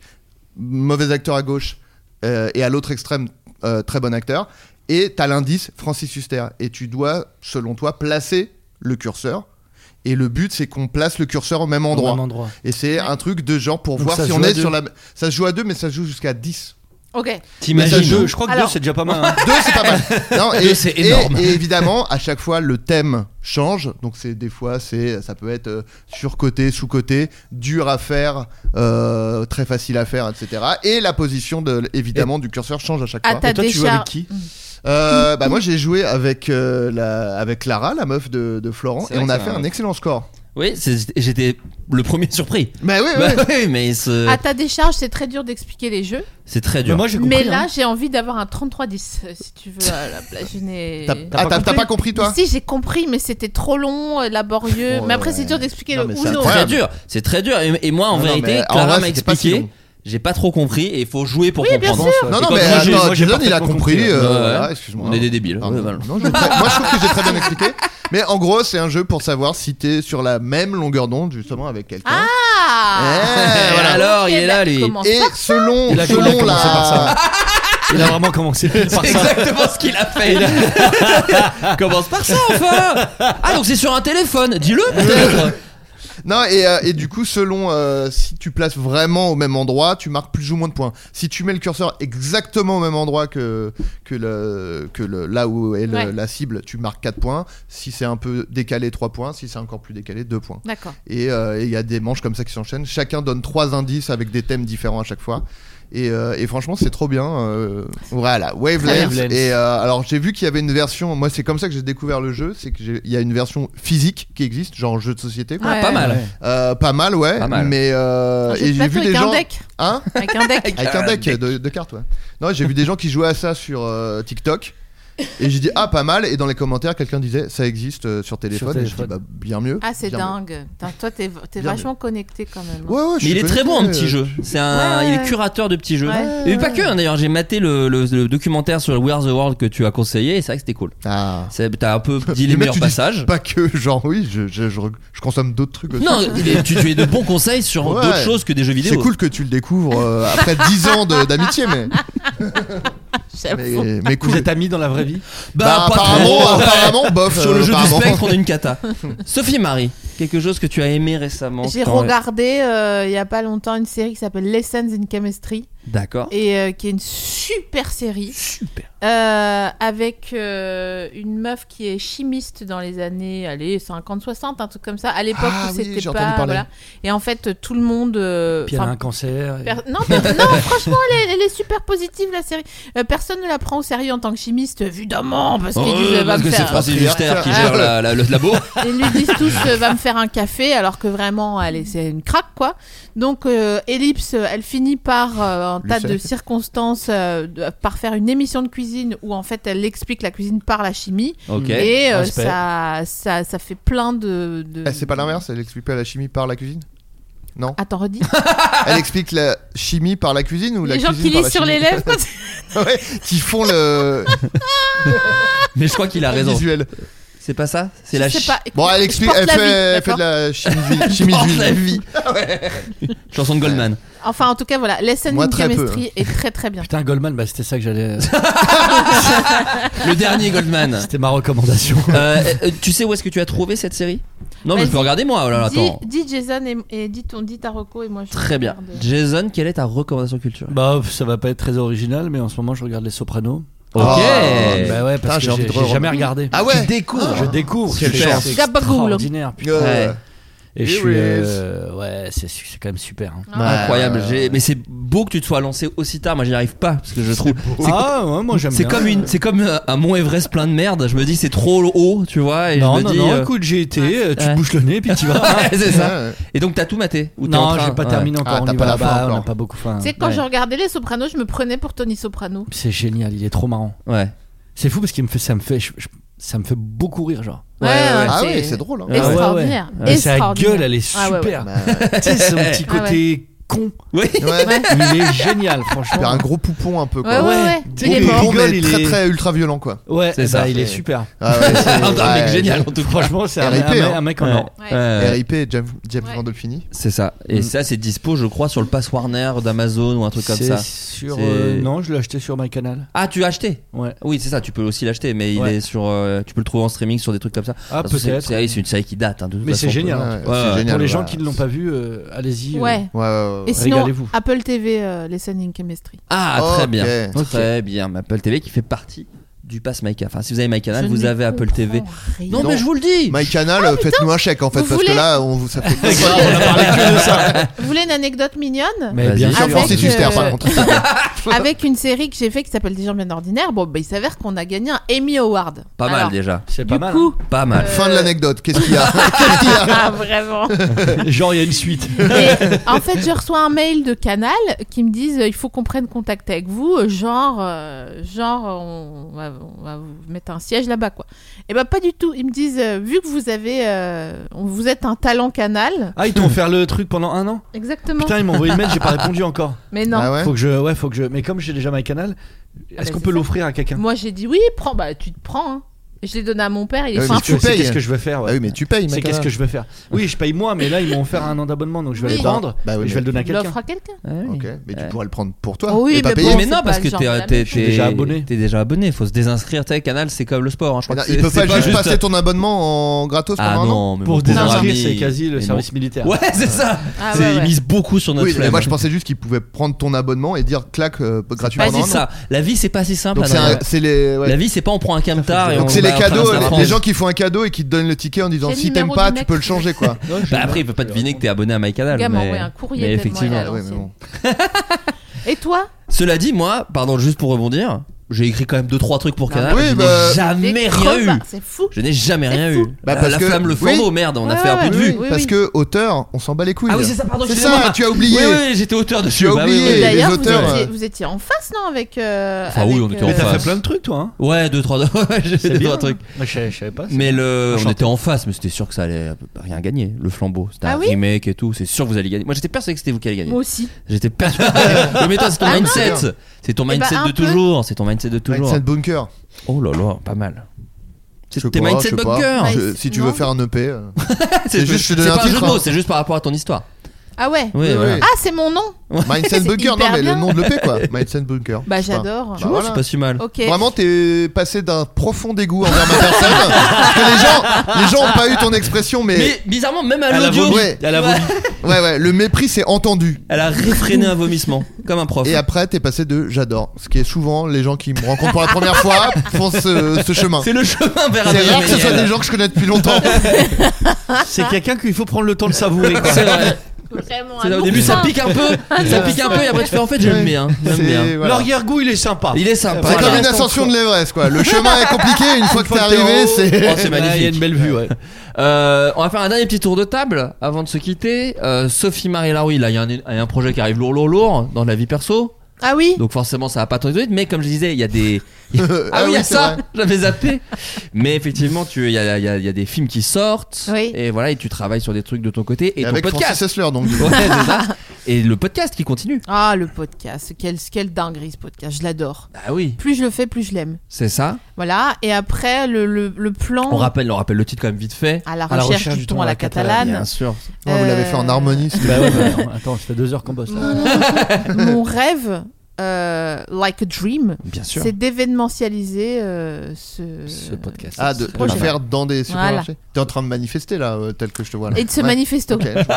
mauvais acteur à gauche euh, et à l'autre extrême euh, très bon acteur. Et t'as l'indice Francis Huster. Et tu dois, selon toi, placer le curseur. Et le but, c'est qu'on place le curseur au même endroit. Au même endroit. Et c'est un truc de genre pour Donc voir ça si se on joue à est deux. sur la. Ça se joue à deux, mais ça se joue jusqu'à 10. *laughs* Ok. Mais ça se T'imagines joue. Je crois que Alors- deux, c'est déjà *laughs* pas mal. hein. Deux, c'est pas mal. *laughs* Non, et, Deux, c'est et- énorme. et évidemment, à chaque fois, le thème change. Donc, c'est des fois, c'est ça peut être euh, surcoté, sous-coté, dur à faire, euh, très facile à faire, etc. Et la position, de, évidemment, du curseur change à chaque À fois. ta Et toi, tu joues décharge. avec qui Euh, bah, moi, j'ai joué avec euh, la, avec Clara, la meuf de, de Florent, C'est et vrai on que a c'est fait un- un excellent score. Oui, c'est- j'étais le *laughs* premier surpris. Mais oui, oui. Bah oui, mais ce- À ta décharge, c'est très dur d'expliquer les jeux. c'est très Mais dur. Moi, j'ai compris. mais là, hein. j'ai envie d'avoir un 33-10, euh, si tu veux. à la place, je n'ai- T'as ah, t'as- t'as pas compris, toi Si, j'ai compris, mais c'était trop long, euh, laborieux. Oh, mais après, ouais. c'est dur d'expliquer Non, le mais c'est Uno. C'est très incroyable. dur. C'est très dur. Et, et moi, en Non, non, vérité, mais en Clara vrai, m'a c'était pas si expliqué. long. j'ai pas trop compris et il faut jouer pour Oui, bien comprendre. sûr. Ouais. Non, Et non, quand mais moi, j'ai- attends, moi, j'ai Jason, il a parfaitement compris. compris. euh, hein. Ouais, ouais. voilà, excuse-moi. On est des débiles. Pardon. *laughs* Ouais, voilà. Non, j'ai très- Moi, je trouve que j'ai très bien expliqué. Mais en gros, c'est un jeu pour savoir si t'es sur la même longueur d'onde, justement, avec quelqu'un. Ah Eh, voilà. Alors, il est là, lui. Comment hein. Et ça selon, Il a selon il a commencé la. par ça. Il a vraiment commencé par C'est ça. exactement ce qu'il a fait. *laughs* Commence par ça enfin. Ah donc c'est sur un téléphone. Dis-le peut-être. Non, et, euh, et du coup, selon euh, si tu places vraiment au même endroit, tu marques plus ou moins de points. Si tu mets le curseur exactement au même endroit que, que, le, que le, là où est le- Ouais. la cible, tu marques 4 points. Si c'est un peu décalé, 3 points. Si c'est encore plus décalé, 2 points. D'accord. Et euh, et il y a des manches comme ça qui s'enchaînent. Chacun donne trois indices avec des thèmes différents à chaque fois. Et, euh, et franchement, c'est trop bien. euh, voilà, Wavelength. Wavelength. Et euh, alors, j'ai vu qu'il y avait une version. Moi, c'est comme ça que j'ai découvert le jeu. C'est qu'il y a une version physique qui existe, genre jeu de société. quoi. Ouais. Ah, Pas mal. Euh, pas mal, ouais. Pas mal. Mais euh, Un jeu de et j'ai plateau vu des avec un gens. deck. Hein Avec un *laughs* deck. avec un deck de, de cartes, ouais. Non, j'ai vu des gens qui jouaient à ça sur euh, TikTok. Et j'ai dit, ah, pas mal. Et dans les commentaires, quelqu'un disait, ça existe euh, sur téléphone. Et je dis, téléphone. bah, bien mieux. Ah, c'est bien mieux. dingue. Putain, Toi, t'es t'es Bien vachement connecté quand même. hein. Ouais, ouais, je Mais il suis est très bon en connecté, petit euh, jeu. C'est un, Ouais, il est ouais. curateur de petits jeux. Ouais. Et pas que hein, d'ailleurs. J'ai maté le, le- le documentaire sur We Are the World que tu as conseillé. Et c'est vrai que c'était cool. Ah. C'est- T'as un peu dit Le les mec, meilleurs tu dis passages. Pas que, genre, oui, je, je, je, je consomme d'autres trucs aussi. Non, il est- tu, tu es de bons conseils sur hein. Ouais. d'autres choses que des jeux vidéo. C'est cool que tu le découvres euh, *laughs* après 10 ans de- d'amitié, mais, J'avoue. mais, mais cool. Vous êtes amis dans la vraie vie Bah, pas apparemment, trop. hein. apparemment, bof. *laughs* Sur euh, le jeu du apparemment. *laughs* spectre, on est une cata. Sophie Marie, quelque chose que tu as aimé récemment J'ai t'en- regardé euh, il y a pas longtemps une série qui s'appelle Lessons in Chemistry D'accord. et euh, qui est une super série Super. euh, avec euh, une meuf qui est chimiste dans les années allez 50 60 un truc comme ça à l'époque Ah où oui, j'ai c'était entendu pas parler. voilà. et en fait tout le monde euh, Puis elle a enfin, un cancer. et- Per- Non, per- non, *laughs* franchement, elle est, elle est super positive la série. Euh, personne ne la prend au sérieux en tant que chimiste, évidemment, parce qu'ils Oh, disent euh, va parce me que c'est faire. Francis Huster qui Ah. gère la- la- le *laughs* labo. Ils lui disent tous euh, va me faire un café, alors que vraiment, elle est, c'est une craque quoi. Donc, euh, Ellipse, euh, elle finit par euh, un Lui tas seul. de circonstances, euh, de- par faire une émission de cuisine où en fait elle explique la cuisine par la chimie Ok. et euh, respect. ça, ça, ça fait plein de. de- Eh, C'est pas l'inverse, elle explique pas la chimie par la cuisine Attends, redis. Ah, Elle explique la chimie par la cuisine *laughs* ou la Les gens cuisine qui par lisent la sur les chimie lèvres. *laughs* ouais, qui font *laughs* le Mais je crois qu'il a raison. visuel. C'est pas ça C'est Je la sais chi- pas. Bon, elle Je explique, porte elle la fait, vie, elle fait d'accord de la *laughs* chimie, chimie Porte d'huile. la vie. chanson de Goldman. Enfin, en tout cas, voilà, Lesson Moi, in très peu, hein. Chemistry est très très Oh bien. Putain, Goldman, bah, c'était ça que j'allais. *laughs* Le dernier Goldman. C'était ma recommandation. Euh, euh, tu sais où est-ce que tu as trouvé cette série Non, mais je Vas-y. peux regarder moi. Oh là là, dis, attends. dis Jason et, et dis, ton, dis ta reco et moi je Très bien. regarde. Jason, quelle est ta recommandation culture Bah, pff, ça va pas être très original, mais en ce moment, je regarde Les Sopranos. Eh. Ok. Ah, Oh, Bah ouais, Putain, parce j'ai que envie j'ai de j'ai re- jamais regardé. Ah ouais Je découvre. Super. C'est extraordinaire. Gabagoule. putain. Euh, Ouais. Et je Lewis. suis. euh, ouais, c'est c'est quand même super. hein. Incroyable. J'ai- Mais c'est beau que tu te sois lancé aussi tard. Moi, j'y arrive pas parce que je trouve. c'est- Ah, ouais, moi j'aime C'est bien. comme une, c'est comme euh, un Mont Everest plein de merde. Je me dis c'est trop haut, tu vois, et Non, je me non, dis. non, euh, écoute, j'ai été, euh, tu ouais. te bouches le nez, puis tu *laughs* vas. ouais, c'est ça. Ouais. Et donc t'as tout maté *laughs* ou t'es en non, train j'ai pas Ouais. terminé encore. Ah, on t'as y pas va la fin là-bas, encore. on n'a pas beaucoup faim. Tu sais, quand Ah, Ouais. je regardais Les Sopranos, je me prenais pour Tony Soprano. C'est génial, il est trop marrant. Ouais. C'est fou parce qu'il me fait, ça me fait, je- je- ça me fait beaucoup rire, genre. Ouais, ouais, ouais. Ah oui, c'est drôle. hein. Ah ouais. Extraordinaire. Et sa Extraordinaire. gueule, elle est Ah ouais, ouais. super. Bah, ouais. Tu sais, son petit Ah ouais. côté con, Oui. Ouais. il est génial, Faire franchement. un gros poupon un peu. Ouais, ouais, Quoi. ouais. Tu sais, Il est il mort. Poupon, mais rigole, il très est- très ultra violent quoi. Ouais, C'est bah, ça. il est C'est- super. Ah ouais, c'est- Un mec ouais, génial en tout cas. Franchement, c'est un, RIP, un mec- hein. un mec en Ouais. or. Ouais. Ouais. RIP James, James Ouais. Gandolfini. C'est ça. Et Mm. ça, c'est dispo, je crois, sur le pass Warner d'Amazon ou un truc comme C'est ça. sur. C'est- euh, non, je l'ai acheté sur MyCanal. Ah, tu as acheté Ouais. Oui, c'est ça. Tu peux aussi l'acheter, mais il Ouais. est sur. euh, tu peux le trouver en streaming sur des trucs comme ça. Ah, De toute façon, c'est- peut-être. C'est c'est une bah, série qui date. hein, de toute Mais c'est façon. génial. hein. Ouais, Ouais, c'est ouais. génial, Pour les gens voilà. qui ne l'ont pas vu, euh, allez-y. euh, Ouais. Ouais, ouais, ouais. Et sinon, Régalez-vous. Apple TV, euh, Les Sending Chemistry. Ah, très Ok. bien. Ok. Très bien. Mais Apple TV qui fait partie du pass MyCanal. Enfin, si vous avez MyCanal, Je vous n'y avez Apple comprends TV. rien. Non, mais je vous le dis. MyCanal, euh, faites-nous un chèque en fait, Vous parce que voulez là, on vous ça fait. Vous voulez une anecdote *laughs* mignonne Mais Vas-y. bien sûr. Sans Avec, fortitude, euh, par contre. Avec une série que j'ai fait qui s'appelle Des gens bien ordinaires. Bon, bah, il s'avère qu'on a gagné un Emmy Award. Pas mal Alors, déjà. C'est pas *laughs* mal. coup- *laughs* Pas mal. hein. Fin de l'anecdote. Qu'est-ce qu'il y a Qu'est-ce qu'il y a Ah, vraiment hein. Genre, il y a *laughs* une suite. Et en fait, je reçois un mail de Canal qui me disent euh, il faut qu'on prenne contact avec vous, euh, genre, euh, genre on va, on va vous mettre un siège là-bas, quoi. Et bah, pas du tout. Ils me disent euh, vu que vous avez, euh, vous êtes un talent Canal. Ah, ils t'ont fait le truc pendant un an Exactement. Putain, ils m'ont envoyé le mail, j'ai pas répondu encore. Mais non. Ah ouais Faut que je. Ouais, faut que je. Mais comme j'ai déjà MyCanal, Ah, est-ce bah, qu'on c'est peut ça. l'offrir à quelqu'un Moi, j'ai dit oui, prends, bah, tu te prends. hein. Je l'ai donné à mon père, il est Ah oui, C'est fin mais tu c'est payes. Qu'est-ce que je vais faire Ah ouais. oui, mais tu payes, C'est qu'est-ce MyCanal. que je vais faire Oui, je paye moi, mais là ils m'ont offert un an d'abonnement, donc je vais Oui. le prendre Bah oui, et je vais le mais- donner à Tu quelqu'un. l'offres à quelqu'un. Ok, mais tu pourrais le prendre pour toi. Oh oui, et pas mais payer. bon, mais c'est non, pas parce que le genre de la t'es- t'es même chose. t'es- Déjà abonné. Ah, T'es déjà abonné. Faut se désinscrire. T'es Canal, c'est comme le sport. hein, Je crois que Il c'est- peut c'est pas juste passer ton abonnement en gratos Ah pendant un an non, mais Pour mon pauvre désinscrire, ami. c'est quasi le Mais service militaire. bon. Ouais, c'est ça. Ah, C'est- ouais, Ils ouais. misent beaucoup sur notre Oui, mais flemme. moi je pensais juste qu'ils pouvaient prendre ton abonnement et dire claque euh, gratuitement. Pas pendant si un an. ça. La vie, c'est pas si simple. Donc c'est Adrien. un- c'est les. ouais. La vie, c'est pas on prend un camtar et on Donc c'est les va faire cadeaux, ça en les, les France. gens qui font un cadeau et qui te donnent le ticket en disant C'est le si t'aimes numéro pas, du tu mec. peux le changer quoi. Bah après, il peut pas deviner que t'es abonné à MyCanal. Le gars m'a mais- envoyé un courrier Mais tellement il effectivement. a- Ouais, mais bon. Et toi Cela dit, moi, pardon, juste pour rebondir, j'ai écrit quand même deux trois trucs pour Non, Canal. mais- Oui, je bah- n'ai jamais Ah Des rien eu. crevards, bah, C'est fou. Je n'ai jamais C'est rien fou. eu. La- Bah, parce la que- flamme, le oui. flambeau, merde, on a Ouais, fait un peu de ouais, vues. oui, oui. Parce que auteur, on s'en bat les couilles. Ah oui, c'est ça, pardon, C'est excusez-moi. ça, tu as oublié. Oui, oui, j'étais auteur de Tu as film, bah oui, oublié. oui. les- D'ailleurs, les vous, auteurs, étiez- euh. vous étiez en face, non Avec. euh, Enfin, oui, avec, on était en Mais euh, t'as face. fait plein de trucs toi, hein Ouais, deux trois, *laughs* ouais, j'ai C'est deux, bien. trois trucs. Moi, Je savais- je savais pas. ça. Mais le, on Enchanté. était en face, mais c'était sûr que ça allait euh, rien gagner. Le flambeau, c'était Ah un oui remake et tout. C'est sûr que vous allez gagner. Moi, j'étais persuadé que c'était vous qui allez gagner. Moi aussi. *laughs* J'étais persuadé. Ouais, mais toi, c'est ton Ah non. mindset. C'est ton Eh ben, mindset un de peu. toujours. C'est ton mindset de toujours. Mindset Bunker. Oh là là, pas mal. Je sais C'est tes pas, je mindset sais pas. bunker. hein. Ouais. Je- Si tu veux Non. faire un EP. euh. C'est C'est juste, je te c'est donne un pas un jeu titre, de mots, hein. c'est juste par rapport à ton histoire. Ah ouais Oui, Oui, voilà. oui. Ah, c'est mon nom Mindset *laughs* *laughs* C'est Bunker, non hyper mais le bien. nom Bah, de l'EP *laughs* quoi. Mindset Bunker. Bah, Putain. j'adore. Tu vois, C'est voilà. pas si mal. Ok. Vraiment, t'es passé d'un profond dégoût envers ma personne. *laughs* parce que les gens, les gens ont pas eu ton expression, mais, Mais bizarrement, même à Elle a l'audio, vomi. Ouais. Elle a Ouais. vomi. ouais, ouais, le mépris c'est entendu. elle a réfréné un vomissement, comme un prof. Et après, t'es passé de j'adore, ce qui est souvent les gens qui me rencontrent pour la première fois font ce, ce chemin. C'est le chemin vers C'est Adrien rare que ce soit Méniel. des gens que je connais depuis longtemps. C'est quelqu'un qu'il faut prendre le temps de *laughs* savourer. quoi. C'est vrai. Vraiment. C'est un là, au début, ça oursin. pique un peu. Ça pique un peu, et après, tu fais en fait, je Ouais. l'aime bien. je l'aime bien. C'est voilà. L'arrière-goût, il est sympa. Il est sympa. C'est comme Voilà. une ascension de l'Everest, quoi. Le chemin est compliqué, une fois que t'es arrivé, Oh, *laughs* c'est. c'est Ouais, Il y a une magnifique. belle vue, ouais. Euh, on va faire un dernier petit tour de table avant de se quitter. Euh, Sophie Marie Laroui, là, il y, a un- il y a un projet qui arrive lourd, lourd, lourd dans la vie perso. Ah oui Donc forcément, ça va pas trop vite. Mais comme je disais, il y a des. Ah, *laughs* Ah oui, il y a oui, c'est ça. vrai. *laughs* J'avais zappé. mais effectivement, tu, il y a, il y a- il y a des films qui sortent. Oui. Et voilà, et tu travailles sur des trucs de ton côté et, Et ton avec *laughs* Francis podcast. Hessler, donc. Ouais, c'est ça. Et le podcast qui continue. Ah, le podcast. Quelle, quelle dinguerie ce podcast. Je l'adore. Ah oui, Plus je le fais, plus je l'aime. c'est ça. Voilà. Et après, le, le, le plan. On rappelle, on rappelle le titre quand même vite fait. À la recherche, du ton à la Bien catalane. sûr. Bah, Ouais, vous l'avez fait en harmonie. *laughs* Bah ouais, bah, attends, ça fait deux heures qu'on bosse. là. Mon rêve, euh, Like a Dream, Bien sûr. c'est d'événementialiser euh, ce... Ce podcast. Ah, de, de le Prochain. faire dans des Voilà. supermarchés T'es en train de manifester là, euh, tel que je te vois là. Et de ce Ouais. manifesto. Ok, je vois.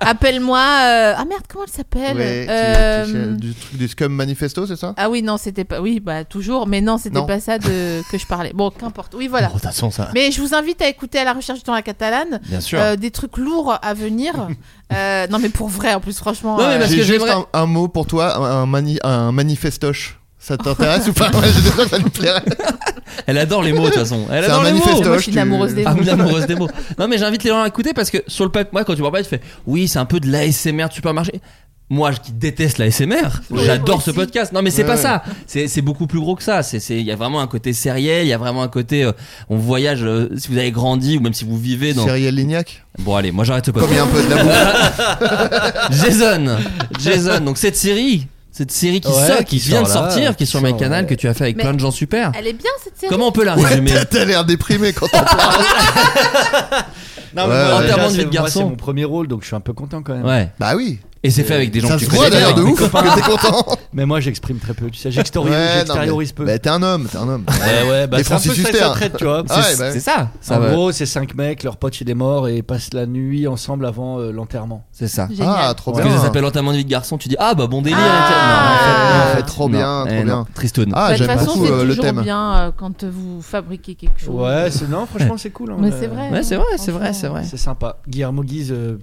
Appelle-moi. euh, Ah merde, comment elle s'appelle Ouais, tu- Euh, tu- du truc du Scum Manifesto, c'est ça Ah oui, non, c'était pas. Oui, bah toujours, mais non, c'était Non. pas ça *laughs* de... que je parlais. Bon, qu'importe. Oui, voilà. Bon, De toute façon, ça. Mais je vous invite à écouter à la recherche du temps la catalane. Bien sûr. euh, des trucs lourds à venir. *laughs* Euh, non, mais pour vrai, en plus, franchement. Non, mais euh, parce J'ai que juste j'aimerais- un, un mot pour toi, un, un mani- un manifestoche. Ça t'intéresse ou pas Ouais, j'ai déjà ça lui plairait. Elle adore les mots de toute façon. Elle C'est un adore les mots. manifestoche. *laughs* Moi, je suis une tu- amoureuse des Ah, mais amoureuse des mots. Non, mais j'invite les gens à écouter parce que sur le papier, moi, quand tu m'en parles, tu fais oui, c'est un peu de l'ASMR de supermarché. Moi, je- qui déteste l'ASMR, Oui, j'adore moi ce aussi. podcast. Non, mais c'est Ouais, pas ouais. ça. C'est c'est beaucoup plus gros que ça. C'est- c'est- Il y a vraiment un côté sériel, il y a vraiment un côté. euh, on voyage, euh, si vous avez grandi ou même si vous vivez dans. Cyril Lignac Bon, allez, moi j'arrête ce Comme il y podcast. a un peu de la *laughs* bouffe. Jason Jason, donc cette série, cette série qui Ouais, sort, qui, qui vient sort de là, sortir, qui est qui sur mes sort, canals, ouais. que tu as fait avec Mais- plein de gens super. Elle est bien cette série. Comment on peut la résumer T'as- T'as l'air déprimé quand on parle. Non, Ouais, ouais. déjà, Enterrement de c'est- vie de moi, garçon. C'est mon premier rôle, donc je suis un peu content quand même. Ouais. Bah oui. Et c'est fait avec des gens Ça que se tu voit connais. d'ailleurs de bien. ouf que *laughs* t'es content. Mais moi, j'exprime très peu. Tu sais, j'extériorise Ouais, non, j'extériorise peu. Bah t'es un homme, t'es un homme. ouais, ouais, bah, Les c'est un peu Francis ça que Huster. ça traite, tu *laughs* vois. Ah C'est- ouais, bah ouais. C'est ça, ça en va. gros, c'est cinq mecs, leur pote il est mort et ils passent la nuit ensemble avant euh, l'enterrement. C'est ça. Ah, Génial. trop Parce que ça bien. s'appelle entièrement de vie de garçon, tu dis ah bah bon délire. Ah. et t'es- non, en fait, non, en fait, Trop non. bien, Eh trop non, bien. Tristoun. Ah, Bah, de toute j'aime façon, beaucoup c'est euh, le toujours thème. bien euh, quand vous fabriquez quelque chose. Ouais, c'est non, franchement, c'est cool. hein, Mais euh, c'est vrai. Ouais, c'est vrai, c'est vrai, c'est vrai. C'est sympa. Guillermo Guise euh,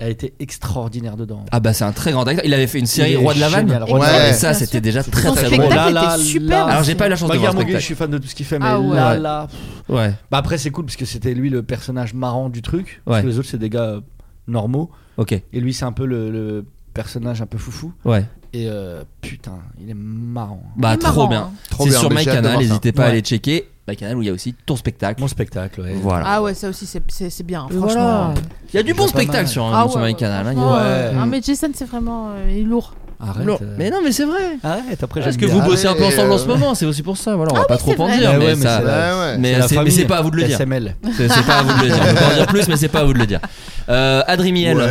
a été extraordinaire dedans. Ah bah c'est un très grand acteur. Il avait fait une série Il est Roi de la Vanne. génial, Roi de la Ouais. Vanne. Et ça Bien sûr. c'était déjà très Son très spectacle drôle. Là, là, était super. là. Alors j'ai pas eu la chance Bah, de voir le Guillermo Guise, je spectacle. suis fan de tout ce qu'il fait, mais Ah ouais. là, Ouais. là. pff. Ouais. Bah, après, c'est cool parce que c'était lui le personnage marrant du truc. Parce Ouais. que les autres, c'est des gars euh, normaux. Ok. Et lui, c'est un peu le, le personnage un peu foufou. Ouais. Et euh, putain, il est marrant. Bah Il est trop marrant, bien. hein. Trop C'est bien. sur mais j'ai hâte de MyCanal, voir ça. n'hésitez pas à Ouais. aller checker. MyCanal où il y a aussi ton spectacle. Mon spectacle, ouais. Voilà. Ah ouais, ça aussi, c'est- c'est c'est bien. Et Franchement. voilà. Il y a du Il bon est pas spectacle mal. sur Ah sur ouais, MyCanal. hein, il y a- franchement, Ouais. euh, Mm. ah, mais Jason, c'est vraiment euh, il est lourd. Arrête. Non, euh, Mais non mais c'est vrai. Arrête, après, Parce j'aime que bien. vous bossez un peu Arrête, ensemble en ce euh, moment, c'est aussi pour ça. Voilà, on va oui, pas trop c'est en vrai. dire, Ouais, Eh mais ouais, mais ça- c'est la- Ouais, ouais. mais C'est la c'est- mais famille. c'est pas à vous de le La dire. SML. C'est c'est pas à vous de le dire. On peut en dire plus, mais c'est pas à vous de le dire. Euh, Adrien Miel. Ouais,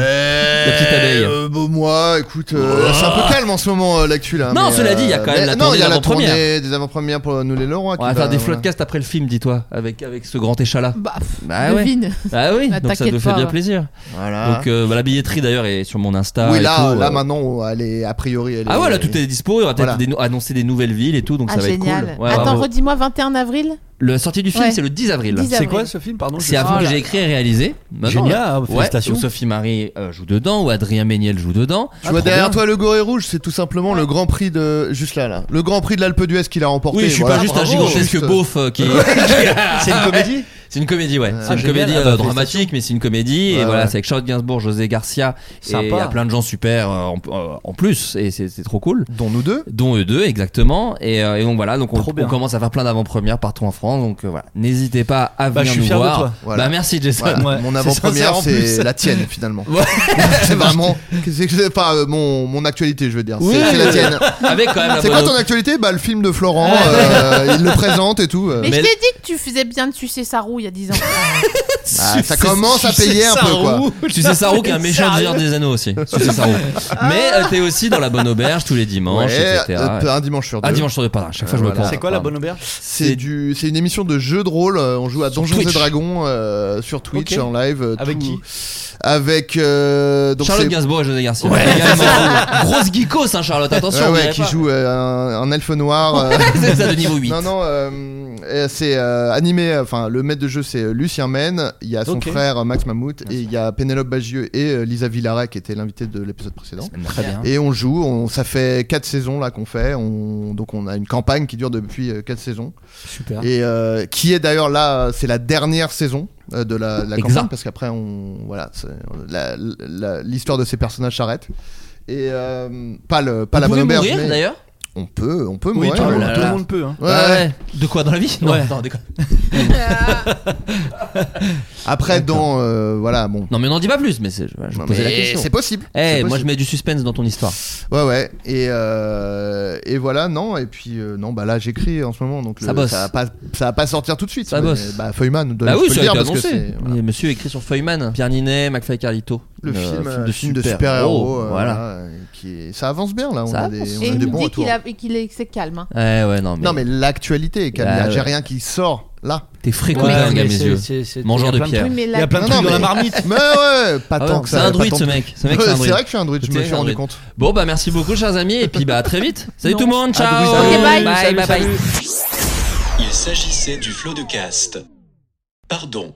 La petite abeille. euh, bon, moi, écoute, euh, Ouah. c'est un peu calme en ce moment euh, l'actu là. Non, mais, cela euh, dit, il y a quand même mais- la Non, tournée il y a la d'avant-première. tournée des avant-premières pour nous les Leroy. On va faire des floodcasts après le film, dis-toi, avec, avec ce grand échat là. Bah, pff, Bah ouais. devine. Ah oui, Ah, donc ça t'inquiète te fait pas. bien plaisir. Voilà. Donc euh, bah, la billetterie d'ailleurs est sur mon Insta. Ah. oui, et là, tout, là euh. maintenant, elle est a priori. Elle Ah ouais, là tout est dispo, il y aura peut-être Voilà. des, nou- annoncé des nouvelles villes et tout, donc Ah, ça va génial. être cool. Ouais, Attends, bravo. redis-moi 21 avril. Le sortie du film, Ouais. c'est le 10 avril. 10 C'est avril. quoi ce film, pardon je- C'est un film Oh que là j'ai écrit et réalisé. Maintenant, Génial, ouais. félicitations. Ouais, où Sophie Marie euh, joue dedans, ou Adrien Méniel joue dedans. Tu vois Ah, derrière toi le gorille rouge, c'est tout simplement le Grand Prix de juste là, là. le Grand Prix de l'Alpe d'Huez qu'il a remporté. Oui, je suis voilà. pas juste un Bravo. gigantesque Juste, beauf euh, *laughs* qui. C'est une comédie C'est une comédie, ouais. Ah, c'est une génial. comédie Ah, euh, bah, dramatique, mais c'est une comédie. et Ouais, voilà, ouais. c'est avec Charlotte Gainsbourg, José Garcia. Et il y a Sympa. plein de gens super euh, en, euh, en plus. Et c'est c'est trop cool. Dont nous deux. Dont eux deux, exactement. Et, euh, et donc voilà, donc on, Trop on bien. commence à faire plein d'avant-premières partout en France. Donc euh, voilà, n'hésitez pas à Bah, venir je suis nous fier de voir. toi. Voilà. Bah merci *laughs* Jason. Voilà. Ouais, mon c'est avant-première, sincère en c'est plus. la tienne finalement. Ouais. c'est vraiment, *laughs* c'est que c'est pas euh, mon mon actualité, je veux dire. C'est- Oui. Ah, C'est la tienne. Avec quand même la C'est bonne quoi ton actualité Bah le film de Florent, euh, il le présente et tout. euh. Mais, Mais- je t'ai dit que tu faisais bien de sucer sa roue il y a 10 *laughs* ans. Ah, ça commence à payer un peu quoi. Tu sais Sarro qui *laughs* est un méchant dealer des anneaux aussi. Tu sais Sarro. Mais euh, t'es aussi dans la bonne auberge tous les dimanches, Ah Ouais, etc. euh, un dimanche sur deux. Ah dimanche sur deux, pardon. À chaque fois Euh, je me voilà. prends. C'est quoi la Pardon. bonne auberge C'est du, c'est une émission de jeu de rôle. euh, On joue à Donjons Twitch. et Dragons euh, sur Twitch Ok. en live. euh, Avec tout- qui Avec euh, donc Charlotte c'est- Gainsbourg et José Garcia. *laughs* Également. grosse geekos, hein, Charlotte. Attention, Ouais, ouais, on dirait qui pas. joue euh, un, un elfe noir. *laughs* euh, C'est ça de niveau 8. Non, non, euh, euh, c'est euh, animé. Enfin, le maître de jeu, c'est euh, Lucien Mène. Il y a son Ok. frère euh, Max Mammouth. Et il y a Pénélope Bagieux et euh, Lisa Villaret qui était l'invitée de l'épisode précédent. Très bien. Et on joue, on, ça fait 4 saisons là qu'on fait, on, donc on a une campagne qui dure depuis 4 saisons, Super. et euh, qui est d'ailleurs là, euh, c'est la dernière saison euh, de la, de la Exact. campagne, parce qu'après on, voilà, c'est- la- la- l'histoire de ces personnages s'arrête. Et euh, pas le, pas la Vous bonne pouvez auberge, mourir mais d'ailleurs on peut, on peut Oui, mourir. tout, le oh monde, là tout le là. monde peut. Hein. Ouais, Ah ouais. De quoi dans la vie Non, Ouais. non, déconne. Après, dans euh, voilà, bon. Non, mais n'en dis pas plus, mais c'est- je, je vous Non, posais la mais question. C'est possible. Eh, c'est moi je possible. mets du suspense dans ton histoire. Ouais, ouais. Et, euh, et voilà, non. Et puis, euh, non, bah là, j'écris en ce moment. Donc, le- Ça bosse. va pas, ça va pas sortir tout de suite. Ça mais, bosse. Bah, Feuillemann, bah oui, je peux ça le a dire été parce que annoncé. c'est. voilà. Et Monsieur écrit sur Feuilleman, Pierre Ninet, McFly Carlito. Euh, Le film, euh, film de super-héros. euh, oh, voilà. voilà, euh, qui qui ça avance bien là. On Ça a des, avance. on Et a il des nous bons dit qu'il retours. a- qu'il est- que c'est calme. hein. Ouais, Eh ouais, non, mais, Non mais l'actualité est calme. Bah, J'ai ouais. rien qui sort là. t'es fréquent Ouais, dingue à mais mes c'est- yeux. c'est- c'est- il y Mangeur a de plein pierre. Oui, mais Il là, y a plein de Non, trucs non, dans la mais- marmite. Mais ouais, pas Ah ouais, tant que c'est ça. un pas druide tant ce que- mec. Ce mec, *laughs* Ouais, c'est un c'est druide. vrai que je suis un druide, je me Putain, suis rendu druide. compte. Bon, bah merci beaucoup, chers amis, et puis bah à très *laughs* vite. Salut Non. tout le monde, ciao. À Ok, druide. bye. bye, bye, bye. Il s'agissait du flot de cast. Pardon.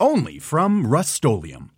Only from Rust-Oleum.